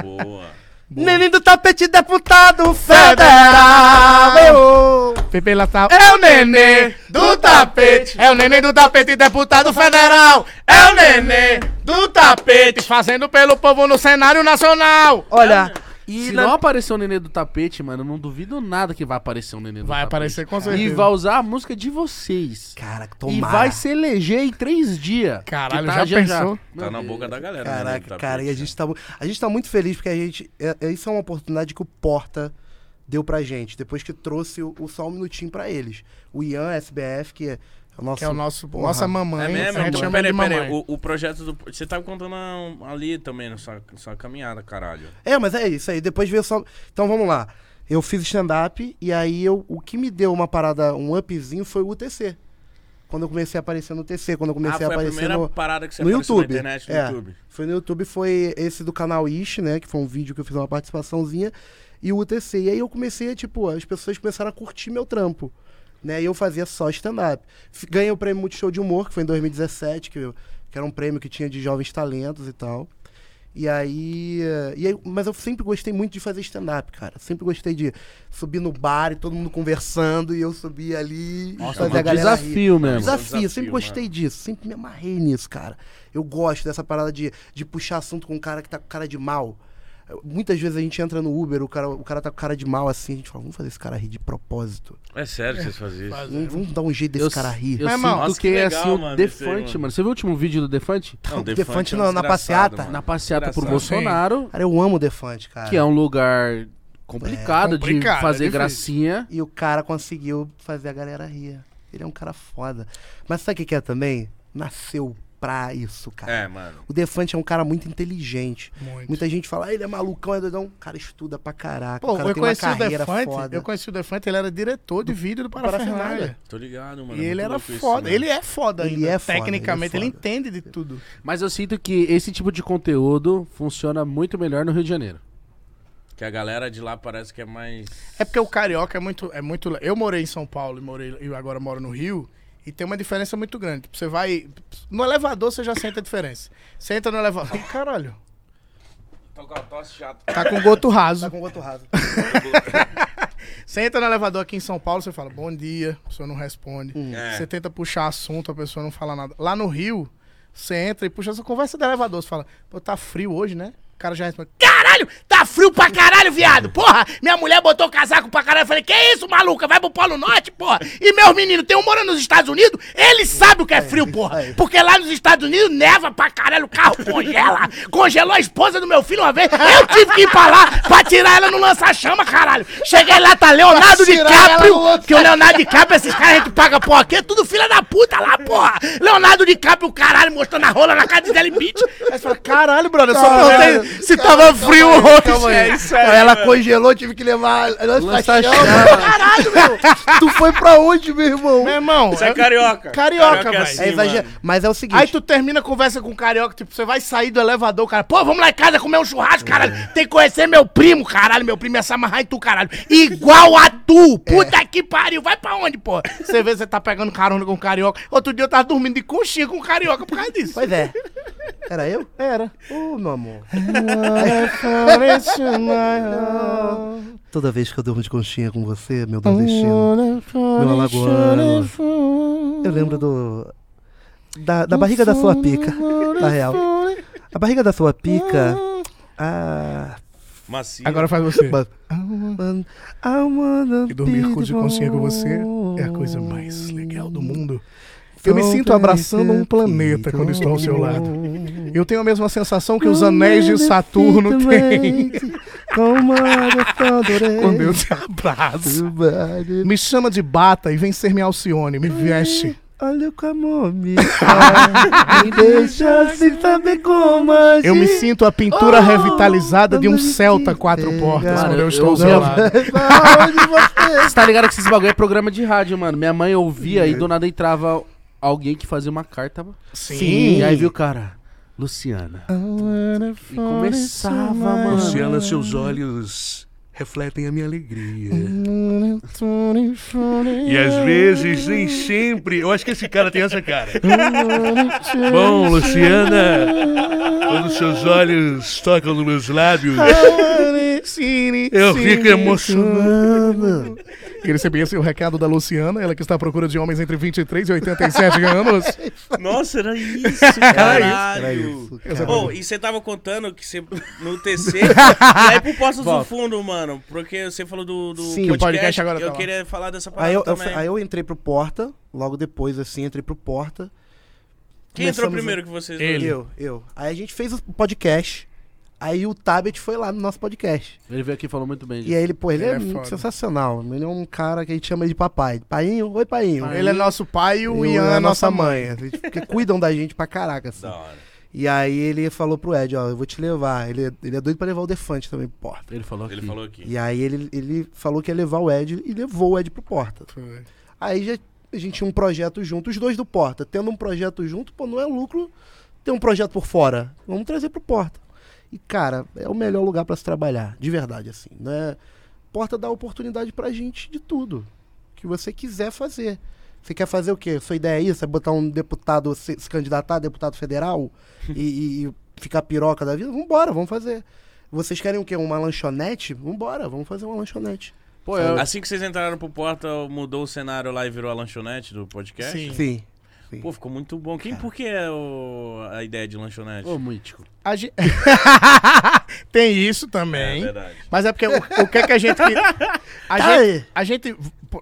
Boa. Neném do tapete deputado federal! Pepe Latal. É o nenê do tapete. É o neném do tapete, deputado federal. É o nenê do tapete. Fazendo pelo povo no cenário nacional. Olha, e Se na- não aparecer o nenê do tapete, mano, eu não duvido nada que vai aparecer o nenê do Vai tapete. aparecer com E certeza. vai usar a música de vocês. Caraca, E tomara. vai se eleger em três dias. Caralho, Que já pensou? Meu Tá na Deus. boca da galera. né, Caraca, do tapete. cara, e a gente, tá, mu- a gente tá muito feliz porque a gente. é- é- isso é uma oportunidade que o Porta deu pra gente, depois que trouxe o, o Só um Minutinho pra eles. O Ian SBF, que é o nosso. Que é o nosso, Porra. nossa mamãe. É né? a mesmo? gente Pô, chama de Peraí, mamãe. peraí. O, o projeto do. Você tava contando ah, ali também, na sua, sua caminhada, caralho. É, mas é isso aí. Depois veio só. Então vamos lá. Eu fiz stand-up e aí eu, o que me deu uma parada, um upzinho foi o UTC. Quando eu comecei a aparecer no UTC, quando eu Ah, comecei foi a a aparecer primeira no. parada que você no apareceu YouTube. na internet, no É. YouTube. Foi no YouTube, foi esse do canal Ish, né? Que foi um vídeo que eu fiz uma participaçãozinha. E o UTC. E aí eu comecei, a, tipo, as pessoas começaram a curtir meu trampo. Né? E eu fazia só stand-up. F- Ganhei o prêmio Multishow de Humor, que foi em 2017, que, eu- que era um prêmio que tinha de jovens talentos e tal. E aí, eh, e aí. Mas eu sempre gostei muito de fazer stand-up, cara. Sempre gostei de subir no bar e todo mundo conversando. E eu subia ali e É fazer a um galera rir. É desafio mesmo. Desafio, desafio, sempre gostei disso, sempre me amarrei nisso, cara. Eu gosto dessa parada de, de puxar assunto com um cara que tá com cara de mal. Eu- Muitas vezes a gente entra no Uber, o cara, o cara tá com cara de mal assim, a gente fala, vamos fazer esse cara rir de propósito. É sério que vocês faziam isso? Vamos, vamos dar um jeito desse Eu, cara rir. eu Mas, sinto irmão, nossa, que, que é legal, assim o mano, isso aí, Defante, mano. mano. Você viu o último vídeo do Defante? Tá Não, Defante é um na- na desgraçado, passeata. mano. Na passeata por Engraçado. Bolsonaro, Cara, eu amo o Defante, cara. que é um lugar complicado, É, complicado, de é fazer difícil. gracinha. E o cara conseguiu fazer a galera rir. Ele é um cara foda. Mas sabe o que que é também? Nasceu pra isso, cara. É, mano. O Defante é um cara muito inteligente. Muito. Muita gente fala, "Ah, ele é malucão, é doidão. O cara estuda pra caraca. o Pô, cara eu tem uma conheci o carreira Defante, foda. eu conheci o Defante, ele era diretor de vídeo do Parafernália. Parafernália. Tô ligado, mano. E é ele muito era louco isso, foda, mano. ele é foda né? Ele ainda. é foda, ele é Tecnicamente, ele, foda. entende de tudo. Mas eu sinto que esse tipo de conteúdo funciona muito melhor no Rio de Janeiro. é- Que a galera de lá parece que é mais. É porque o carioca é muito, é muito... Eu morei em São Paulo e morei, eu agora moro no Rio, e tem uma diferença muito grande. Tipo, Você vai... No elevador você já sente a diferença. Você entra no elevador... Ih, caralho. Tô com a tosse chata. Tá com goto raso. com outro raso. Você entra no elevador aqui em São Paulo, você fala bom dia, a pessoa não responde. É. Você tenta puxar assunto, a pessoa não fala nada. Lá no Rio, você entra e puxa essa conversa do elevador. Você fala, pô, tá frio hoje, né? O cara já responde, caralho, tá frio pra caralho, viado. Porra, minha mulher botou casaco pra caralho. Eu falei, que isso, maluca? Vai pro Polo Norte, porra. E meus meninos, tem um morando nos Estados Unidos, ele sabe o que é frio, porra. Porque lá nos Estados Unidos neva pra caralho, o carro congela. Congelou a esposa do meu filho uma vez. Eu tive que ir pra lá pra tirar ela no lança-chama, caralho. Cheguei lá, tá Leonardo DiCaprio. Que o Leonardo DiCaprio, esses caras a gente paga porra aqui, é tudo filha da puta lá, porra. Leonardo DiCaprio, caralho, mostrando a rola na cara de Deli Beach. Aí você fala, caralho, brother, eu só perguntei se tava frio hoje. É isso aí. Ela congelou, tive que levar. Ela Lança chama. chama. Caralho, meu. Tu foi pra onde, meu irmão? Meu irmão, Você é carioca. Carioca, é velho. assim, É exagero. mano. Mas é o seguinte. Aí tu termina a conversa com o carioca, tipo, você vai sair do elevador, o cara, pô, vamos lá em casa comer um churrasco, caralho. Tem que conhecer meu primo, caralho. Meu primo é samarra e tu, caralho. Igual a tu. Puta que pariu. Vai pra onde, pô? Você vê, você tá pegando carona com o carioca. Outro dia eu tava dormindo de conchinha com o carioca por causa disso. Pois é. Era eu? Era. Ô, meu amor. Toda vez que eu durmo de conchinha com você, meu Hum, nordestino, meu alagoano, eu lembro do. Da, da barriga da sua pica. Na real. A barriga da sua pica. Ah. Macio. faz você. Mas- I wanna E dormir be com- de the conchinha com você one. é a coisa mais legal do mundo. Eu me sinto abraçando um planeta quando estou ao seu lado. Eu tenho a mesma sensação que os anéis de Saturno têm quando eu te abraço. Me chama de bata e vem ser minha Alcione, me veste. Olha como me me deixa sem saber como agir. Eu me sinto a pintura revitalizada de um também Celta que quatro pega. portas quando Cara, eu estou eu ao seu amo. lado. Pra onde você Você tá ligado que esses bagulho é programa de rádio, mano. Minha mãe ouvia e do nada entrava alguém que fazia uma carta. mano. Sim. E aí viu o cara, Luciana. E começava, mano. Luciana, seus olhos refletem a minha alegria. E às vezes, nem sempre. Eu acho que esse cara tem essa cara. Bom, Luciana, quando seus olhos tocam nos meus lábios, eu fico emocionado. E recebi esse assim, o recado da Luciana, ela que está à procura de homens entre 23 e 87 anos. Nossa, era isso, caralho. cara. Ô, e você tava contando que você no TC, e aí pro Postos do Fundo, mano, porque você falou do, do Sim, o podcast agora eu tá lá. queria falar dessa parada Aí eu, eu- também. aí eu entrei pro Porta, logo depois, assim, entrei pro Porta. Quem entrou começamos- primeiro que vocês dois? Ele. Eu, eu. Aí a gente fez o podcast. Aí o Tabet foi lá no nosso podcast. Ele veio aqui e falou muito bem. E aí ele, pô, ele, Ele é, é muito foda. sensacional. Ele é um cara que a gente chama de papai. Painho, oi, painho. Ele é nosso pai e o E Ian é nossa mãe. Eles que cuidam da gente pra caraca, assim. Da hora. E aí ele falou pro Ed, ó, eu vou te levar. Ele, é- ele é doido pra levar o Defante também pro Porta. Ele falou aqui. Ele falou Tá aqui. E aí ele, ele falou que ia levar o Ed e levou o Ed pro Porta. Aí já, a gente tinha um projeto junto, os dois do Porta. Tendo um projeto junto, pô, não é lucro ter um projeto por fora. Vamos trazer pro Porta. E, cara, é o melhor lugar pra se trabalhar, de verdade, assim. Né? Porta dá oportunidade pra gente de tudo que você quiser fazer. Você quer fazer o quê? Sua ideia é isso? É botar um deputado, se, se candidatar a deputado federal e, e- e ficar piroca da vida? Vambora, vamos fazer. Vocês querem o quê? Uma lanchonete? Vambora, vamos fazer uma lanchonete. Pô, eu, Assim que vocês entraram pro Porta, mudou o cenário lá e virou a lanchonete do podcast? Sim. Sim. Pô, ficou muito bom. Quem, por que é o- a ideia de lanchonete? ô, Mítico. A gen- Tem isso é também. verdade. Mas é porque o, o que é que a gente. Tá A, gente, a gente.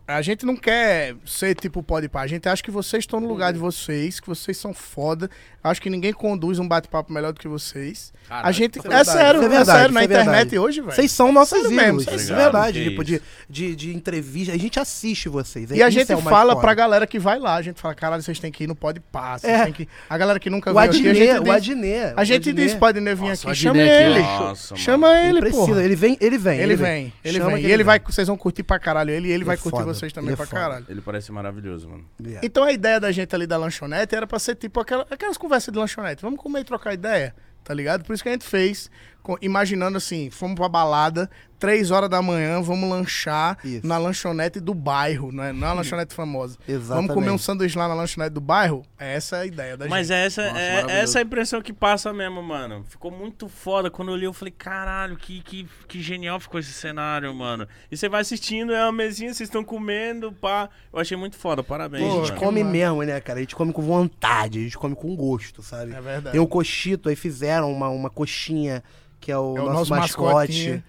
A gente não quer ser tipo pode pá. A gente acha que vocês estão no lugar de vocês, que vocês são foda. Acho que ninguém conduz um bate-papo melhor do que vocês. a gente. É verdade. sério, Isso é é verdade, sério. Na isso é verdade. internet hoje, velho. Vocês são nossos Sério mesmo, ídolos. sério. isso é Obrigado, verdade. que Tipo, isso. de, de, de entrevista. A gente assiste vocês. E a Isso gente é o mais fala foda. pra galera que vai lá. A gente fala, caralho, vocês têm que ir no pode pá. Vocês É. têm que... A galera que nunca O veio aqui, a Adnet, gente o diz, Adnet. a gente o Adnet. diz pode vir aqui. o chama Adnet aqui, ele. ó. Nossa, mano. Chama ele, Ele precisa, porra. ele vem, ele vem. Ele vem, ele Chama vem. que E ele vai, vocês vão curtir pra caralho ele e ele é vai curtir foda, vocês ele também é pra foda. caralho. Ele parece maravilhoso, mano. É. Então a ideia da gente ali da lanchonete era pra ser tipo aquela- aquelas conversas de lanchonete. Vamos comer e trocar ideia, tá ligado? Por isso que a gente fez, co- imaginando assim, fomos pra balada, três horas da manhã, vamos lanchar Isso. na lanchonete do bairro, não é? Não é uma lanchonete famosa. Vamos Exatamente. comer um sanduíche lá na lanchonete do bairro? Essa é a ideia da Mas gente. é essa, Nossa, é, maravilhoso. essa a impressão que passa mesmo, mano. Ficou muito foda. Quando eu li, eu falei, caralho, que, que, que genial ficou esse cenário, mano. E você vai assistindo, é uma mesinha, vocês estão comendo, pá. Eu achei muito foda, parabéns, a gente mano. come mesmo, né, cara? A gente come com vontade, a gente come com gosto, sabe? É verdade. Tem o cochito, aí fizeram uma, uma coxinha, que é o, É o nosso, nosso mascote. mascotinho.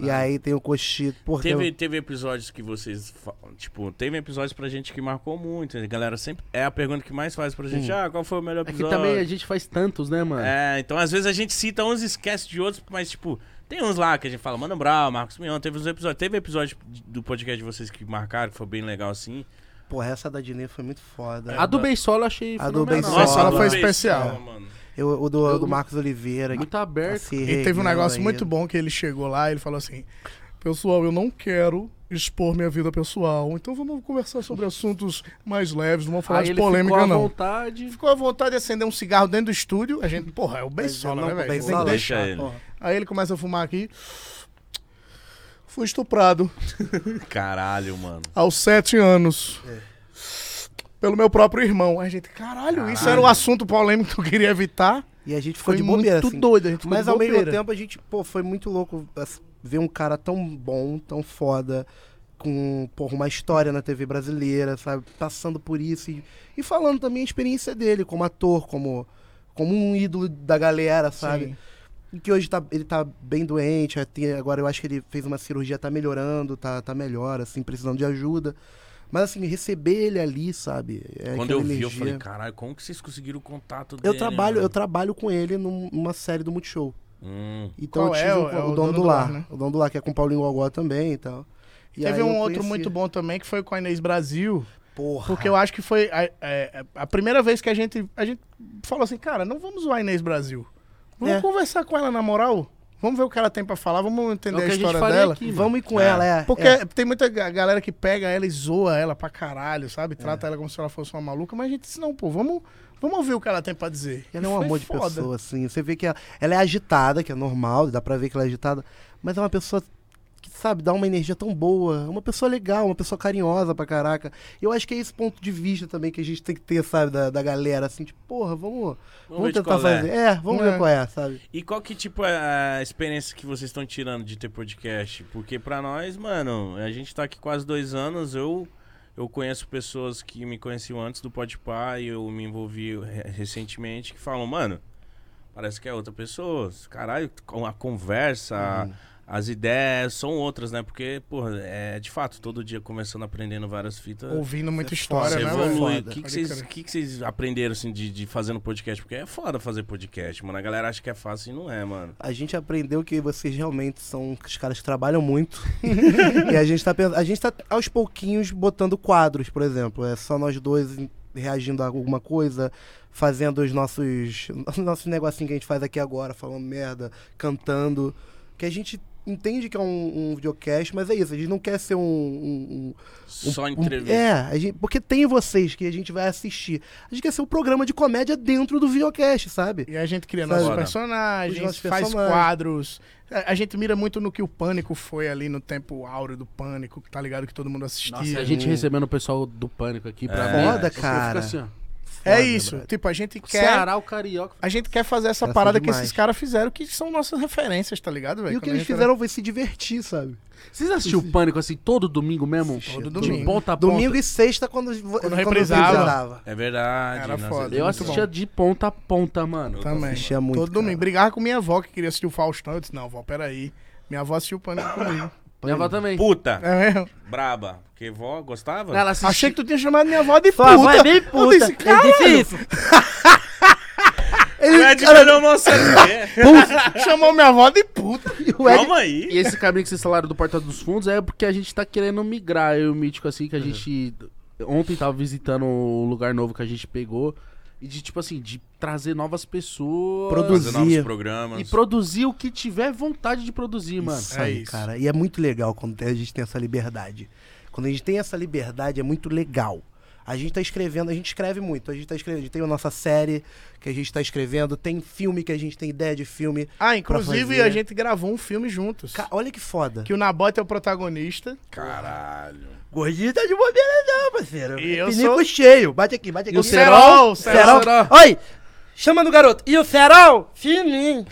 E aí tem o cochito. Pô, tem Teve, o- teve episódios que vocês. fa- Tipo, teve episódios pra gente que marcou muito. né? Galera, sempre. É a pergunta que mais faz pra gente. Ah, qual foi o melhor É que episódio? também a gente faz tantos, né, mano? É, então às vezes a gente cita uns e esquece de outros, mas tipo, tem uns lá que a gente fala, Mano Brau, Marcos Mion, teve uns episódios. Teve episódio do podcast de vocês que marcaram, que foi bem legal assim. Porra, essa da Dine foi muito foda. A do Ben Solo eu achei A do Ben fenomenal. Solo. Nossa, ela do foi Ben especial. Solo, mano. Eu- o do, do Marcos Oliveira. que tá Muito aberto. se E teve um reerguendo negócio aí. muito bom que ele chegou lá e ele falou assim: Pessoal, eu não quero expor minha vida pessoal, então vamos conversar sobre assuntos mais leves, não vamos falar Aí de ele polêmica, ficou à não. vontade. Ficou à vontade de acender um cigarro dentro do estúdio. A gente, porra, é o Mas eu Bensola, não- né, velho? Ben Tem que Sola. deixar. Deixa ele. Aí ele começa a fumar aqui. Fui estuprado Caralho, mano. aos sete anos. Pelo meu próprio irmão. Aí A gente, caralho, isso era o assunto polêmico que eu queria evitar. E a gente ficou Foi de bobeira, muito assim. doido, a gente ficou Mas de ao mesmo bobeira. tempo a gente, pô, foi muito louco assim, ver um cara tão bom, tão foda, com, porra, uma história na TV brasileira, sabe? Passando por isso e, e falando também a experiência dele como ator, como, como um ídolo da galera, sabe? Sim. E que hoje tá, ele tá bem doente, é, tem- agora eu acho que ele fez uma cirurgia, tá melhorando, tá, tá melhor, assim, precisando de ajuda. Mas assim, receber ele ali, sabe? É Quando eu aquela vi, eu energia. falei, caralho, como que vocês conseguiram o contato dele? né? Eu trabalho, eu mano?" trabalho com ele num- numa série do Multishow. Hum. Então eu Qual é? tive o, O- é o dono, do lar. né? O dono do lar, que é com o Paulinho Gogó também e tal. E aí Teve eu um outro conheci. muito bom também, que foi com a Inês Brasil. Porra. Porque eu acho que foi a, é, a primeira vez que a gente, a gente falou assim, cara, não vamos zoar a Inês Brasil. Vamos É. conversar com ela na moral. Vamos ver o que ela tem pra falar, vamos É o entender que a a gente história faria dela. aqui, mano. Vamos ir com ela, é. Porque é. tem muita ga- galera que pega ela e zoa ela pra caralho, sabe? É. Trata ela como se ela fosse uma maluca, mas a gente disse, não, pô, vamos, vamos ouvir o que ela tem pra dizer. Ela é E um foi amor de foda. pessoa, assim. Você vê que ela, ela é agitada, que é normal, dá pra ver que ela é agitada, mas é uma pessoa que, sabe, dá uma energia tão boa. Uma pessoa legal, uma pessoa carinhosa pra caraca. Eu acho que é esse ponto de vista também que a gente tem que ter, sabe, da, da galera, assim, tipo, porra, vamos, vamos, ver de tentar qual é. fazer. É, vamos É. ver qual é, sabe? E qual que, tipo, é a experiência que vocês estão tirando de ter podcast? Porque pra nós, mano, a gente tá aqui quase dois anos, eu... Eu conheço pessoas que me conheciam antes do Podpah e eu me envolvi re- recentemente que falam, mano, parece que é outra pessoa. Caralho, com a conversa, as ideias são outras, né? Porque, porra, é de fato, todo dia começando aprendendo várias fitas. né? Ouvindo é muita Você história, né? velho? evolui. O que que Pode vocês crer. que que vocês aprenderam assim, de, de fazer no podcast? Porque é foda fazer podcast, mano. A galera acha que é fácil e não é, mano. A gente aprendeu que vocês realmente são os caras que trabalham muito. e a gente, tá, pen- a gente tá aos pouquinhos botando quadros, por exemplo. É só nós dois em- reagindo a alguma coisa, fazendo os nossos, os nossos negocinhos que a gente faz aqui agora, falando merda, cantando. Que a gente entende que é um, um videocast, mas é isso. A gente não quer ser um- um- um Só um- entrevista. É, a gente- porque tem vocês que a gente vai assistir. A gente quer ser um programa de comédia dentro do videocast, sabe? E a gente cria Sabe? nossos Foda. personagens, Os nossos faz personagens. quadros. A, a gente mira muito no que o Pânico foi ali no tempo áureo do Pânico, que tá ligado que todo mundo assistia. Nossa, a gente recebendo o pessoal do Pânico aqui pra É. mim. Foda, eu fico cara. assim, ó. é Foda, isso. brother. Tipo, a gente quer... Ceará, o Carioca. A gente quer fazer essa Essa é parada que demais. esses caras fizeram, que são nossas referências, tá ligado, velho? E o que Quando a eles gente- fizeram foi se divertir, sabe? Vocês assistiam o Pânico assim todo domingo mesmo? Todo De domingo. Ponta a Domingo ponta. e sexta quando, quando, Tá reprisava. É verdade. Era nossa, é foda. eu- Eu assistia de ponta a ponta, mano. Também. Assistia muito, Todo domingo. cara. Brigava com minha avó que queria assistir o Faustão. Eu disse, não, vó, peraí. Minha avó assistiu o Pânico comigo. Minha avó também. Puta, É mesmo? braba. Porque vó gostava? Ela assistia... Achei que tu tinha chamado minha avó de Sua avó puta. é bem Eu puta. disse, É difícil. Ela admirou nossa ideia. "Puta." Chamou minha avó de puta. O Ed- Calma aí. E esse caminho que vocês falaram do Porta dos Fundos é porque a gente tá querendo migrar. Eu e o Mítico, assim, que a gente. Ontem tava visitando o lugar novo que a gente pegou. E de, tipo assim, de trazer novas pessoas. Produzir. Fazer novos Produzia. programas. E produzir o que tiver vontade de produzir, mano. Isso aí, isso. cara. E é muito legal quando tem- a gente tem essa liberdade. Quando a gente tem essa liberdade, é muito legal. A gente tá escrevendo, a gente escreve muito. A gente tá escrevendo, a gente tem a nossa série que a gente tá escrevendo, tem filme que a gente tem ideia de filme. Ah, inclusive fazer. a gente gravou um filme juntos. Ca- olha que foda. Que o Nabote é o protagonista. Caralho. Gordinho tá de bobeira não, parceiro. E eu Pinico sou- cheio. Bate aqui, bate aqui. o Serol, Serol. Serol. Oi! Chama no garoto. E o Serol? Fininho.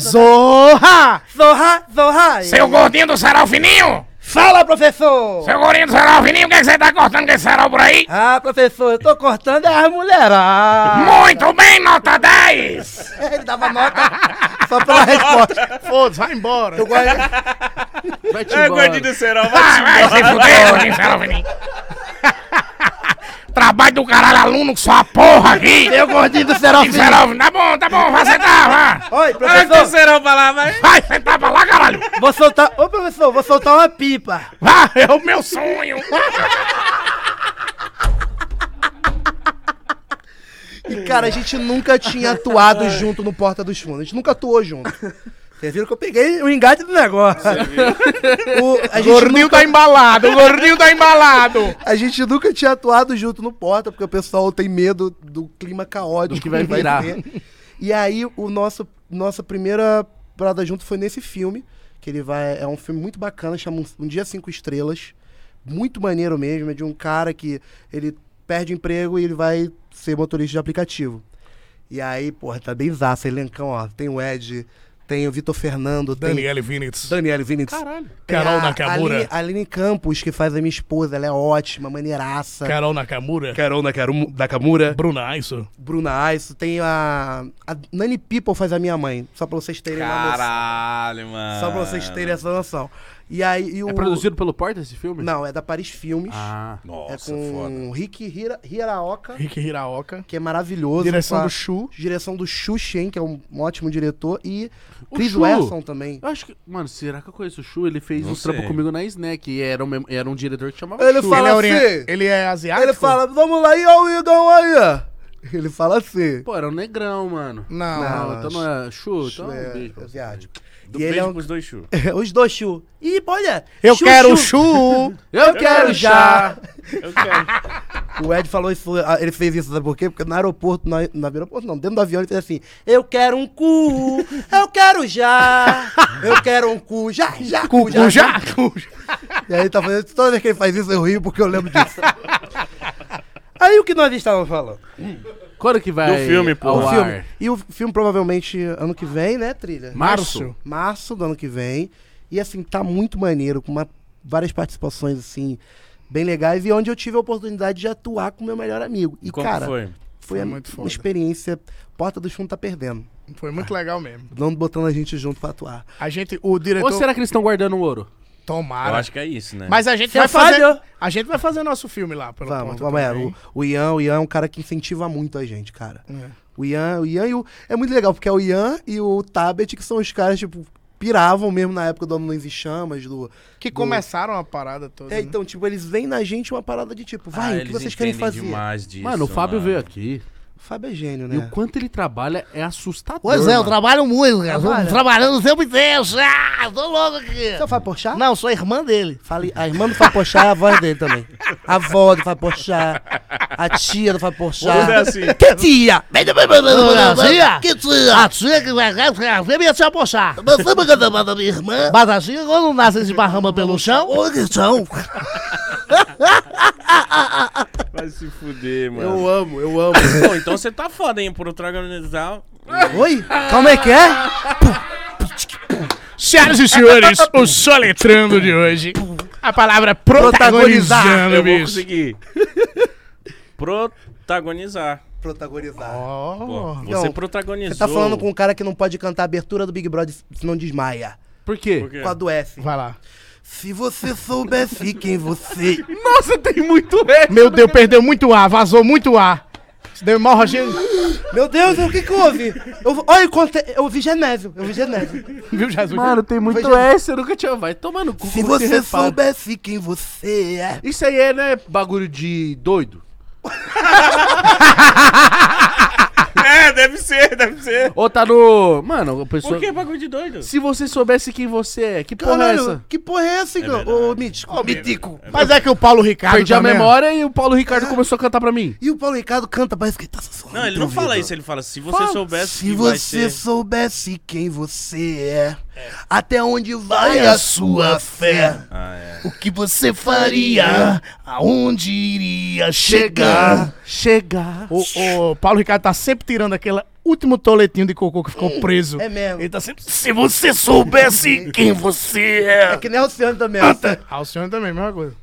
Zorra! Zorra, zorra. Seu gordinho do sarau fininho! Fala, professor. Seu gordinho do sarau fininho, o que, é que você tá cortando com esse sarau por aí? Ah, professor, eu tô cortando as mulheradas. Muito bem, nota 10! Ele dava nota só pela resposta. Foda-se, vai embora. Eu gosto- Vai te É, embora. gordinho do Serol, Ah, vai vai se fuder, gordinho do sarau fininho! Trabalho do caralho, aluno, só a porra aqui! Eu gordinho do Serol Gordinho do sarau fininho, tá bom, tá bom, vai sentar, vai! Oi, Olha que o professor, Serol pra lá, vai. Vai sentar pra lá, caralho! vou soltar. Ô, professor, vou soltar uma pipa. Vai, é o meu sonho! E, cara, a gente nunca tinha atuado junto no Porta dos Fundos. A gente nunca atuou junto. Vocês viram que eu peguei o engate do negócio. O, a, gente Gordinho nunca, tá Ah, embalado, o gordinho tá embalado. a gente nunca tinha atuado junto no Porta, porque o pessoal tem medo do clima caótico Do que vai virar. ter. E aí, o nosso, nossa primeira parada junto foi nesse filme, que ele vai... É um filme muito bacana, chama Um, um Dia Cinco Estrelas. Muito maneiro mesmo, é de um cara que ele perde o emprego e ele vai ser motorista de aplicativo. E aí, porra, tá bem zaça, elencão, ó. Tem o Ed, tem o Vitor Fernando, tem Vinitz. Daniele Vinitz. Caralho. tem Carol É, a Nakamura. Aline, Aline Campos, que faz a minha esposa, ela é ótima, maneiraça. Carol Nakamura. Carol Nakarum- Nakamura, Bruna Aiso. Bruna Aisso, tem a. A Nani People faz a minha mãe. Só pra vocês terem uma noção. Caralho, mano. Só pra vocês terem essa noção. E aí. e o... É produzido pelo Porta esse filme? Não, é da Paris Filmes. Ah, é com Rick Hira- Hiraoka, Rick Hiraoka. que é maravilhoso. Direção com a- do Chu. Direção do Xu Shen, que é um, um ótimo diretor. E O Chris Chu? Wesson também. eu acho que. Mano, será que eu conheço o Chu? Ele fez Não um trampo sei. comigo na Snack e era um, mem- era um diretor que chamava Ele Chu. fala Ele é, assim. orien... ele é asiático? Ele fala, vamos lá, e ó o Igão aí, ó. Ele fala assim. Pô, era um negrão, mano. Não. Não, então não é Chu, então é um É, beijo. pra é você. asiático. Do E ele é beijo um- pros dois chu. Os dois Chu. Ih, olha. Eu Chu, quero o Chu. Chu. Eu quero já! Eu quero. O Ed falou isso, ah, ele fez isso, sabe por quê? Porque no aeroporto, na, no aeroporto não, dentro do avião ele fez assim, eu quero um cu, eu quero já, eu quero um cu, já, já, cu, já, já. E aí ele tá fazendo, isso, toda vez que ele faz isso eu rio porque eu lembro disso. Aí o que nós estávamos falando? Quando que vai? Do filme, pô. ao O ar? filme. E o filme provavelmente ano que vem, né, trilha? Março. março do ano que vem. E assim, tá muito maneiro, com uma- várias participações, assim, bem legais, e onde eu tive a oportunidade de atuar com meu melhor amigo. E, Como cara, que foi? foi, Foi a- muito uma foda. experiência. Porta do Fundo tá perdendo. Foi muito legal mesmo. Não botando a gente junto pra atuar. A gente, o diretor... Ou será que eles estão guardando o ouro? Eu Tomara. acho que é isso, né? Mas a gente Você vai fazer... falhou. A gente vai fazer nosso filme lá, pelo Vamos, Porta vamos, é, também. o, o Ian, o Ian é um cara que incentiva muito a gente, cara. É. O Ian, o Ian e o. É muito legal, porque é o Ian e o Tabet, que são os caras, tipo, piravam mesmo na época do Anões e Chamas, do. Que do- começaram a parada toda. É, né? então, tipo, eles veem na gente uma parada de tipo, Ah, vai, o que eles vocês querem entendem fazer? demais disso, mano, o Fábio mano. veio aqui. O Fábio é gênio, E né? o quanto ele trabalha é assustador. Pois é, eu mano. trabalho muito, cara. Trabalha. Tô trabalhando o tempo inteiro. Ah, tô louco aqui. Você é o Fábio Porchat? Não, sou irmã dele. Fale, a irmã do Fábio Porchat é a voz dele também. A avó do Fábio Porchat, a tia do Fábio Porchat. Vamos ver assim. Que tia! Tia? Que tia! A tia que vai trazer minha tia pochar. Você me canta da minha irmã? Mas a tia quando nasce se barrama pelo chão. Ô, que tchau! Vai se fuder, mano. Eu amo, eu amo. Pô, então você tá foda, hein? Por outra organizar. Oi? Calma aí que é? Senhoras e senhores, o soletrando de hoje. A palavra protagonizar. Eu vou conseguir. Protagonizar. Protagonizar. Pô, Então, você protagonizou. Você tá falando com um cara que não pode cantar a abertura do Big Brother, senão desmaia. Por quê? Por quê? Com a do F. Vai lá. Se você soubesse quem você. Nossa, tem muito é. Meu Deus, perdeu muito ar, vazou muito ar. Se deu hemorragia. Meu Deus, o que que houve? Eu, olha, eu contei- eu vi Genésio, eu vi Genésio. Viu, Jesus? Mano, tem muito S, eu nunca tinha. Vai tomando cu. Se como você repara. soubesse quem você é. Isso aí é, né? Bagulho de doido. É, deve ser, deve ser. Ou tá no. Mano, a pessoa. Por que bagulho de doido? Se você soubesse quem você é, que porra é essa? que porra é essa, Igor? Ô, Mítico. Mas é que o Paulo Ricardo. Perdi a também- é. memória e o Paulo Ricardo começou a cantar pra mim. E o Paulo Ricardo canta, parece que ele tá sussurrando. Não, ele pro não fala ouvido. isso, ele fala, se você soubesse Se que vai você ser... soubesse quem você é, até onde vai a sua fé, Ah, é. O que você faria? Aonde iria chegar? Chega. O, o Paulo Ricardo tá sempre tirando aquele último toletinho de cocô que ficou preso. É mesmo. Ele tá sempre. Se você soubesse quem você é é. que nem o Oceano também. Alcione Ah, também, mesma coisa.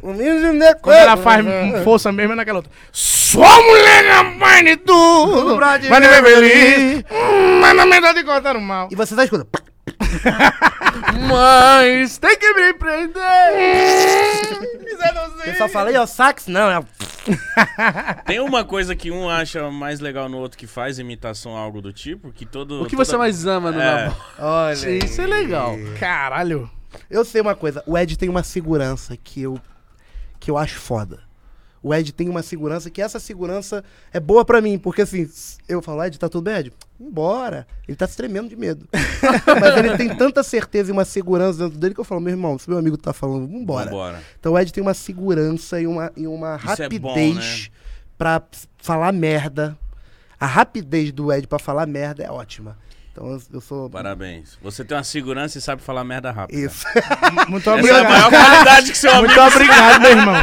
Quando ela Ela faz força mesmo é naquela outra. Sua mulher é a mãe de tudo. Vai Brasil me ver feliz. Hum, Mas na metade cortaram mal. E você tá escutando. Mas tem que me prender. O pessoal fala, aí, ó, sax? Não, é. Tem uma coisa que um acha mais legal no outro que faz imitação algo do tipo, que todo... O que você mais ama no É. namoro? Olha. Isso é legal. Caralho. Eu sei uma coisa, o Ed tem uma segurança que eu que eu acho foda. O Ed tem uma segurança que essa segurança é boa pra mim, porque assim, s- eu falo, Ed, tá tudo bem, Ed? Embora. Ele tá se tremendo de medo. Mas ele tem tanta certeza e uma segurança dentro dele que eu falo, meu irmão, se meu amigo tá falando, vambora. Vambora. Então o Ed tem uma segurança e uma, e uma Isso é rapidez bom, pra ps- falar merda. A rapidez do Ed pra falar merda é ótima. Então eu, eu sou. Parabéns. Você tem uma segurança e sabe falar merda rápido. Isso. Muito Essa é a obrigado. maior qualidade que seu amigo... Muito obrigado, meu irmão.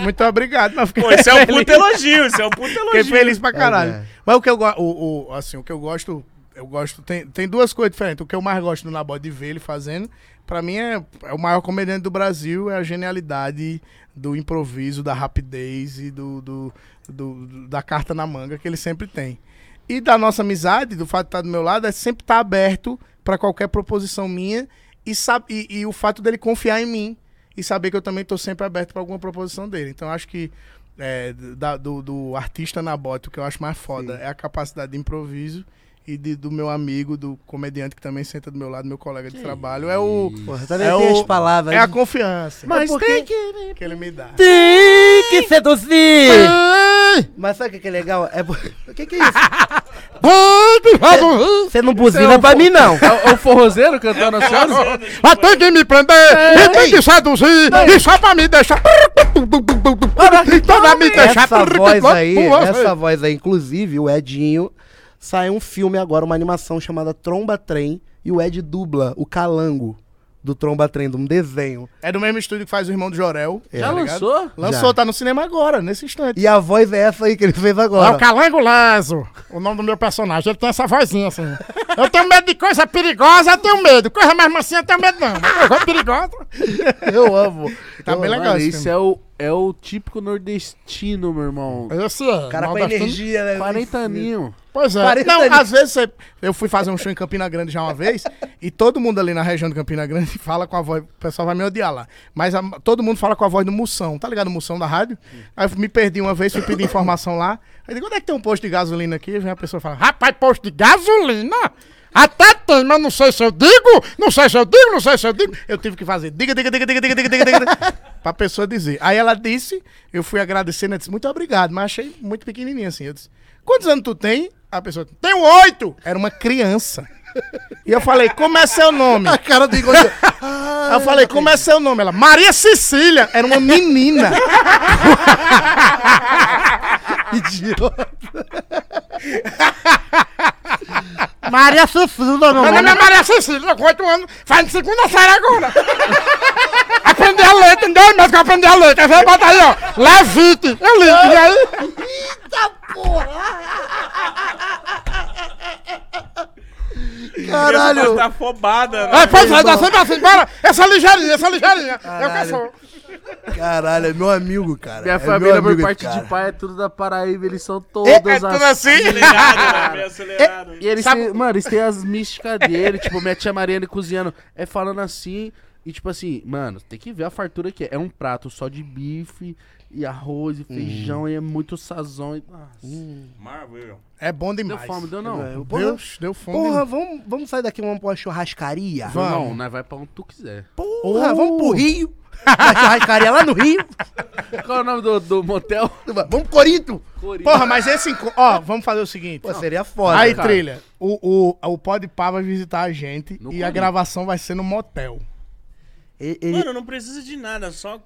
Muito obrigado, mas fiquei Pô, isso é um feliz. puto elogio, isso é um puto Fiquei elogio. feliz pra caralho. É. Mas o que eu gosto, o, o- assim, o que eu gosto, eu gosto, tem, tem duas coisas diferentes. O que eu mais gosto do Nabó é de ver ele fazendo, pra mim é, é o maior comediante do Brasil, é a genialidade do improviso, da rapidez e do, do- do- do- da carta na manga que ele sempre tem. E da nossa amizade, do fato de estar do meu lado, é sempre estar aberto pra qualquer proposição minha e, sab- e, e o fato dele confiar em mim e saber que eu também tô sempre aberto pra alguma proposição dele. Então acho que é, da- do, do artista na bota, o que eu acho mais foda é a capacidade de improviso e de- do meu amigo, do comediante que também senta do meu lado, meu colega de trabalho. É o. Porra, também é tem o- as palavras. É a confiança Mas tem que... que ele me dá. Tem que seduzir! Mas sabe o que que é legal? É... bo- O que que é isso? Você não buzina pra mim, não. É o forrozeiro cantando assim? Mas tem que me prender, e tem que seduzir, e só pra me deixar. Então vai me deixar. Essa voz aí, essa voz aí, inclusive, o Edinho, saiu um filme agora, uma animação chamada Tromba Trem, e o Ed dubla o Calango do Tromba Trem, de um desenho. É do mesmo estúdio que faz o irmão do Jorel. É. tá Já lançou? Lançou, tá no cinema agora, nesse instante. E a voz é essa aí que ele fez É o agora. Calango Leso, o nome do meu personagem. Ele tem essa vozinha assim. Eu tenho medo de coisa perigosa, eu tenho medo. Coisa mais mansinha, eu tenho medo não. Mas Coisa perigosa. Eu amo. Tá bem legal Mano, esse isso filme. é o, é o típico nordestino, meu irmão. Esse é. Cara, com Nordestino. energia, né? 40 aninho. Pois é. 40 não, ali. às vezes você- eu fui fazer um show em Campina Grande já uma vez, e todo mundo ali na região de Campina Grande fala com a voz. O pessoal vai me odiar lá. Mas a- todo mundo fala com a voz do Moção, tá ligado? O Moção da rádio. Aí eu me perdi uma vez, fui pedir informação lá. Aí eu digo, onde é que tem um posto de gasolina aqui? Vem a pessoa e fala, rapaz, posto de gasolina? Até tem, mas não sei se eu digo, não sei se eu digo, não sei se eu digo. Eu tive que fazer, diga, diga, diga, diga, diga, diga, diga, diga, diga, pra pessoa dizer. Aí ela disse, eu fui agradecendo, ela disse, muito obrigado, mas achei muito pequenininha assim. Eu disse, Quantos anos tu tem? A pessoa, tenho oito! Era uma criança. E eu falei, como é seu nome? A cara do Igor. Aí eu falei, como é seu nome? Ela, Maria Cecília! Era uma menina. Idiota. Maria Cecília, meu nome é tá- Maria Cecília, com oito anos, faz segunda série agora. Aprender a ler, tem dois meses que eu aprendi a ler. Quer ver? Bota aí, ó. Levite. Eu li, e aí? Caralho. Tá afobada, né? Aí, pois é, dá sempre assim, bora. Essa ligeirinha, essa ligeirinha. Eu que sou. Caralho, é meu amigo, cara. Minha é família, meu por amigo, parte cara. de pai, é tudo da Paraíba. Eles são é todos assim. Acelerado, né? Meio acelerado. É, E eles têm, mano, eles têm as místicas dele, tipo, minha tia Mariana cozinhando, é falando assim, e tipo assim, mano, tem que ver a fartura que é. É um prato só de bife, e arroz, e feijão, e é muito sazão. E... Nossa, Marvel. É bom deu demais. fome, deu não? É, porra, Deus, deu fome. Porra, vamos, vamos sair daqui, vamos pra uma churrascaria? Deu Não, nós vai pra onde tu quiser. Porra, vamos pro Rio. Uma churrascaria lá no Rio. Qual é o nome do, do motel? Vamos pro Corinto. Porra, mas esse encontro. Ó, vamos fazer o seguinte. Pô, seria foda. né? Aí, cara. trilha. O, o, o Podpah vai visitar a gente e a Corinto. gravação vai ser no motel. E- e- Mano, não precisa de nada, só.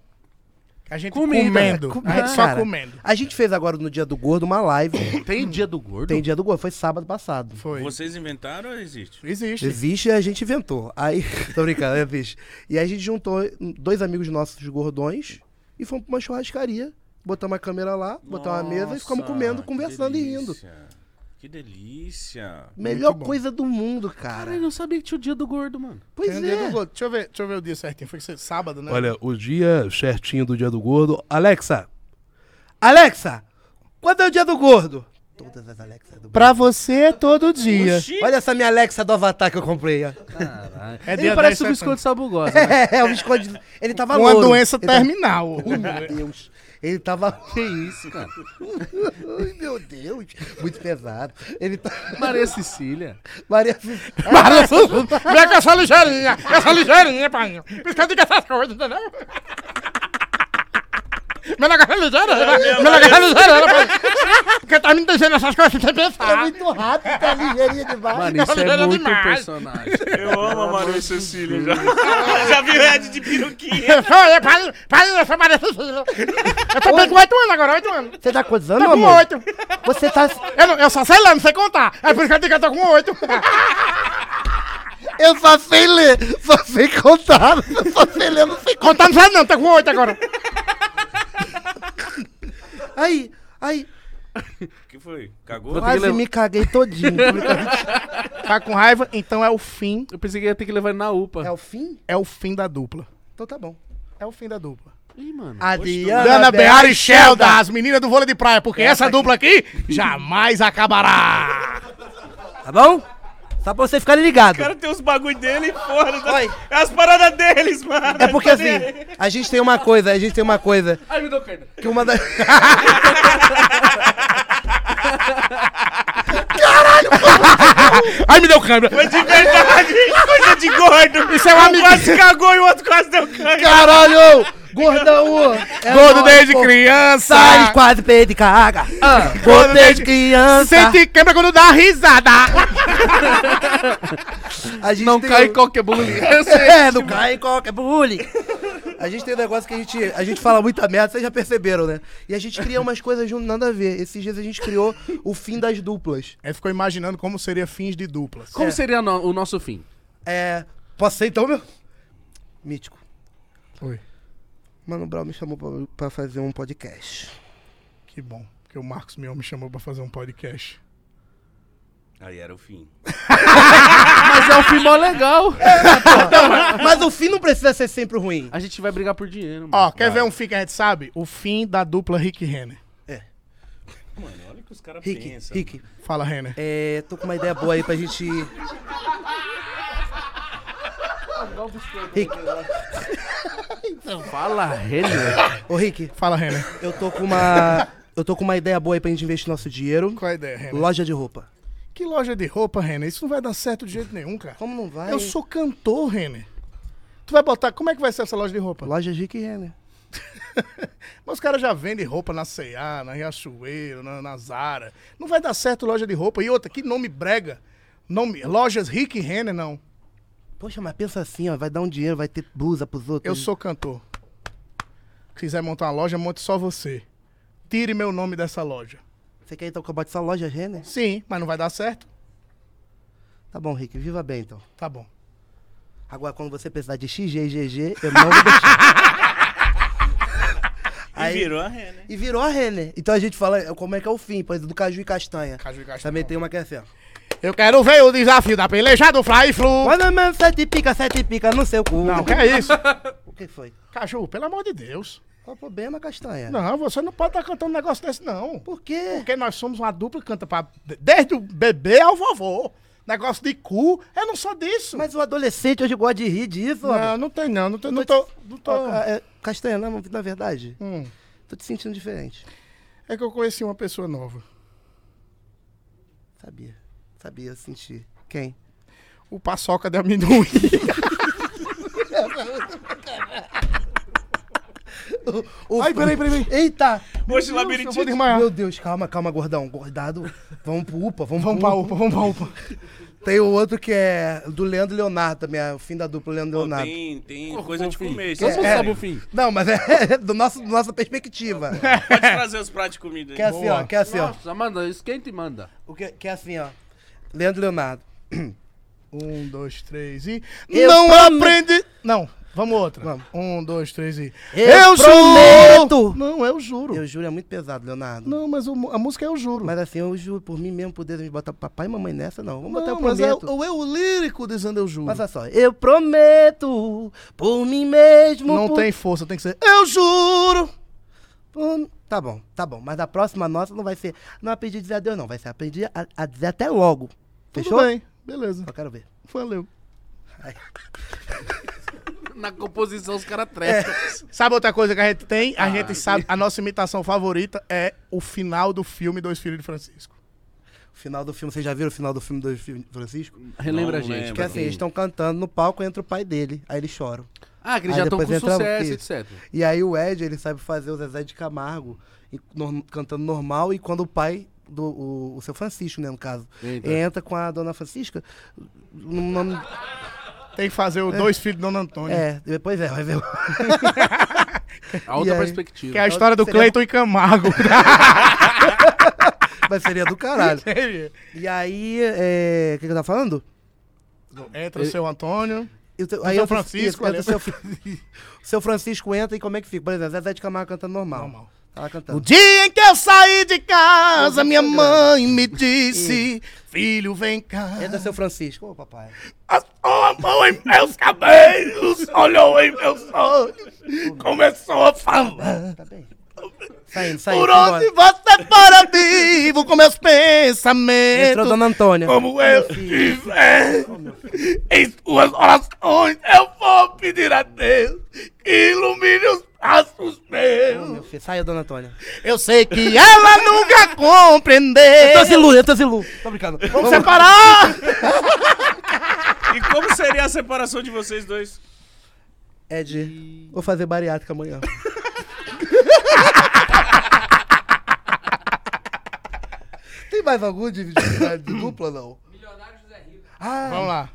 A gente Comida, comendo. com- a gente só cara. comendo. A gente fez agora no Dia do Gordo uma live. Tem dia do gordo? Tem Dia do Gordo, foi sábado passado. Foi. Vocês inventaram ou existe? Existe. Existe e a gente inventou. Aí, tô brincando, é bicho. E a gente juntou dois amigos nossos gordões e fomos pra uma churrascaria. Botamos a câmera lá, botamos uma mesa e ficamos Nossa, comendo, que conversando e indo. delícia. Que delícia. Melhor coisa do mundo, cara. Cara, eu não sabia que tinha o dia do gordo, mano. Pois Tem um dia do é. Gordo. Deixa eu ver, deixa eu ver o dia certinho. Foi que você- sábado, né? Olha, o dia certinho do dia do gordo. Alexa, Alexa, quando é o dia do gordo? Todas as Alexas do Pra você é todo dia. Olha essa minha Alexa do Avatar que eu comprei. ó. É Ele dia parece 10 um de biscoito sabugosa. né? É, é o Visconde. Ele tava setembro. Uma louro. doença Ele tava- terminal. Meu Deus. Ele tava. que isso, cara. Ai, meu Deus. Muito pesado. Ele tá. Maria Cecília. Maria Cecília. É Vem com essa ligeirinha. Essa ligeirinha, pai. Por isso que eu digo essas coisas, entendeu? Meu negócio é ligeira. Meu negócio é ligeira, pai. Porque tá me dizendo essas coisas sem É pensar. muito rápido, tá ligeirinha demais. Mano, isso é Ela é muito um demais. personagem. Eu amo a Maria Cecília já. já vi Red de peruquinha. Eu sou eu, pai. Pai, eu sou Maria Cecília. Eu tô bem com oito anos agora, oito anos. Você tá quantos anos, Tô com amor? oito. Você tá. Eu, não- eu só sei lá, não sei contar. É por isso que eu digo que eu tô com oito. Eu só sei ler, só sei contar, eu só sei ler, eu não sei Contar não sei não, tô com oito agora. Aí, aí, O que foi? Cagou? Vou ter que quase levar- me caguei todinho. Tá com raiva, então é o fim. Eu pensei que ia ter que levar ele na UPA. é o fim? É o fim da dupla. Então tá bom. É o fim da dupla. Ih, mano. Adriana Beara Dana Beara e Shelda, as meninas do vôlei de praia, porque essa dupla aqui jamais acabará. Tá bom? Só pra vocês ficarem ligados. cara tem os bagulho dele e fora. Tá... É as paradas deles, mano. Tá É porque assim, a gente tem uma coisa, a gente tem uma coisa. Ai, me deu carta. Que uma das. Ai, me deu câmera. Mas de verdade, coisa de gordo. Isso é um quase cagou e o outro quase deu cãibra. Caralho! Gordão! É Gordo nóis, desde pô. criança. Sai quase peito e caga! Ah. Gordo desde criança! Sente câmera quando dá risada. A gente Não tem- um- cai em qualquer bullying. É, não cai em qualquer bullying. A gente tem um negócio que a gente, a gente fala muita merda, vocês já perceberam, né? E a gente cria umas coisas junto, nada a ver. Esses dias a gente criou o fim das duplas. Ele ficou imaginando como seria fins de duplas. Como seria no- o nosso fim? É. Posso ser então, meu? Mítico. Oi. Mano Brown me chamou pra, pra fazer um podcast. Que bom. Porque o Marcos Mion me chamou pra fazer um podcast. Aí era o fim. Mas é um fim mó legal. Mas o fim não precisa ser sempre ruim. A gente vai brigar por dinheiro, mano. Ó, quer ver um fim que a gente sabe? O fim da dupla Rick e Renner. Mano, olha o que os caras Rick, pensam. Rick, Fala, Renner. é, tô com uma ideia boa aí pra gente. Rick, Fala, Renner. ô Rick, Fala, Renner. eu tô com uma. Eu tô com uma ideia boa aí pra gente investir nosso dinheiro. Qual a ideia, Renner? Loja de roupa. Que loja de roupa, Renner? Isso não vai dar certo de jeito nenhum, cara. Como não vai? Eu sou cantor, Renner. Tu vai botar... Como é que vai ser essa loja de roupa? Loja Rick Renner. Mas os caras já vendem roupa na C&A, na Riachuelo, na, na Zara. Não vai dar certo loja de roupa. E outra, que nome brega. Nome, lojas Rick e Renner, não. Poxa, mas pensa assim, ó. Vai dar um dinheiro, vai ter blusa pros Eu outros. sou cantor. Quiser montar uma loja, monte só você. Tire meu nome dessa loja. Você quer então que eu bote essa loja Renner? Sim, mas não vai dar certo? Tá bom, Rick, viva bem então. Tá bom. Agora, quando você precisar de XGGG, eu não vou deixar. E virou a ré, né? E virou a Renner. Então a gente fala é, como é que é o fim, por exemplo, do Caju e Castanha. Caju e castanha. Também tem uma que é assim, ó. Eu quero ver o desafio da peleja do Fly Flu. Olha, mano, é sete pica, sete pica no seu cu. Não, que é isso? O que foi? Caju, pelo amor de Deus. Qual o problema, Castanha? Não, você não pode estar cantando um negócio desse, não. Por quê? Porque nós somos uma dupla que canta pra, desde o bebê ao vovô. Negócio de cu, eu não sou disso. Mas o adolescente hoje gosta de rir disso, não, ó. não tem não, não, tem, não tô... Não tô... Ó, ca- é, Castanha, não, na verdade, Hum, tô te sentindo diferente. é que eu conheci uma pessoa nova. Sabia. Sabia, eu senti. Quem? O paçoca de amendoim. Ai, peraí, peraí, peraí. Eita! Hoje Eu labirintite. vou desmaiar. Meu Deus, calma, calma, gordão. Gordado, vamos pro UPA, vamos, Vamos pro pra UPA. UPA, vamos pra UPA. Tem o outro que é do Leandro Leonardo também, é o fim da dupla Leandro Pô, Leonardo. tem tem coisa de fim? comer. é Você Todo mundo pode sabe o fim. Não, mas é do nosso, da nossa perspectiva. trazer os pratos de comida. aí. Que é assim, ó, que é assim, ó. Nossa, manda, esquenta e manda. O que, que é assim, ó. Leandro Leonardo. Um, dois, três e... Eu não prometo- aprende... Não, vamos outra. Vamos. Um, dois, três e... Eu prometo! Não, eu juro. Eu juro, é muito pesado, Leonardo. Não, mas o mu- a música eu juro. Mas assim, eu juro, por mim mesmo, por Deus, me botar papai e mamãe nessa, não. Vamos botar Não, eu mas é o prometo. o eu lírico dizendo eu juro. Mas olha só, eu prometo por mim mesmo. Não por... tem força, tem que ser. Eu juro! por- Tá bom, tá bom. Mas a próxima nossa não vai ser. Não aprendi a dizer adeus, não. Vai ser aprendi a, a dizer até logo. Fechou? Tudo bem, beleza. Eu quero ver. Valeu. Na composição os caras tretam. Sabe outra coisa que a gente tem? Ah, A gente sabe, a nossa imitação favorita é o final do filme Dois Filhos de Francisco. O final do filme, vocês já viram o final do filme do Fi- Francisco? Relembra a Não gente. lembro. Que assim, eles estão cantando no palco, entra o pai dele. Aí eles choram. Ah, que eles Aí já estão com depois entra- sucesso, isso. etc. E aí o Ed, ele sabe fazer o Zezé de Camargo e nor- cantando normal. E quando o pai, do, o, o seu Francisco, né, no caso, Eita. entra com a dona Francisca, no nome. Tem que fazer o Dois Filhos de Dona Antônia. É, depois é, vai ver. A outra aí? perspectiva. Que é a história do Seria- Cleiton e Camargo. Tá? Mas seria do caralho. Entra E aí, é, o que, que eu tava falando? É. o seu Antônio. Eu te- seu eu- Francisco, isso, ali. entra o seu, o seu Francisco entra e como é que fica? Por exemplo, Zezé de Camargo cantando normal. Normal. Tá lá O cantando. dia em que eu saí de casa, minha mãe me Hum. disse: Filho, vem cá. Entra É seu Francisco. Ô, papai. Oh, Passou a mão em meus cabelos, olhou em meus olhos, começou a falar. Tá bem? Saindo, saindo. Por simbora. onde você para vivo com meus pensamentos. Entrou Dona Antônia. Como eu assim? tiver em suas orações, eu vou pedir a Deus que ilumine os passos meus. Meu filho, saiu, Dona Antônia. Eu sei que ela nunca compreendeu. Eu tô Zilu, eu tô Zilu. Tô brincando. Vamos separar! E como seria a separação de vocês dois? Ed, vou fazer bariátrica amanhã. Tem mais algum de, de, de, dupla, não? Vamos lá.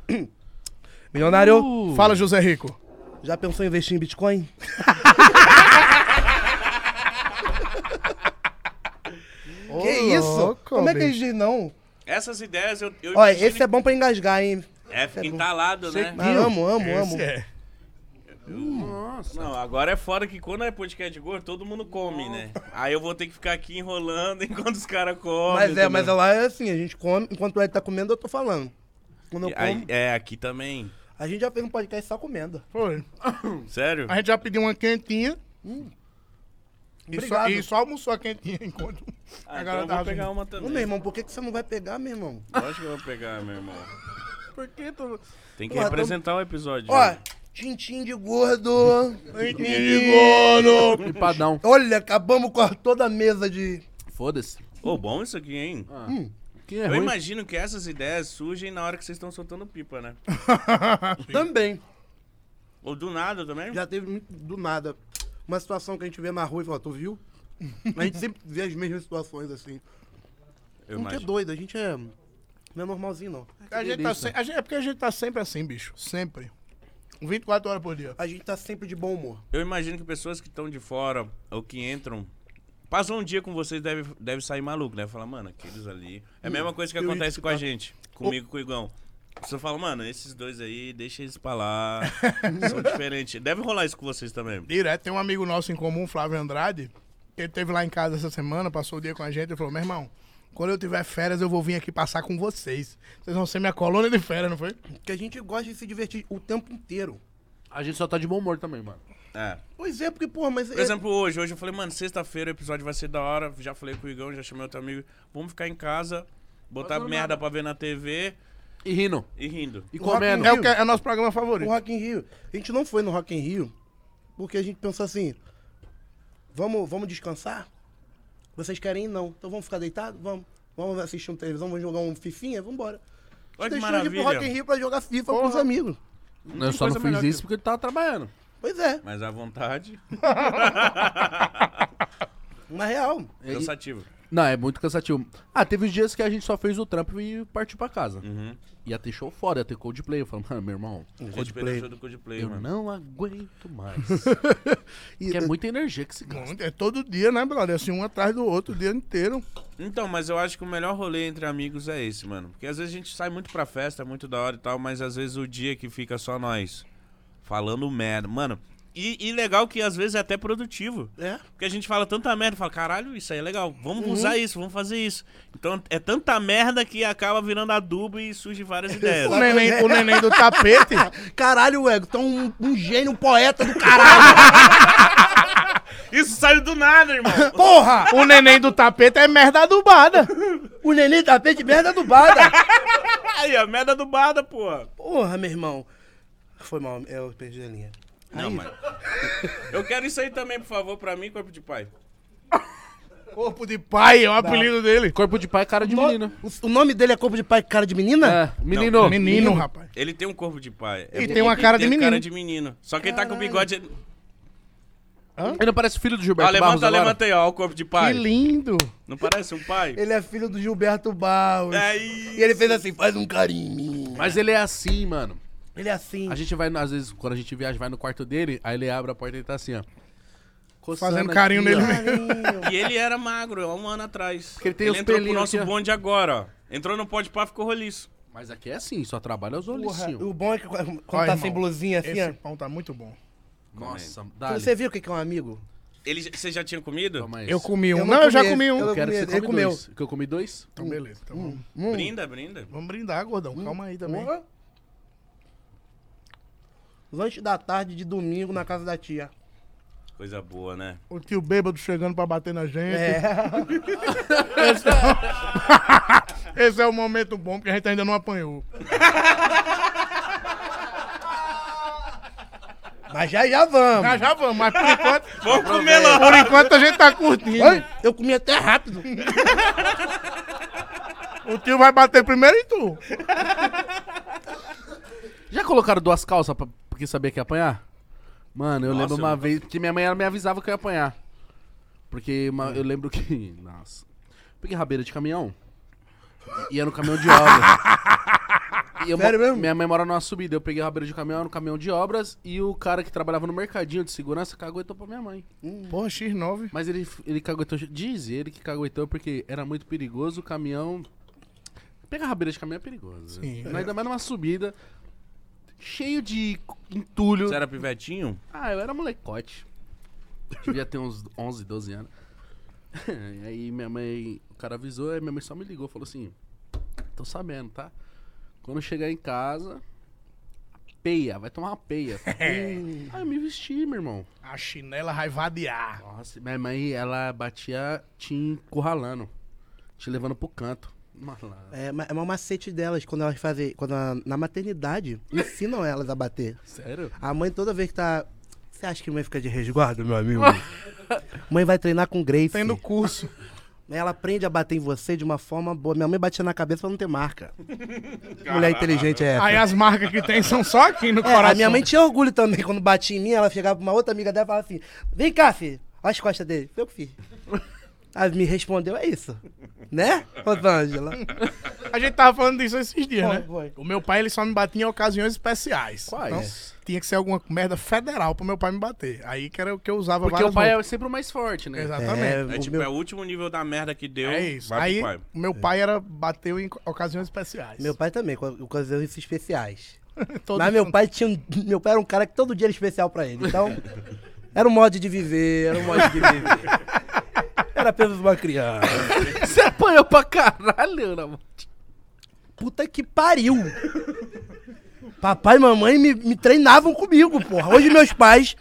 Milionário, Fala, José Rico. já pensou em investir em Bitcoin? que isso? louco, Como é que a bicho. gente diz não? Essas ideias eu. eu Olha, imagino esse é bom pra engasgar, hein? que- É, fica entalado, né? Ah, amo, amo, amo. é. Não, agora é fora que quando é podcast de gordo, todo mundo come, né? Aí eu vou ter que ficar aqui enrolando enquanto os caras comem. Mas é, entendeu? mas lá é assim, a gente come, enquanto o Ed tá comendo, eu tô falando. Quando eu Aí- como, é, aqui também. a gente já fez um podcast só comendo. Foi. Sério? A gente já pediu uma quentinha. E, só, Obrigado. e só almoçou a quentinha enquanto. Ah, então Agora eu tá vou pegar vindo. uma Ô, meu também. irmão, por que, que você não vai pegar, meu irmão? Lógico que eu vou pegar, meu irmão. Por que tu... Tem que Porra, representar o episódio. Ó, né? tintim de gordo. Empadão. Olha, acabamos com a- toda a mesa de... Foda-se. Ô, bom isso aqui, hein? Ah. Quem é eu ruim? imagino que essas ideias surgem na hora que vocês estão soltando pipa, né? Também. Ou do nada também. Já teve muito do nada uma situação que a gente vê na rua e fala, tu viu? A gente sempre vê as mesmas situações assim. Eu A gente é imagino. doido, a gente é. Não é normalzinho, não. A gente tá sem- a gente- é porque a gente tá sempre assim, bicho. Sempre. 24 horas por dia. A gente tá sempre de bom humor. Eu imagino que pessoas que estão de fora ou que entram. Passam um dia com vocês, deve, deve sair maluco, né? Falar, mano, aqueles ali. Hum, É a mesma coisa que acontece com a gente, comigo e com o Igão. Você fala, mano, esses dois aí, deixa eles pra lá. são diferentes. Deve rolar isso com vocês também. Direto, tem um amigo nosso em comum, Flávio Andrade, que ele teve lá em casa essa semana, passou o dia com a gente e falou: meu irmão, quando eu tiver férias, eu vou vir aqui passar com vocês. Vocês vão ser minha colônia de férias, não foi? Porque a gente gosta de se divertir o tempo inteiro. A gente só tá de bom humor também, mano. É. Pois é, porque, porra, mas. Por é- exemplo, hoje, hoje eu falei, mano, sexta-feira o episódio vai ser da hora. Já falei com o Igão, já chamei outro amigo. Vamos ficar em casa, botar merda pra ver na TV E rindo. e rindo. E Rock in comendo. É o, que- é o nosso programa o favorito. Rock in Rio. A gente não foi no Rock in Rio porque a gente pensou assim: vamos, vamos descansar? Vocês querem ir? Não. Então vamos ficar deitados? Vamos. Vamos assistir um televisão, vamos jogar um fifinha? Vambora. Olha que Deixou ir pro maravilha. Rock in Rio pra jogar FIFA com os amigos. eu só não coisa fiz melhor que- isso porque ele tava trabalhando. Pois é, Mas à vontade, uma real. cansativo. Não, é muito cansativo. Ah, teve os dias que a gente só fez o trampo e partiu pra casa. Uhum. Ia ter show fora, ia ter Coldplay. Eu falei, mano, meu irmão, A gente perdeu o show do Coldplay, eu mano. não aguento mais. que é muita energia que se gasta. Muito, É todo dia, né, brother? Assim, um atrás do outro, o dia inteiro. Então, mas eu acho que o melhor rolê entre amigos é esse, mano. Porque às vezes a gente sai muito pra festa, é muito da hora e tal, mas às vezes o dia que fica só nós falando merda. Mano, e, e legal que às vezes é até produtivo. É. Porque a gente fala tanta merda, fala, caralho, isso aí é legal, vamos usar isso, vamos fazer isso. Então é tanta merda que acaba virando adubo e surge várias ideias. O neném, o neném do tapete. Caralho, Ego, tá um, um gênio, um poeta do caralho. Isso saiu do nada, irmão. Porra! O neném do tapete é merda adubada. O neném tá pé de merda do Bada. aí, a merda do Bada, porra. Porra, meu irmão. Foi mal, eu perdi a linha. Não, mano. Eu quero isso aí também, por favor, pra mim, corpo de pai. Corpo de pai é o apelido dele. Corpo de pai, é cara de menino. O, o nome dele é Corpo de Pai Cara de Menina? É, menino. Menino, rapaz. Ele tem um corpo de pai. E tem uma cara de tem menino. cara de menino. Só que ele tá com o bigode. Ele não parece filho do Ó, Gilberto Barros Ah, levanta, agora? levanta aí, ó, o corpo de Que pai. lindo. Não parece um pai? É, Ele é filho do Gilberto Barros. Aí. E ele fez assim, faz um carinho em mim. Mas ele é assim, mano. Ele é assim. A gente vai, às vezes, quando a gente viaja, vai no quarto dele, aí ele abre a porta e ele tá assim, ó. coçando Fazendo carinho aqui, nele ó. mesmo. E ele era magro há um ano atrás. Porque ele tem os entrou pro pelinhos nosso aqui, ó. bonde agora, ó. Entrou no pode pá, ficou roliço. Mas aqui é assim, só trabalha os olhinhos. O bom é que quando Ó, tá irmão, sem blusinha assim, Esse ó. pão tá muito bom. Nossa, Então dá Você viu o que que é um amigo? Ele, você já tinha comido? Toma esse. Eu comi um. Eu não, não eu já comi comi esse. um. Eu- Eu quero que ele você come comeu. dois. Que eu comi dois? Então, beleza. Então, vamos- Brinda, brinda. Vamos brindar, gordão. Calma aí também. Lanche da tarde de domingo na casa da tia. Coisa boa, né? O tio bêbado chegando pra bater na gente. É. Esse, é... Esse é o momento bom, porque a gente ainda não apanhou. Mas já já vamos. Já já vamos, mas por enquanto, Vamos comer lá. por enquanto a gente tá curtindo. Oi, eu comi até rápido. O tio vai bater primeiro em tu. Já colocaram duas calças pra, porque sabia que ia apanhar? Mano, eu lembro eu uma nunca vez que minha mãe ela me avisava que eu ia apanhar. Porque uma- eu lembro que. Nossa. Peguei rabeira de caminhão. E Ia no caminhão de obras. E eu mo- Sério mesmo? Minha mãe mora numa subida. Eu peguei rabeira de caminhão no caminhão de obras. E o cara que trabalhava no mercadinho de segurança caguetou pra minha mãe. Porra, X9. Mas ele, ele caguetou. Diz ele que caguetou porque era muito perigoso o caminhão. Pegar rabeira de caminhão é perigoso. Sim. Ainda mais numa subida. Cheio de entulho. Você era pivetinho? Ah, eu era molecote. Devia ter uns 11, 12 anos. E aí minha mãe, o cara avisou, aí minha mãe só me ligou, falou assim: "Tô sabendo, tá? Quando eu chegar em casa, peia, vai tomar uma peia". Hum. aí eu me vesti, meu irmão. A chinela vai vadiar. Nossa, minha mãe, ela batia te encurralando, te levando pro canto. Malandro. É, ma- é um macete delas quando elas fazem. Quando a- na maternidade ensinam elas a bater. Sério? A mãe toda vez que tá. Você acha que mãe fica de resguardo, meu amigo? mãe vai treinar com Grace. Tá Tem no curso. Ela aprende a bater em você de uma forma boa. Minha mãe batia na cabeça pra não ter marca. Mulher inteligente é essa. Aí as marcas que tem são só aqui no É, coração. a minha mãe tinha orgulho também. Quando batia em mim, ela chegava pra uma outra amiga dela e falava assim: Vem cá, filho. Olha as costas dele. Foi o que fiz. Ela me respondeu: É isso. Né, Rosângela? A gente tava falando disso esses dias, Foi, né? foi. O meu pai, ele só me batia em ocasiões especiais. Quais? Então, tinha que ser alguma merda federal pro meu pai me bater. Aí que era o que eu usava Porque o pai roupas. é sempre o mais forte, né? Exatamente. o É tipo, meu- é o último nível da merda que deu. É, isso. vai pro Aí, pai. o meu pai era bateu em ocasiões especiais. É. Meu pai também, com ocasiões especiais. Todo Mas meu pai tinha um, meu pai era um cara que todo dia era especial pra ele. Então, era um modo de viver, era um modo de viver. Era apenas uma criança. Você apanhou pra caralho, né, na mão. Puta que pariu. Papai e mamãe me, me treinavam comigo, porra. Hoje meus pais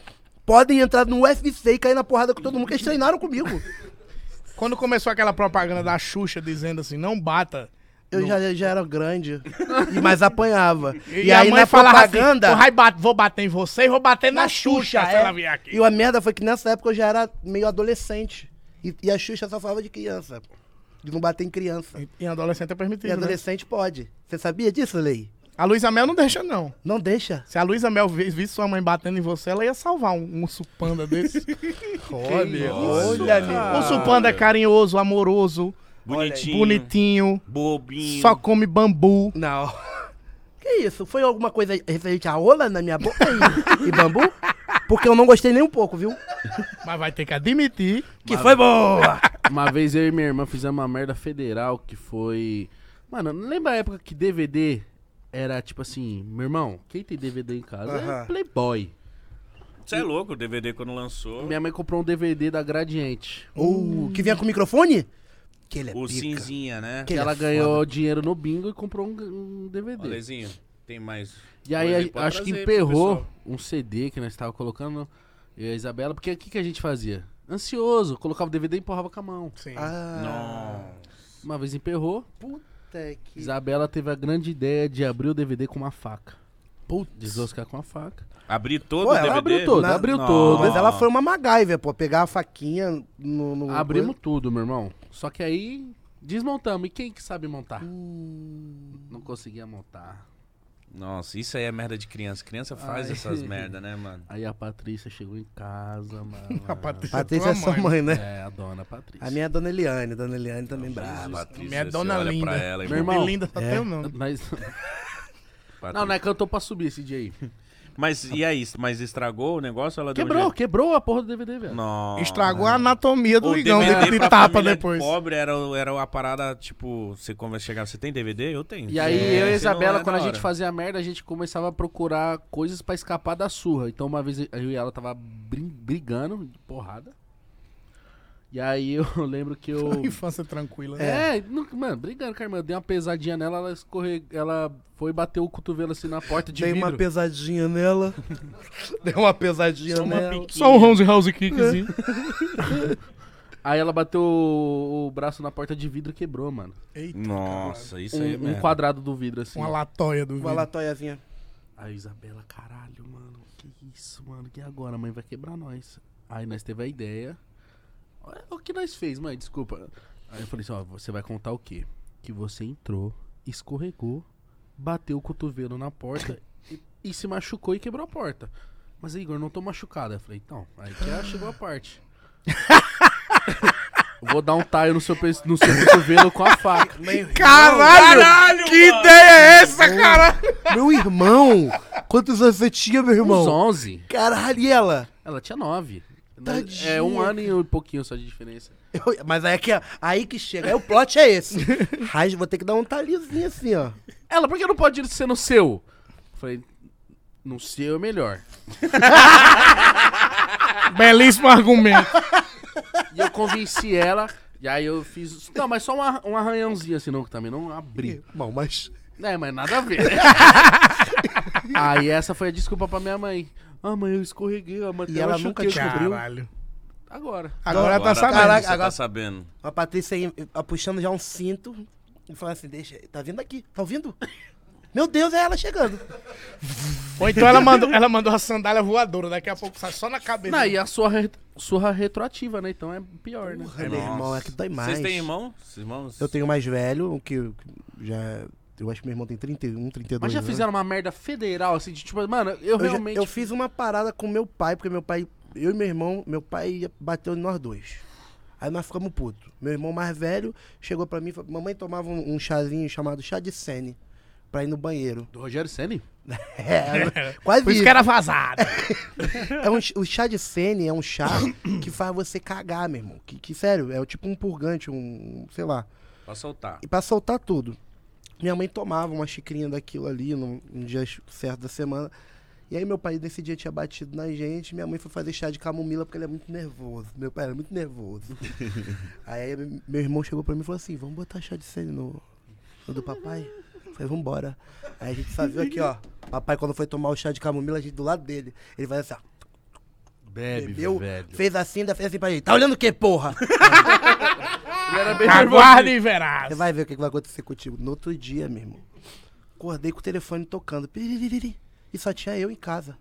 podem entrar no UFC e cair na porrada com todo mundo que eles treinaram comigo. Quando começou aquela propaganda da Xuxa dizendo assim, não bata. Eu já, já era grande, e- mas apanhava. E, a aí mãe na falava assim, propaganda... "Ô, vai bat- vou bater em você e vou bater na, Xuxa, se é. ela vier aqui. E a merda foi que nessa época eu já era meio adolescente. E, e a Xuxa só falava de criança. De não bater em criança. Em adolescente é E permitido, né? adolescente pode. Você sabia disso, Lei? A Luísa Mel não deixa, não. Não deixa. Se a Luísa Mel vi- visse sua mãe batendo em você, ela ia salvar um urso panda desse. Olha, Um urso panda carinhoso, amoroso, Bonitinho. bonitinho, Bobinho. só come bambu. Não. Que isso? Foi alguma coisa referente a rola na minha boca e, e bambu? Porque eu não gostei nem um pouco, viu? Mas vai ter que admitir. Que foi boa! Uma vez eu e minha irmã fizemos uma merda federal que foi. Mano, lembra a época que DVD era tipo assim, meu irmão, quem tem DVD em casa é Aham. Playboy. Você é louco, o DVD quando lançou. Minha mãe comprou um DVD da Gradiente. Uh, que vinha com o microfone? Que ele é O pica. cinzinha, né? Que Que ele ela é ganhou foda. dinheiro no bingo e comprou um, um DVD. Olezinho, tem mais. E aí coisa a- pra acho que trazer pro emperrou pessoal. um CD que nós estávamos colocando, eu e a Isabela, porque o que, que a gente fazia? Ansioso, colocava o DVD e empurrava com a mão. Sim. Ah, Uma vez emperrou, puta que... Isabela teve a grande ideia de abrir o DVD com uma faca. Putz. Desroscar com a faca. Abri todo Pô, o ela DVD. abriu todo, Na- abriu Não. todo. Mas ela foi uma MacGyver, pô. Pegar a faquinha no... no Abrimos tudo, meu irmão. Só que aí desmontamos. E quem que sabe montar? Não conseguia montar. Nossa, isso aí é merda de criança. Criança faz Ai. essas merda, né, mano? Aí a Patrícia chegou em casa, mano. A Patrícia, Patrícia é tua sua mãe, né? É, a dona Patrícia. A minha é a Dona Eliane. Dona Eliane também brava. Patrícia, Minha você dona olha linda. Pra ela, Meu irmão. irmão. Que linda, tá só tem o nome. Mas... Patrícia. Não, né? Cantou pra subir esse dia aí. Mas e aí? Mas estragou o negócio? Ela deu um Quebrou, jeito? quebrou a porra do DVD, velho. Não. Estragou né? a anatomia do O ligão de, DVD de pra tapa família depois. pobre era, o- era a parada, tipo, você conversa, chegava, você tem DVD? Eu tenho. E aí, É, eu e a se não Isabela, é quando da a gente hora. fazia merda, a gente começava a procurar coisas pra escapar da surra. Então, uma vez eu e ela tava brin- brigando, de porrada. E E aí eu lembro que eu. um Infância tranquila, né? É, não- mano, brigando com a irmã. Eu dei uma pesadinha nela, ela escorre... Ela foi bater o cotovelo assim na porta de Dei vidro. uma pesadinha nela. Dei uma pesadinha nela. Só um House House É. Kickzinho. Aí ela bateu o, o braço na porta de vidro e quebrou, mano. Nossa, isso aí é Um, um merda. quadrado do vidro, assim. Uma latóia do Uma vídeo. latoiazinha. Aí Isabela, caralho, mano, que isso, mano, que agora? A mãe vai quebrar nós. Aí nós teve a ideia. Olha O que nós fez, mãe? Desculpa. Aí eu falei assim, ó, você vai contar o quê? Que você entrou, escorregou, bateu o cotovelo na porta e, e se machucou e quebrou a porta. Mas aí, Igor, não tô machucada. Eu falei, então, aí que ela chegou a parte. Eu Vou dar um taio no seu, pe- no seu cotovelo com a faca. Caralho! que ideia é essa, cara? Meu irmão! Quantos anos você tinha, meu Uns irmão? 11. Caralho, e ela? Ela tinha 9. É Tadinha, um ano e um pouquinho só de diferença. Eu- mas aí que, é aí que chega. Aí o plot é esse. Raiz, vou ter que dar um talhozinho assim, ó. Ela, por que não pode ser no seu? Eu Falei, no seu é melhor. Belíssimo argumento. E eu convenci ela, e aí eu fiz. Não, mas só um arra- um arranhãozinho assim, não, que também não abri. Bom, mas. É, mas nada a ver. né? aí essa foi a desculpa pra minha mãe. Ah, mãe, eu escorreguei, a E ela nunca descobriu? Caralho. Agora. Agora, tá sabendo. Caraca, Você tá agora- sabendo. A Patrícia aí ó, puxando já um cinto e falando assim: deixa, tá vindo aqui, tá ouvindo? Meu Deus, é ela chegando. Ou então ela mandou, ela mandou a sandália voadora, daqui a pouco sai só na cabeça. Não, e a surra, re- surra retroativa, né? Então é pior, né? Ai, meu irmão, é que dói mais. Vocês têm irmão? Vocês irmãos? Eu tenho o mais velho, o que que já. Eu acho que meu irmão tem 31, 32 Mas já anos. fizeram uma merda federal, assim, de tipo, mano, eu Eu, já- realmente. eu fiz uma parada com meu pai, porque meu pai, eu e meu irmão, meu pai bateu em nós dois. Aí nós ficamos putos. Meu irmão mais velho chegou pra mim e falou: Mamãe tomava um, um chazinho chamado chá de sene pra ir no banheiro. Do Rogério Senni? É, quase Por isso isso. que era vazado. É um ch- o chá de sene é um chá que faz você cagar, meu irmão. Que, que, sério, é tipo um purgante, um. sei lá. Pra soltar. E pra soltar tudo. Minha mãe tomava uma xicrinha daquilo ali num, num dia certo da semana. E aí meu pai nesse dia tinha batido na gente, minha mãe foi fazer chá de camomila porque ele é muito nervoso. Meu pai era muito nervoso. aí me- meu irmão chegou pra mim e falou assim, vamos botar chá de sene no, no do papai? Eu falei, vambora. Aí a gente só viu aqui, ó. Papai, quando foi tomar o chá de camomila, a gente do lado dele. Ele vai assim, ó. Bebe, Bebeu, fez assim, ainda fez assim pra ele. Tá olhando o que, porra? Aguarde e verás. Você vai ver o que que vai acontecer contigo. No outro dia, meu irmão, acordei com o telefone tocando. piriri, E só tinha eu em casa.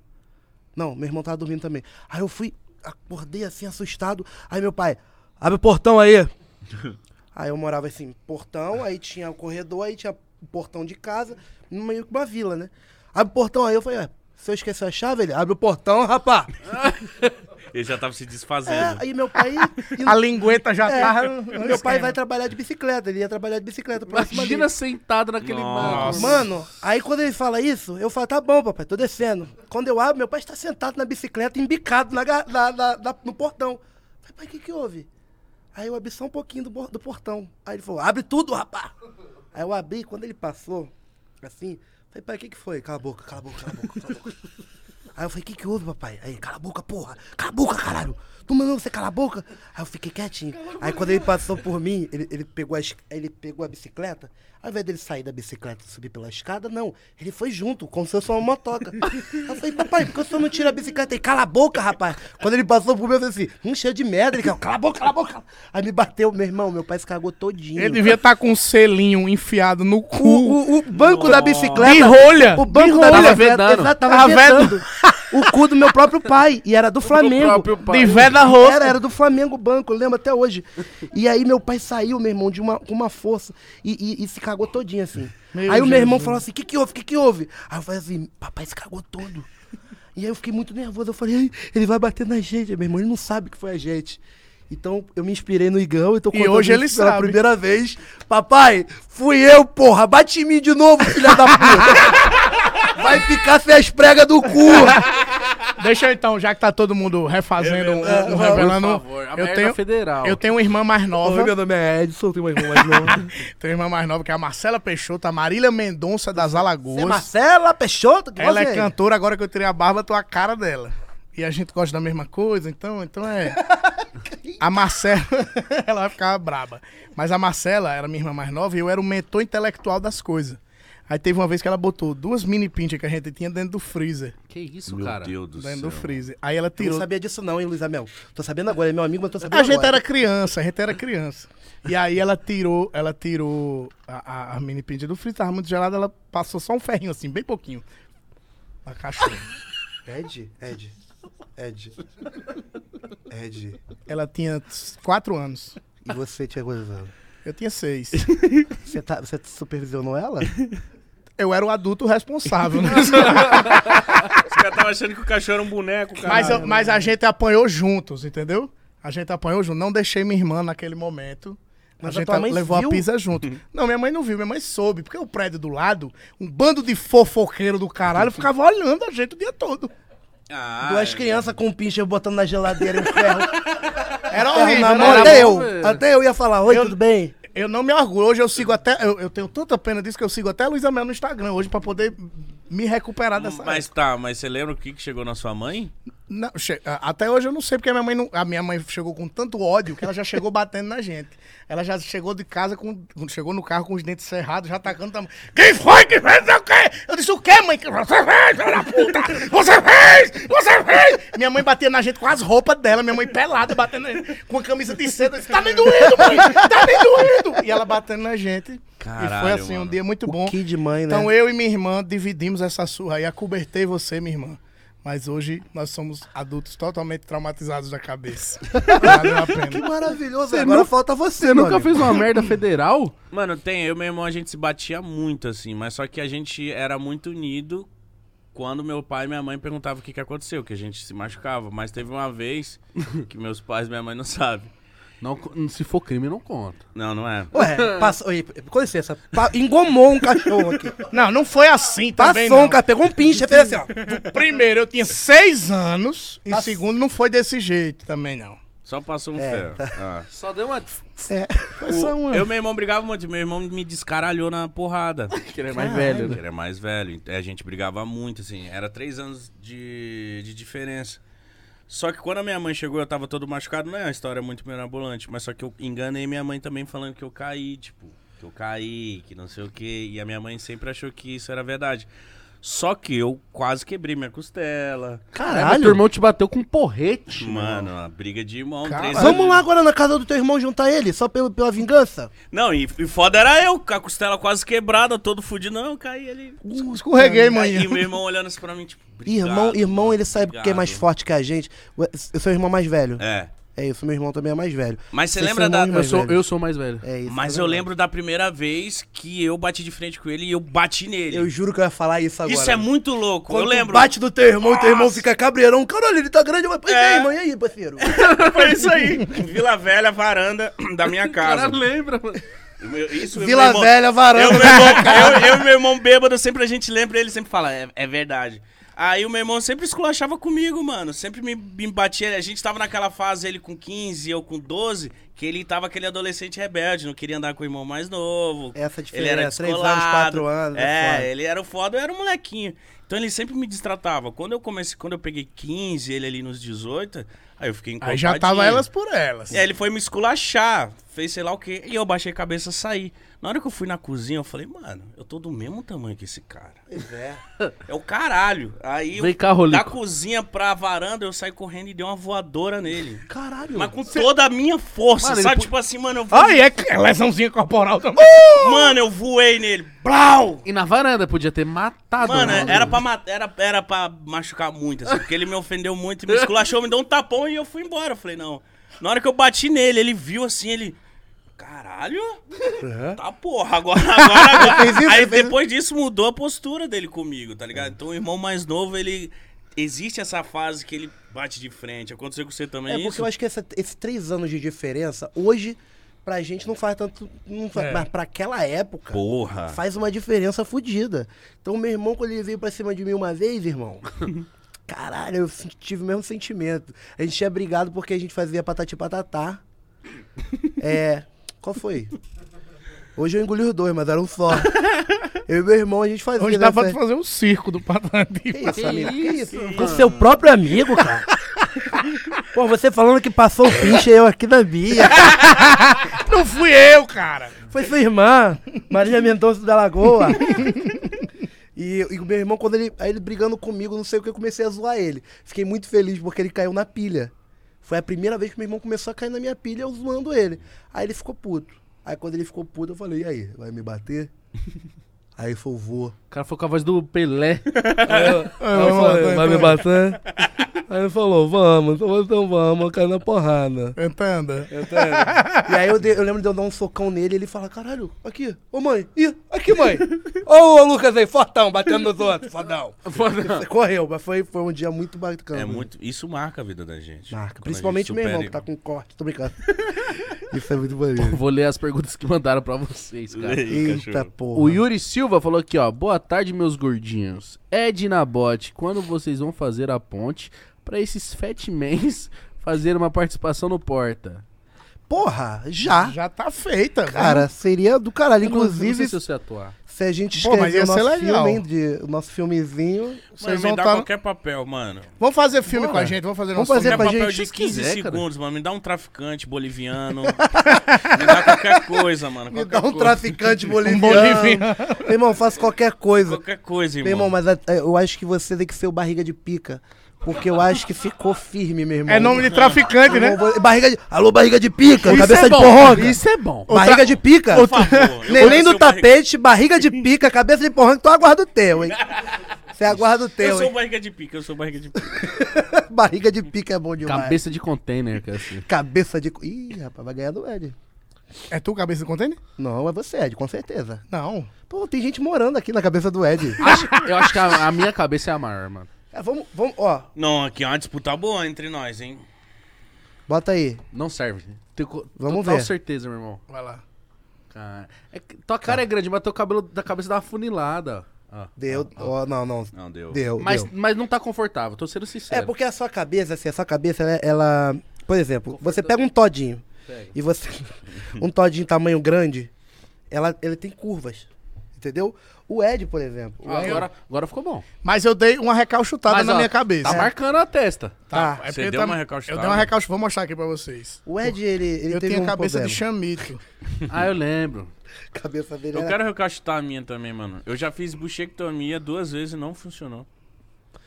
Não, meu irmão tava dormindo também. Aí eu fui, acordei assim, assustado. Aí meu pai, abre o portão aí. aí eu morava assim, portão, aí tinha o corredor, aí tinha o portão de casa, no meio que uma vila, né? Abre o portão aí, eu falei, ué, se eu esquecer a chave, ele abre o portão, rapá. Ele já tava se desfazendo. É, aí meu pai. A lingueta já É, tá. no meu pai esquema. vai trabalhar de bicicleta, ele ia trabalhar de bicicleta. próxima dele. Imagina sentado naquele Nossa. banco. Mano, aí quando ele fala isso, eu falo, tá bom, papai, tô descendo. Quando eu abro, meu pai está sentado na bicicleta, embicado na, ga- na- na- na- no portão. Eu falei, pai, o que que houve? Aí eu abri só um pouquinho do, bor- do portão. Aí ele falou, abre tudo, rapá! Aí eu abri, quando ele passou, assim, eu falei, pai, o que que foi? Cala a boca, cala a boca, cala a boca, cala a boca. Aí eu falei, o que que houve, papai? Aí, ele, cala a boca, porra! Cala a boca, caralho! Tu mandou você calar a boca? Aí eu fiquei quietinho. Aí quando ele passou por mim, ele, ele pegou a, es- ele pegou a bicicleta. Ao invés dele sair da bicicleta e subir pela escada, não. Ele foi junto, como se eu fosse uma motoca. Aí eu falei, papai, por que o senhor não tira a bicicleta? Ele, cala a boca, rapaz! Quando ele passou por mim, eu falei assim, hum, cheio de merda. Ele, falou, cala a boca, cala a boca! Aí me bateu, meu irmão, meu pai se cagou todinho. Ele devia estar com um selinho enfiado no cu. O, o- o banco da bicicleta. Hum. De rolha. O banco da Tava bicicleta. vedando. Exato, tava Tava vedando. O cu do meu próprio pai. E era do Flamengo. próprio pai. De vé na roça. Era, era do Flamengo o banco, eu lembro até hoje. E aí meu pai saiu, meu irmão, de uma, com uma força e, e- e se cagou todinho, assim. Meu aí o meu irmão Jesus. falou assim, o que que houve, o que que houve? Aí eu falei assim, papai se cagou todo. E aí eu fiquei muito nervoso, eu falei, "Ai, ele vai bater na gente, meu irmão, ele não sabe que foi a gente. Então eu me inspirei no Igão e tô contando hoje isso ele pela sabe. primeira vez. Papai, fui eu, porra, bate em mim de novo, filha da puta. Vai ficar sem as pregas do cu. É. Deixa eu então, já que tá todo mundo refazendo um, um revelando. Por favor, a eu merda tenho, federal. eu tenho uma irmã mais nova. Oi, meu nome é Edson, tenho uma irmã mais nova. Tenho uma irmã mais nova que é a Marcela Peixoto, a Marília Mendonça das Alagoas. Você é Marcela Peixoto? Que Ela voz é cantora, agora que eu tirei a barba, tô a cara dela. E a gente gosta da mesma coisa, então, então é. A Marcela, ela vai ficar braba. Mas a Marcela era minha irmã mais nova e eu era o mentor intelectual das coisas. Aí teve uma vez que ela botou duas mini pintas que a gente tinha dentro do freezer. Que isso, Meu cara? Deus do Dentro céu. do freezer. Aí ela Eu não tirou. sabia disso não, hein, Luiz Amel. Tô sabendo agora, é meu amigo, mas tô sabendo A gente agora. era criança, a gente era criança. E aí ela tirou, ela tirou a, a- a mini pinta do freezer, tava muito gelada, ela passou só um ferrinho assim, bem pouquinho. A cachorra. Ed, Ed, Ed, Ed. Ela tinha quatro anos. E você, Tiago Gonzalo? Eu tinha seis. Você, tá, você supervisionou ela? Eu era o adulto responsável. né? Os caras tava achando que o cachorro era um boneco, cara. mas, eu- mas a gente apanhou juntos, entendeu? A gente apanhou junto. Não deixei minha irmã naquele momento. Mas a a gente tua mãe levou viu? Uhum. a pizza junto. Não, minha mãe não viu, minha mãe soube. Porque o prédio do lado, um bando de fofoqueiro do caralho, ficava olhando a gente o dia todo. Ah, Duas crianças com um pincher botando na geladeira e um ferro. Era ferro horrível. na Era mão. Até bom. eu, até eu ia falar, oi, Eu- tudo bem? Eu não me orgulho. Hoje eu sigo até. Eu, eu tenho tanta pena disso que eu sigo até a Luísa Mel no Instagram hoje pra poder me recuperar dessa. Mas tá, mas você lembra o que que chegou na sua mãe? Não, che- a- até hoje eu não sei, porque a minha mãe não. A minha mãe chegou com tanto ódio que ela já chegou batendo na gente. Ela já chegou de casa com. Chegou no carro com os dentes cerrados, já tacando tam... Quem foi que fez o quê? Eu disse, o quê, mãe? Que Você fez, filha da puta! Você fez! Você fez! Minha mãe batia na gente com as roupas dela, minha mãe pelada, batendo na gente, com a camisa de seda. Eu disse, tá me doendo, mãe! Tá me doendo! E ela batendo na gente. e foi Caralho, assim, um mano. dia muito bom. Que de mãe, né? Então eu e minha irmã dividimos essa surra aí, acobertei você, minha irmã. Mas hoje nós somos adultos totalmente traumatizados da cabeça. Valeu a Que pena. maravilhoso, agora falta você, meu Nunca amigo. fez uma merda federal? Mano, tem, eu e meu irmão a gente se batia muito, assim, mas só que a gente era muito unido quando meu pai e minha mãe perguntavam o que, que aconteceu, que a gente se machucava. Mas teve uma vez que meus pais e minha mãe não sabem. Não, se for crime, não conta. Não, não é. Ué, passou, oi, com licença, pa- engomou um cachorro aqui. Não, não foi assim também. Passou um não. cara, pegou um pincher, fez assim, ó. Primeiro, eu tinha seis anos. E segundo, não foi desse jeito também, não. Só passou É. um ferro. Ah. Só deu uma. Foi só um Eu e meu irmão brigava muito, meu irmão me descaralhou na porrada. Que ele é mais velho, né? Ele é mais velho, ent- a gente brigava muito, assim, era três anos de, de diferença. Só que quando a minha mãe chegou, eu tava todo machucado, não é uma história muito mirabolante, mas só que eu enganei minha mãe também falando que eu caí, tipo, que eu caí, que não sei o quê, e a minha mãe sempre achou que isso era verdade. Só que eu quase quebrei minha costela. Caralho. Teu irmão te bateu com um porrete. Mano, a briga de irmão. três Vamos anos. lá agora na casa do teu irmão juntar ele, só pelo, pela vingança? Não, e, e foda era eu, com a costela quase quebrada, todo fudido. Não, eu caí ali. Uh, Escorreguei, Aí, mãe. e meu irmão olhando assim pra mim, tipo, obrigado, Irmão, irmão, ele sabe que é obrigado. mais forte que a gente. Ué, Eu sou o irmão mais velho. É. É isso, meu irmão também é mais velho. Mas você Vocês lembra são da. irmãos Eu mais sou, velho. eu sou mais velho. É isso. Mas é eu verdade. lembro da primeira vez que eu bati de frente com ele e eu bati nele. Eu juro que eu ia falar isso agora. Isso é muito louco. Quando eu tu lembro. bate do teu irmão, teu irmão fica cabreirão. Caralho, ele tá grande, mas... É. É. irmão, e aí, parceiro? Foi isso aí. Vila Velha, varanda da minha casa. lembra, mano. Meu- Isso, meu Vila irmão- Velha, Eu, varanda. meu irmão, eu, eu e meu irmão bêbado, sempre a gente lembra, ele sempre fala, é, é verdade. Aí o meu irmão sempre esculachava comigo, mano. Sempre me, me batia. A gente tava naquela fase, ele com 15, eu com 12, que ele tava aquele adolescente rebelde, não queria andar com o irmão mais novo. Essa Ele era diferença, três anos, descolado. quatro anos, é foda. É, ele era o foda, eu era um molequinho. Então ele sempre me destratava. Quando eu comecei, quando eu peguei 15, ele ali nos 18, aí eu fiquei encostadinho. Aí já tava elas por elas. E aí É, ele foi me esculachar, fez sei lá o quê, e eu baixei a cabeça e saí. Na hora que eu fui na cozinha, eu falei, mano, eu tô do mesmo tamanho que esse cara. É o caralho. Aí, Vem eu- cá, Rolico. da cozinha pra varanda, eu saí correndo e dei uma voadora nele. Caralho. Mas com toda a minha força, Mano, ele sabe? pu- Tipo assim, mano, eu voei. Ai, é, que- é lesãozinha corporal também. Mano, eu voei nele. Blau! E na varanda, podia ter matado. Mano, né? era pra, matar, era, era pra machucar muito, assim, porque ele me ofendeu muito e me esculachou, me deu um tapão e eu fui embora. Eu falei, não. Na hora que eu bati nele, ele viu assim, ele. Caralho? Tá porra, agora, agora, agora. Fez isso, Aí fez isso. depois disso mudou a postura dele comigo, tá ligado? Então o irmão mais novo, ele. Existe essa fase que ele bate de frente. Aconteceu com você também É isso? porque eu acho que essa- esses três anos de diferença, hoje, pra gente não faz tanto. Não faz, Mas pra aquela época, Porra. faz uma diferença fodida. Então, meu irmão, quando ele veio pra cima de mim uma vez, irmão. Caralho, eu senti- tive o mesmo sentimento. A gente tinha brigado porque a gente fazia patati e patatá. É. Qual foi? Hoje eu engoli os dois, mas era um só. Eu e meu irmão, a gente fazia. Hoje né, dá pra fe- tu fazer um circo do Que patati. isso, amigo? Que isso? isso, Com seu próprio amigo, cara. Pô, você falando que passou o pinche eu aqui na minha. Não fui eu, cara. Foi sua irmã, Maria Mendonça da Lagoa. E, e o meu irmão, quando ele. Aí ele brigando comigo, não sei o que, eu comecei a zoar ele. Fiquei muito feliz porque ele caiu na pilha. Foi a primeira vez que meu irmão começou a cair na minha pilha, eu zoando ele. Aí ele ficou puto. Aí quando ele ficou puto, eu falei, e aí, vai me bater? aí ele falou, vou. O cara foi com a voz do Pelé. Aí eu falei, É, vai me bater? Aí ele falou, vamos, então então vamos, cai na porrada. Entenda. E aí eu, dei- eu lembro de eu dar um socão nele e ele fala, caralho, aqui, ô mãe, ih, aqui mãe. Ô ô, Lucas aí, fortão, batendo nos outros, fodão. Correu, mas foi, foi um dia muito bacana. É muito, isso marca a vida da gente. Marca, Quando a principalmente gente meu irmão, que tá supera- com corte, tô brincando. Isso é muito maneiro. Vou ler as perguntas que mandaram pra vocês, cara. Ei, Eita cachorro. porra. O Yuri Silva falou aqui, ó. Boa tarde, meus gordinhos. Ed Nabote, quando vocês vão fazer a ponte pra esses fatmans fazer uma participação no Porta? Porra, já. Já tá feita, cara. Cara, seria do caralho. Eu não- Inclusive, Não sei se eu sei atuar. se a gente Pô, mas escrever o ia ser nosso legal. filme, hein, de, o nosso filmezinho... Vocês Mano, vão me dá tá- qualquer papel, mano. Vamos fazer filme Bora. com a gente, vamos fazer Vamos nosso fazer filme. Qualquer pra papel gente de se 15 quiser, cara. segundos, mano. Me dá um traficante boliviano. me dá qualquer coisa, mano. Me Qualquer dá um coisa. traficante boliviano. boliviano. Meu irmão, faço qualquer coisa. Qualquer coisa, Meu irmão, irmão. mas a- a- eu acho que você tem que ser o barriga de pica. Porque eu acho que ficou firme, meu irmão. É nome de traficante, né? Eu vou- Barriga de... Alô, barriga de pica, Isso cabeça é de bom, porronga. Isso é bom. Barriga de pica. favor, eu Neném vou ser do o barriga- tapete, barriga de pica, cabeça de porranga, então aguarda o teu, hein? Você aguarda o Eu teu, sou hein? barriga de pica, eu sou barriga de pica. Barriga de pica é bom demais. Cabeça, Cabeça de container, cara. assim. de... co- Ih, rapaz, vai ganhar do Ed. É tu, cabeça do contêiner? Não, é você, Ed, com certeza. Não. Pô, tem gente morando aqui na cabeça do Ed. Acho- eu acho que a, a minha cabeça é a maior, mano. É, vamos, vamos, ó, Não, aqui é uma disputa boa entre nós, hein? bota aí. Não serve. Tenho co- Vamos total ver. certeza, meu irmão. Vai lá. Cara, é que tua cara é grande, mas teu cabelo da cabeça dá uma funilada. ó. Deu, Tá. ó, não, não, Não, deu. deu, Mas, deu. mas não tá confortável, tô sendo É sincero. porque a sua cabeça, assim, a sua cabeça, ela, ela- por exemplo, você pega um todinho e você um todinho tamanho grande, ela ele tem curvas, entendeu? O Ed, por exemplo, o Ah, Ed- agora, agora ficou bom. Mas eu dei uma recalchutada Mas, na ó, minha cabeça. É, Tá marcando a testa. Tá, Você porque deu uma recalchutada? Eu dei uma recalchutada, vou mostrar aqui pra vocês. o Ed ele ele eu teve tenho um a cabeça problema. de chamito. Ah, eu lembro. A cabeça dele Eu era- quero recachutar a minha também, mano. Eu já fiz buchectomia duas vezes e não funcionou.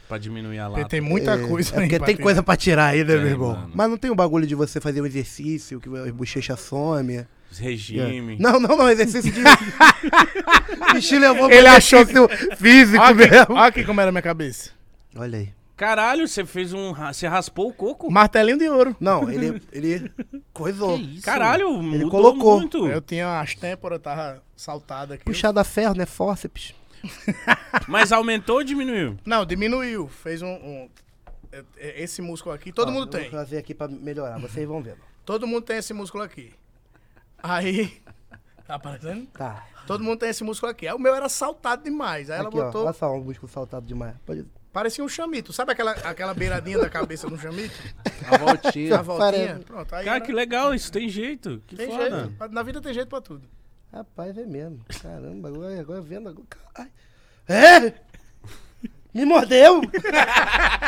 Pra diminuir a Porque lata. tem muita é, é coisa aí porque pra tem ter. coisa pra tirar aí, né, meu Tem, irmão? mano. Mas não tem o bagulho de você fazer um exercício, que a bochecha some. Regime. É. Não, não, não, exercício de. Bicho levou pra Ele achou que... exercício físico Olha aqui, mesmo. olha aqui como era a minha cabeça. Olha aí. Caralho, você fez um. ra- Você raspou o coco? Martelinho de ouro. Não, ele. ele coisou. Caralho, mudou colocou. muito. Eu tinha as têmporas, tava saltada aqui. Puxada a ferro, né? Fórceps. Mas aumentou ou diminuiu? Não, diminuiu. Fez um... um- é- é- Esse músculo aqui, todo Ó, mundo eu tem. Vou fazer aqui pra melhorar, vocês vão ver. Todo mundo tem esse músculo aqui. Aí... Tá aparecendo? Tá. Todo mundo tem esse músculo aqui. Aí o meu era saltado demais. Aí ela aqui, ó. botou... Olha só, um músculo saltado demais. Pode... Parecia um chamito. Sabe aquela, aquela beiradinha da cabeça do chamito? A voltinha. A voltinha? Parece. Pronto, aí Cara, era- que legal, isso tem jeito. Que Tem foda. jeito. Na vida tem jeito pra tudo. Rapaz, é mesmo. Caramba, agora, agora vendo. Agora... Caralho. É! Me mordeu!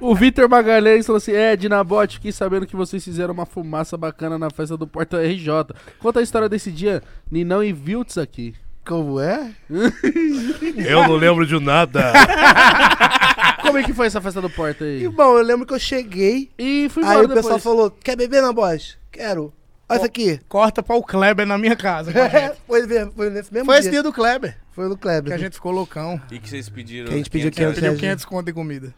o Vitor Magalhães falou assim: É, Dinabote, fiquei sabendo que vocês fizeram uma fumaça bacana na festa do Porta RJ. Conta a história desse dia, Ninão e Viltz aqui. Como é? Eu não lembro de nada. Como é que foi essa festa do Porta aí? Irmão, eu lembro que eu cheguei, E fui aí embora o pessoal depois. falou: quer beber na voz? Quero. Olha isso aqui. Corta pra o Kleber na minha casa. com a gente. foi, mesmo- foi nesse mesmo Foi esse dia. dia do Kleber. Foi no Que Kleber. a gente ficou loucão. E que vocês pediram. Que a gente pediu é 500 500 reais. Pediu 500 conto de comida.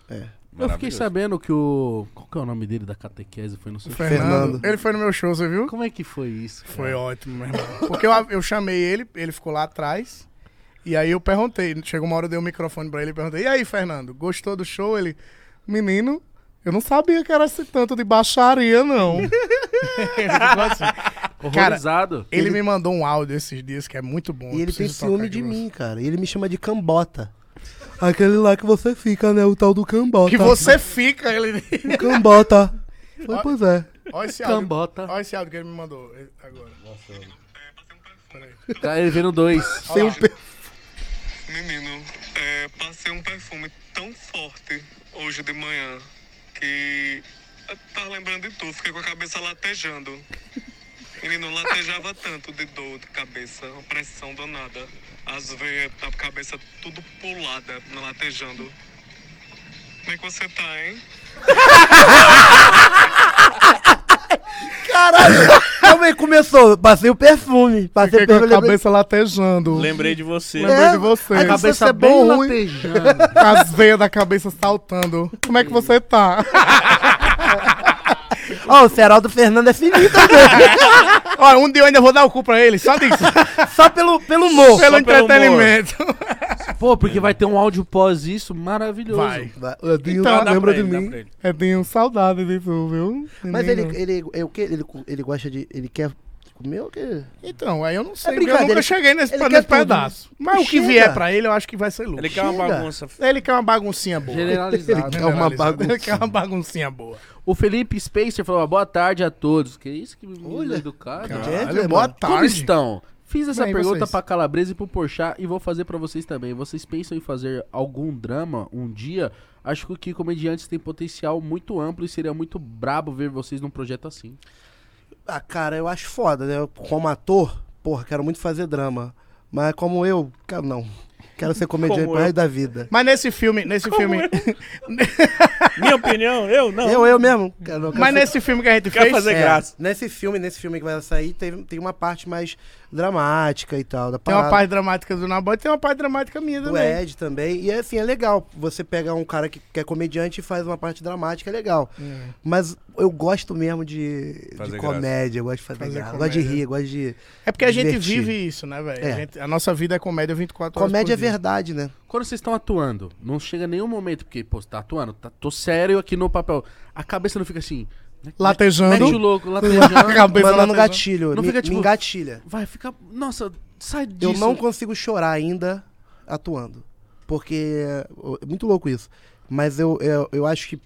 Eu fiquei sabendo que o. Qual que é o nome dele da catequese? Foi no seu. Fernando. Ele foi no meu show, você viu? Como é que foi isso? cara? Foi ótimo, meu irmão. Porque eu, eu chamei ele, ele ficou lá atrás. E aí eu perguntei. Chegou uma hora, eu dei o microfone pra ele e perguntei: E aí, Fernando, gostou do show? Ele, menino, eu não sabia que era esse tanto de baixaria, não. ele ficou assim. Cara, Horrorizado. ele me mandou um áudio esses dias que é muito bom. E eu ele tem preciso tocar ciúme aqui de pra mim, cara. E ele me chama de cambota. Aquele lá que você fica, né? O tal do cambota. Que você fica, ele. O cambota. Foi, pois é. Olha esse áudio. Cambota. Olha esse áudio que ele me mandou ele- agora. Tá, Ele veio no dois. Menino, é, passei um perfume tão forte hoje de manhã que eu tava lembrando de tu, fiquei com a cabeça latejando. Menino, eu latejava tanto de dor de cabeça, uma pressão danada. As veias da cabeça tudo pulada, latejando. Como é que você tá, hein? Caralho! Calma aí, começou. Passei o perfume. Passei o Fiquei com a perfume. lembrei- cabeça latejando. Lembrei de você. Lembrei de você. a cabeça Você é bem bom, ruim. latejando. As veias da cabeça saltando. Como é que você tá? Ó, o Seraldo Fernando é finito né? Olha, um dia eu ainda vou dar o cu pra ele, só disso. Só pelo, pelo humor. pelo Só pelo entretenimento. Pô, porque vai ter um áudio pós isso maravilhoso. Vai. Edinho, Então, dá lembra pra de ele, dá mim. pra ele. Eu tenho saudade de tu, viu? Mas ele, menino? ele, é o quê? Ele, ele gosta de. Ele quer comer ou quê? Então, aí eu não sei, É porque eu brincadeira, nunca cheguei nesse, ele pe- quer nesse tudo, né? pedaço. Mas o que Chega. vier pra ele, eu acho que vai ser lucro. Ele quer uma Chega. bagunça. Ele quer uma baguncinha boa. Generalizado. Ele quer uma Generalizado. baguncinha. Ele quer uma baguncinha boa. O Felipe Spacer falou: boa tarde a todos. Que isso que menino Olha. educado. Olha, Gentleman. boa Como tarde. estão? Fiz essa Bem, e pergunta vocês? pra Calabresa e pro Porchat e vou fazer pra vocês também. Vocês pensam em fazer algum drama um dia? Acho que comediantes têm potencial muito amplo e seria muito brabo ver vocês num projeto assim. Ah, cara, eu acho foda, né? Eu, Como ator, porra, quero muito fazer drama. Mas como eu, cara, não. Quero ser comediante Como pro eu. resto da vida. Mas nesse filme, nesse filme... Minha opinião, eu não. Eu, eu mesmo. Cara, não, quero Mas ser- nesse filme que a gente Quer fez... fazer É, graça. Nesse filme, nesse filme que vai sair, tem, tem uma parte mais dramática e tal. Da Tem uma parada. parte dramática do Nabó e tem uma parte dramática minha do também. Ed também. E assim, é legal. Você pega um cara que, que é comediante e faz uma parte dramática, é legal. Mas eu gosto mesmo de, Fazer de graça. comédia, eu gosto de fazer, Fazer graça. Eu Gosto de comédia. rir, eu gosto de. É porque a gente Divertido. vive isso, né, velho? É. A gente- A, nossa vida é comédia 24 horas Comédia é por dia. verdade, né? Quando vocês estão atuando, não chega nenhum momento, porque, pô, você tá atuando, tá- tô sério aqui no papel. A cabeça não fica assim. Mete o Latejando. louco, latejando. Cabeça Mandando latejando. gatilho. Não me, fica, me tipo, engatilha. Vai, fica. Nossa, sai disso. Eu não consigo chorar ainda atuando. Porque. É muito louco isso. Mas eu, é, eu, eu acho que.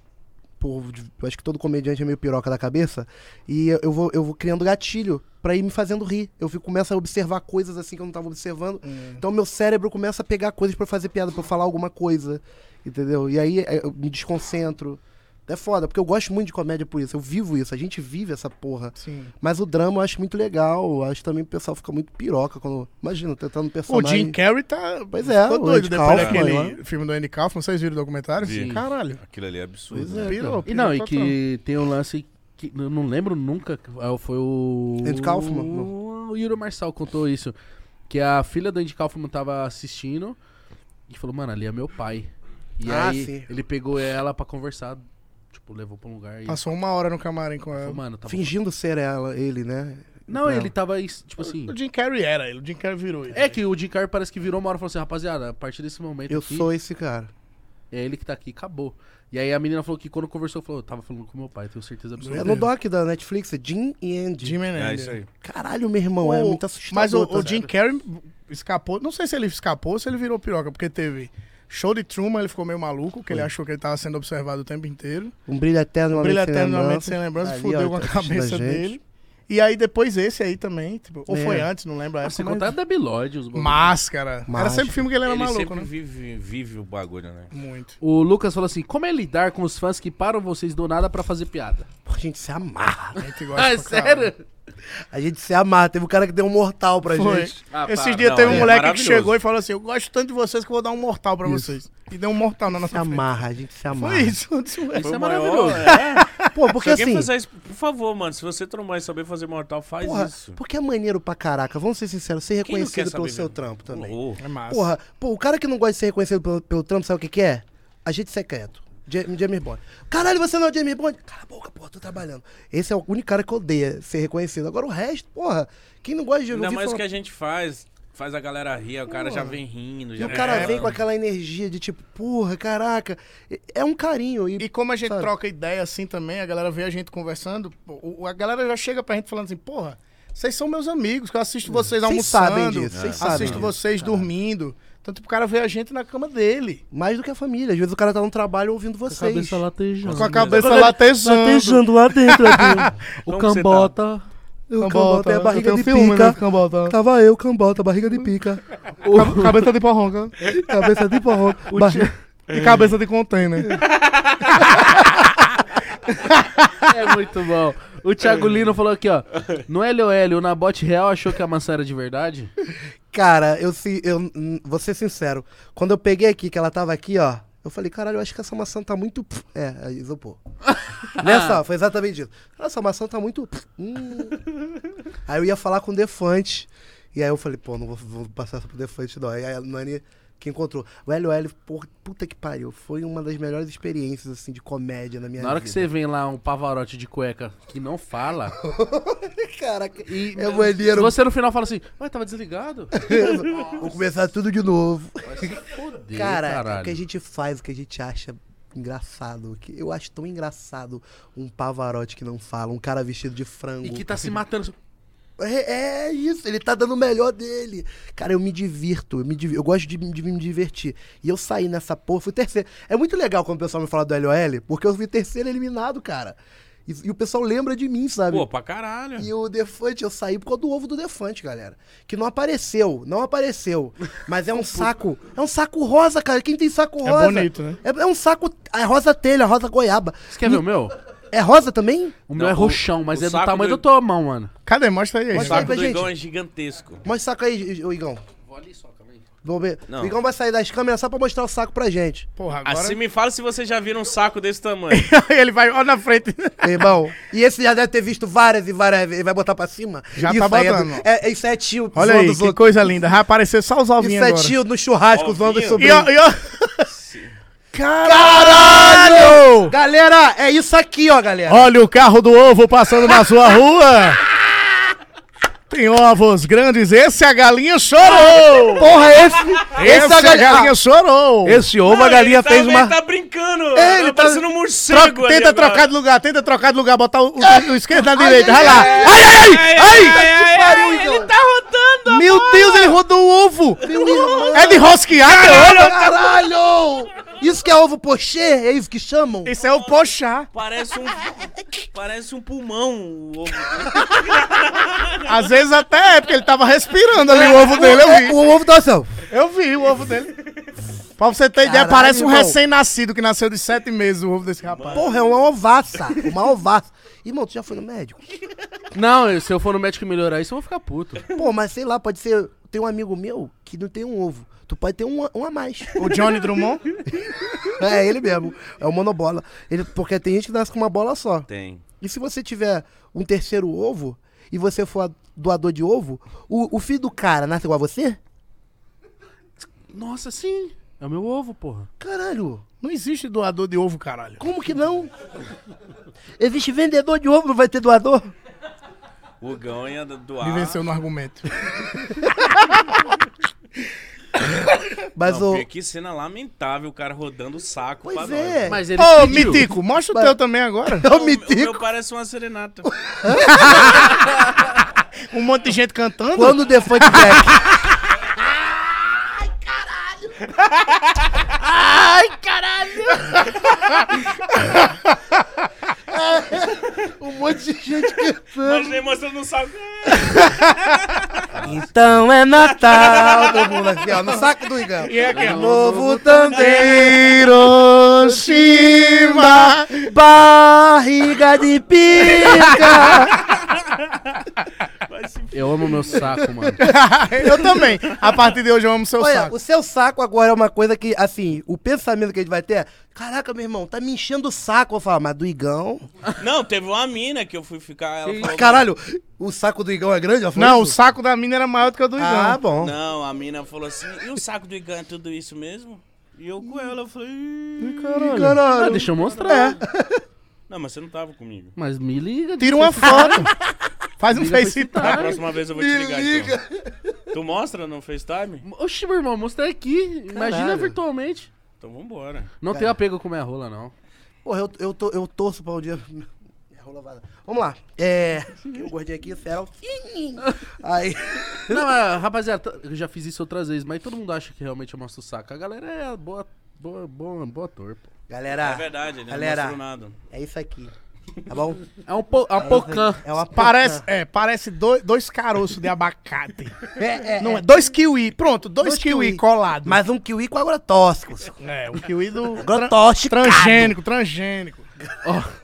Por, eu acho que todo comediante é meio piroca da cabeça. E eu- eu vou, eu vou criando gatilho pra ir me fazendo rir. Eu fico, começo a observar coisas assim que eu não tava observando. Então meu cérebro começa a pegar coisas pra fazer piada, pra eu falar alguma coisa. Entendeu? E aí é, eu me desconcentro. É foda, porque eu gosto muito de comédia por isso. Eu vivo isso, a gente vive essa porra. Sim. Mas o drama eu acho muito legal. Eu acho também que o pessoal fica muito piroca quando. Imagina, tentando O personagem. Jim Carrey tá. Pois é, ficou o doido Andy depois Kaufman, daquele né? filme do Andy Kaufman. Vocês viram o documentário? Vi. Caralho. Aquilo ali é absurdo. Pirou, E não, e pirou que tem um lance que eu não lembro nunca, ah, foi o... Andy Kaufman, O Yuri Marçal contou isso, que a filha do Andy Kaufman tava assistindo e falou, mano, ali é meu pai. E Ah, aí sim. ele pegou ela pra conversar, tipo, levou pra um lugar e... Passou uma hora no camarim com falou, ela. mano, tava... Fingindo ser ela, ele, né? Não, É. ele tava, aí, tipo assim... O Jim Carrey era ele. O Jim Carrey virou ele. É que o Jim Carrey parece que virou uma hora e falou assim, rapaziada, a partir desse momento Eu aqui, sou esse cara. é ele que tá aqui, acabou. E aí a menina falou que quando conversou, falou, eu tava falando com meu pai, tenho certeza absoluta. É no doc da Netflix, é Jim e Andy. Jim and É Andy. isso aí. Caralho, meu irmão, é O- muito assustador. Mas o, o tá? Jim Carrey escapou. Não sei se ele escapou ou se ele virou piroca, porque teve show de Truman, ele ficou meio maluco, que ele achou que ele tava sendo observado o tempo inteiro. Um brilho eterno, uma Brilha mente sem lembrança. eternamente sem lembrança, Ali, fudeu ó, com a tá assistindo cabeça a gente. dele. E aí depois esse aí também, tipo, ou É. foi antes, não lembro a Ah, Sem época, contar mas... da Bilode, os bagulhos. Máscara. Era Máscara. sempre filme que ele era Assim, Ele maluco, sempre né? vive, vive o bagulho, né? Muito. O Lucas falou assim: como é lidar com os fãs que param vocês do nada pra fazer piada? Pô, a gente se amarra. A gente gosta Ah, pra caralho. sério? A gente se amarra. Teve um cara que deu um mortal pra Foi. gente. Ah, pá, Esses dias não, teve um é moleque que maravilhoso. chegou e falou assim: Eu gosto tanto de vocês que eu vou dar um mortal pra vocês. E deu um mortal na Se nossa frente. amarra, a gente se amarra. Foi isso. Eu disse, "Ué, Isso Foi é o maior, maravilhoso. é. Pô, Se porque alguém assim. fizer isso, por favor, mano, se você trombar e saber fazer mortal, faz Porra, isso. porque é maneiro pra caraca. Vamos ser sinceros, ser Quem não quer reconhecido pelo saber seu mesmo? trampo também. Oh, É massa. Porra, pô, o cara que não gosta de ser reconhecido pelo, pelo Trump, sabe o que que é? Agente secreto. Ja- James Bond. Caralho, você não é o James Bond? Cala a boca, porra, tô trabalhando. Esse é o único cara que odeia ser reconhecido. Agora o resto, porra, quem não gosta de ainda ouvir mais falar- o que a gente faz, faz a galera rir, o cara já vem rindo. E Já o cara é, vem com aquela energia de tipo, porra, caraca. É- É um carinho. E, E como a gente sabe? troca ideia assim também, a galera vê a gente conversando, pô, o- a galera já chega pra gente falando assim, porra, vocês são meus amigos, que eu assisto vocês Vocês almoçando, sabem disso, vocês sabem assisto disso, vocês dormindo. Então, tipo, o cara vê a gente na cama dele, Mais do que a família. Às vezes o cara tá no trabalho ouvindo vocês. Cabeça latejando. com a cabeça latejando. lá dentro, aqui. O Como que você Cambota. O cambota é a barriga eu de tenho ciúme, né, pica. Cambota. Tava eu, cambota, barriga de pica. Ca- Cabeça de porronga Cabeça de porrão. barriga- e cabeça de contém, né? É muito bom. O Thiago Lino falou aqui, ó. No Hélio Hélio, o Nabote Real achou que a maçã era de verdade? Cara, eu, se- eu hum, vou ser sincero. Quando eu peguei aqui, que ela tava aqui, ó. Eu falei, caralho, eu acho que essa maçã tá muito. pf. É, é isopor. Nessa, foi exatamente isso. Cara, Essa maçã tá muito. pf. Hum. Aí eu ia falar com o Defante. E aí eu falei, pô, não vou, vou passar essa pro Defante, não. Aí a Nani que encontrou. O Hélio Hélio, por- puta que pariu. Foi uma das melhores experiências, assim, de comédia na minha Na hora que vida. você vem lá um pavarote de cueca que não fala, Caraca, E- é maneiro. você no final fala assim, ué, tava desligado? Vou começar tudo de novo. Fodeu, Cara, é o caralho. que a gente faz, o que a gente acha engraçado. o que eu acho tão engraçado um pavarote que não fala, um cara vestido de frango. E que tá se matando. É, é isso, ele tá dando o melhor dele. Cara, eu me divirto, eu, me div- eu gosto de, me- de me divertir. E eu saí nessa porra, fui terceiro. É muito legal quando o pessoal me fala do LOL, porque eu fui terceiro eliminado, cara. E, e o pessoal lembra de mim, sabe? Pô, pra caralho. E o Defante, eu saí por causa do ovo do Defante, galera. Que não apareceu, não apareceu. Mas é um saco. É um saco rosa, cara. Quem tem saco É rosa? bonito, né? É, é um saco. É rosa telha, rosa goiaba. Você quer ver o meu? É rosa também? O meu Não, é o- roxão, mas o é do saco tamanho do- da tua mão, mano. Cadê? Mostra aí. Mostra gente. aí O pra gente. doigão é gigantesco. Mostra o saco aí, o Igão. Vou ali só, calma aí. Vamos ver. Não. O Igão vai sair das câmeras só pra mostrar o saco pra gente. Porra, agora... Assim me fala se você já viram um saco desse tamanho. ele vai, ó na frente. Meu Irmão. e esse já deve ter visto várias e várias vezes. Vai botar pra cima? Já isso tá aí é do- botando. É, é- isso aí é tio. Olha zoando aí, os que outros. coisa linda. Vai aparecer só os Isso ovinhos é agora. tio no churrasco, zoando os Ovinho? E, sobrinhos. ó, e, ó... Caralho! Galera, é isso aqui, ó, galera. Olha o carro do ovo passando na sua rua. Tem ovos grandes. Esse a galinha chorou. Porra, esse. Esse, essa a galinha, galinha- chorou. Esse ovo, Mano, a galinha ele tá- fez uma. Ele tá brincando. É, ele ele tá tá- parecendo um Troca- morcego ali tenta agora. trocar de lugar, tenta trocar de lugar, botar o, o- o esquerdo na direita. Vai lá. ai, Ai, ai, Ai, ai! ai, ai, pariu, ai, Igão. ele tá rodando. Meu Deus, ele rodou o ovo. É de rosquear, meu ovo. Caralho! Isso que é ovo pochê? É isso que chamam? Isso é o pochá. Parece um, parece um pulmão o ovo dele. Às vezes até é, porque ele tava respirando ali é o ovo dele. Eu vi. É, O ovo da ação. Eu vi o ovo dele. Pra você ter ideia, Caralho, parece um irmão. recém-nascido que nasceu de sete meses o ovo desse rapaz. Porra, é uma ovaça. Uma ovaça. Irmão, tu já foi no médico? Não, se eu for no médico e melhorar isso, eu vou ficar puto. Pô, mas sei lá, pode ser. Tem um amigo meu que não tem um ovo. Tu pode ter um, a- um a mais. O Johnny Drummond? É ele mesmo. É o monobola. Ele, porque tem gente que nasce com uma bola só. Tem. E se você tiver um terceiro ovo e você for a- doador de ovo, o, o filho do cara nasce igual a você? Nossa, sim. É o meu ovo, porra. Caralho. Não existe doador de ovo, caralho. Como que não? Existe vendedor de ovo, não vai ter doador? O Gão ia doar. Me venceu no argumento. Mas Não, o. porque que cena lamentável, o cara rodando o saco pra um. Pois nós. é. Mas ele Ô, pediu. Mitico, mostra o teu também agora. é o O meu Mitico. parece uma serenata. Um monte de gente cantando. Quando o Defante Beck. Um monte de gente cantando. Mas nem mostrando um saco. Então é Natal. Todo mundo aqui, ó, no saco do Igão. E é aquela. Novo tandeiro, Hiroshima. barriga de pica. Eu amo meu saco, mano. Ah, eu também. A partir de hoje eu amo seu Olha, saco. o seu saco agora é uma coisa que, assim, o pensamento que a gente vai ter é: caraca, meu irmão, tá me enchendo o saco. Eu falo, mas do Igão. Não, teve uma mina que eu fui ficar. Ela falou, Caralho, o saco do Igão é grande? Ela falou Não, o isso? saco da mina era maior do que o do Igão. Ah, bom. Não, a mina falou assim: e o saco do Igão é tudo isso mesmo? E eu com ela, eu falei. "Ih". Ah, deixa eu mostrar. Não, mas você não tava comigo. Mas me liga. Tira uma foto. Faz um A FaceTime. próxima vez eu vou te ligar. Então. Tu mostra no FaceTime? Oxi, meu irmão, mostra aqui. Imagina virtualmente. Então vambora. Não tenho apego com minha rola, não. Porra, eu, eu, to- eu torço pra um dia. Minha rola vai dar. Vamos lá. É. O gordinho aqui, fera. Aí. Não, mas, rapaziada, t- eu já fiz isso outras vezes, mas todo mundo acha que realmente eu mostro o saco. A galera é boa, boa, boa, boa ator, pô. Galera. É verdade, ele galera. não mostrou nada. É isso aqui. Tá bom? É um, po, é um pocã. É uma Parece, é, parece dois, dois caroços de abacate. É, é, Não, é é. dois kiwi. Pronto, dois, Dois kiwi, kiwi. colado. Mas um tá kiwi com agrotóxicos. É, o kiwi do... Agrotóxico. Transgênico, transgênico.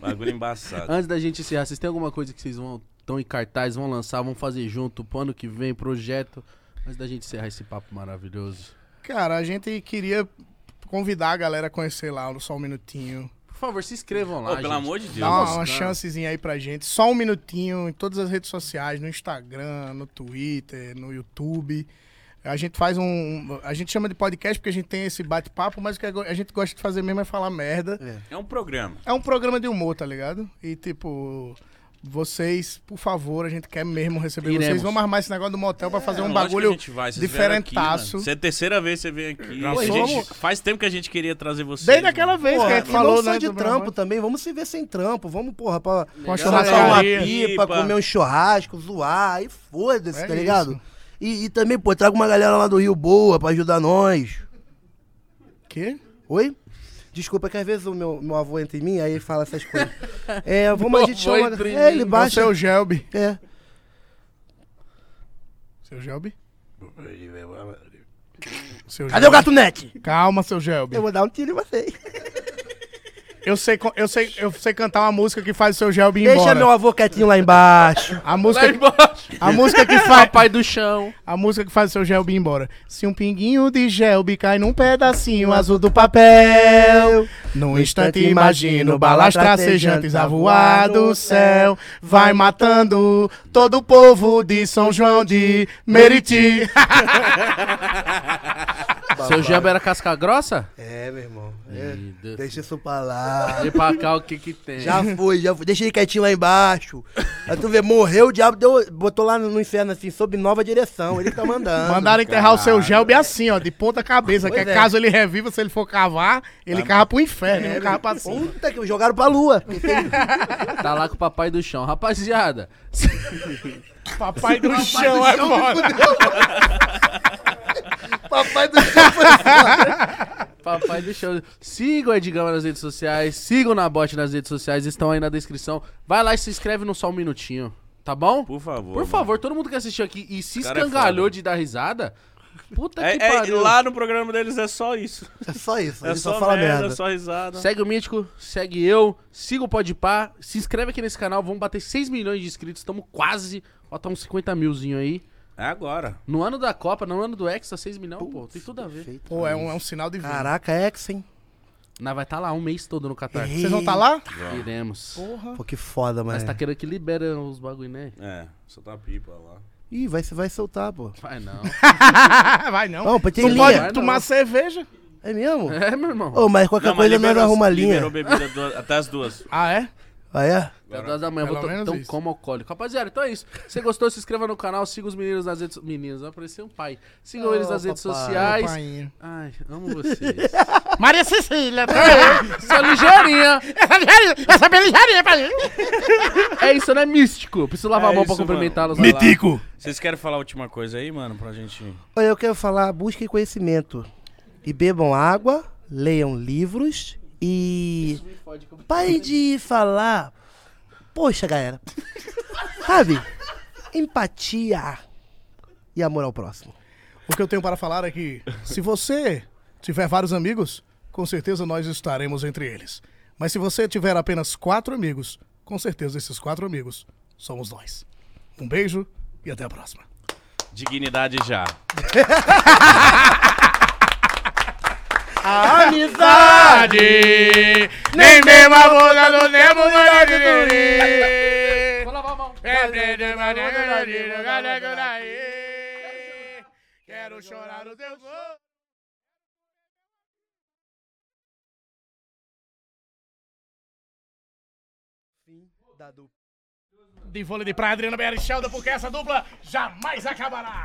Bagulho embaçado. Antes da gente encerrar, vocês têm alguma coisa que vocês vão estão em cartaz, vão lançar, vão fazer junto pro ano que vem, projeto? Antes da gente encerrar esse papo maravilhoso. Cara, a gente queria convidar a galera a conhecer lá no Só um Minutinho. Por favor, se inscrevam lá. Ô, pelo gente. amor de Deus. Dá uma, mano. uma chancezinha aí pra gente. Só um minutinho em todas as redes sociais, no Instagram, no Twitter, no YouTube. A gente faz um. A gente chama de podcast porque a gente tem esse bate-papo, mas o que é a gente gosta de fazer mesmo é falar merda. É um programa. É um programa de humor, tá ligado? E tipo, vocês, por favor, a gente quer mesmo receber Iremos. vocês. Vamos armar esse negócio do motel pra fazer É, um lógico bagulho que a gente vai, vocês vieram aqui, diferentaço. mano. Você é a terceira vez que você vem aqui. A Pois, gente- vamos- Faz tempo que a gente queria trazer você. Desde aquela vez que a gente e falou, não só né, de do trampo Brahma. também, vamos se ver sem trampo, vamos, porra, pra Com a soltar uma churrascaria. pipa, Pipa. comer um churrasco, zoar, e foda-se, É tá isso. ligado? E, e também, pô, traga uma galera lá do Rio Boa pra ajudar nós. Quê? Oi? Desculpa, que às vezes o meu, meu avô entra em mim, aí ele fala essas coisas. É, vamos, a gente avô chama. entra em mim. É, ele Baixa. baixa. Seu Gelbi. É. Seu Gelbi? Seu Cadê o gatunete? Calma, seu Gelbi. Eu vou dar um tiro em você. Eu sei, co- eu sei, eu sei cantar uma música que faz o seu Gelbi ir Deixa embora. meu avô quietinho lá embaixo. A música, a música que faz, Papai do chão. a música que faz o seu Gelbi ir embora. Se um pinguinho de Gelbi cai num pedacinho azul do papel, num Um instante imagino balas tracejantes a voar do céu, vai matando todo o povo de São João de Meriti. Seu Jebo era casca grossa? É, meu irmão. Ih, Deus. Deixa isso pra lá. Vem pra cá o que que tem. Já foi, já foi. Deixa ele quietinho lá embaixo. Aí tu vê, morreu o diabo, deu, botou lá no inferno assim, sob nova direção. Ele que tá mandando. Mandaram enterrar o seu Gelbi assim, ó, de ponta cabeça, que Pois é é. caso ele reviva, se ele for cavar, ele cava pro inferno, ele não cava pra cima. Puta que jogaram pra lua. Tá lá com o papai do chão. Rapaziada, Papai do chão é foda. Papai do céu. Papai do Chão. Sigam o Edgama nas redes sociais, sigam na bot nas redes sociais, estão aí na descrição. Vai lá e se inscreve no Só Um Minutinho, tá bom? Por, Por favor. mano. favor, todo mundo que assistiu aqui e se Cara é escangalhou foda. de dar risada, puta É, que é, pariu. lá no programa deles é só isso. É só isso, É ele só, só, fala merda, merda. só risada. Segue o Mítico, segue eu, siga o Podpah, se inscreve aqui nesse canal, vamos bater 6 milhões de inscritos, estamos quase, bota uns 50 milzinho aí. É agora. No ano da Copa, no ano do Hexa, 6 milhões, pô, tem tudo a ver. Perfeito. Pô, é um, é um sinal de vida. Caraca, Hexa, hein? Nós vai estar lá um mês todo no Catar. Vocês vão estar lá? Iremos. Pô, que foda, mano. Mas tá querendo que liberam os bagulho, né? É, só tá pipa lá. Ih, vai, vai soltar, pô. Vai não. Vai não. Não, pô, tem Tu linha. pode Vai tomar não. cerveja. É mesmo? É, meu irmão. Ô, mas qualquer Não, mas coisa nós liberou- arruma a linha. Liberou bebida do- até as duas. Ah, é? Ah, é? Até duas da manhã, eu pelo vou to- menos então isso. como alcoólico. Rapaziada, então é isso. Se gostou, se inscreva no canal, siga os meninos nas redes... Meninos, vai aparecer um pai. Sigam eles nas redes sociais. Painho. Ai, amo vocês. Maria Cecília. Sou ligeirinha. Essa beligeirinha, essa beligeirinha, pai. É isso, né? Místico. Preciso lavar É a mão pra isso, cumprimentá-los. mano. vai lá. Vocês querem falar a última coisa aí, mano, pra gente... Olha, eu quero falar, busquem conhecimento. E bebam água, leiam livros e. Parem de falar. Poxa, galera. Sabe? Empatia e amor ao próximo. O que eu tenho para falar é que, se você tiver vários amigos, com certeza nós estaremos entre eles. Mas se você tiver apenas quatro amigos, com certeza esses quatro amigos somos nós. Um beijo e até a próxima. Dignidade já. Amizade, nem mesmo a boca do Nemo manda de guri. É né, Quero chorar o teu corpo. De vôlei de praia, Adriana Berichelda, porque essa dupla jamais acabará.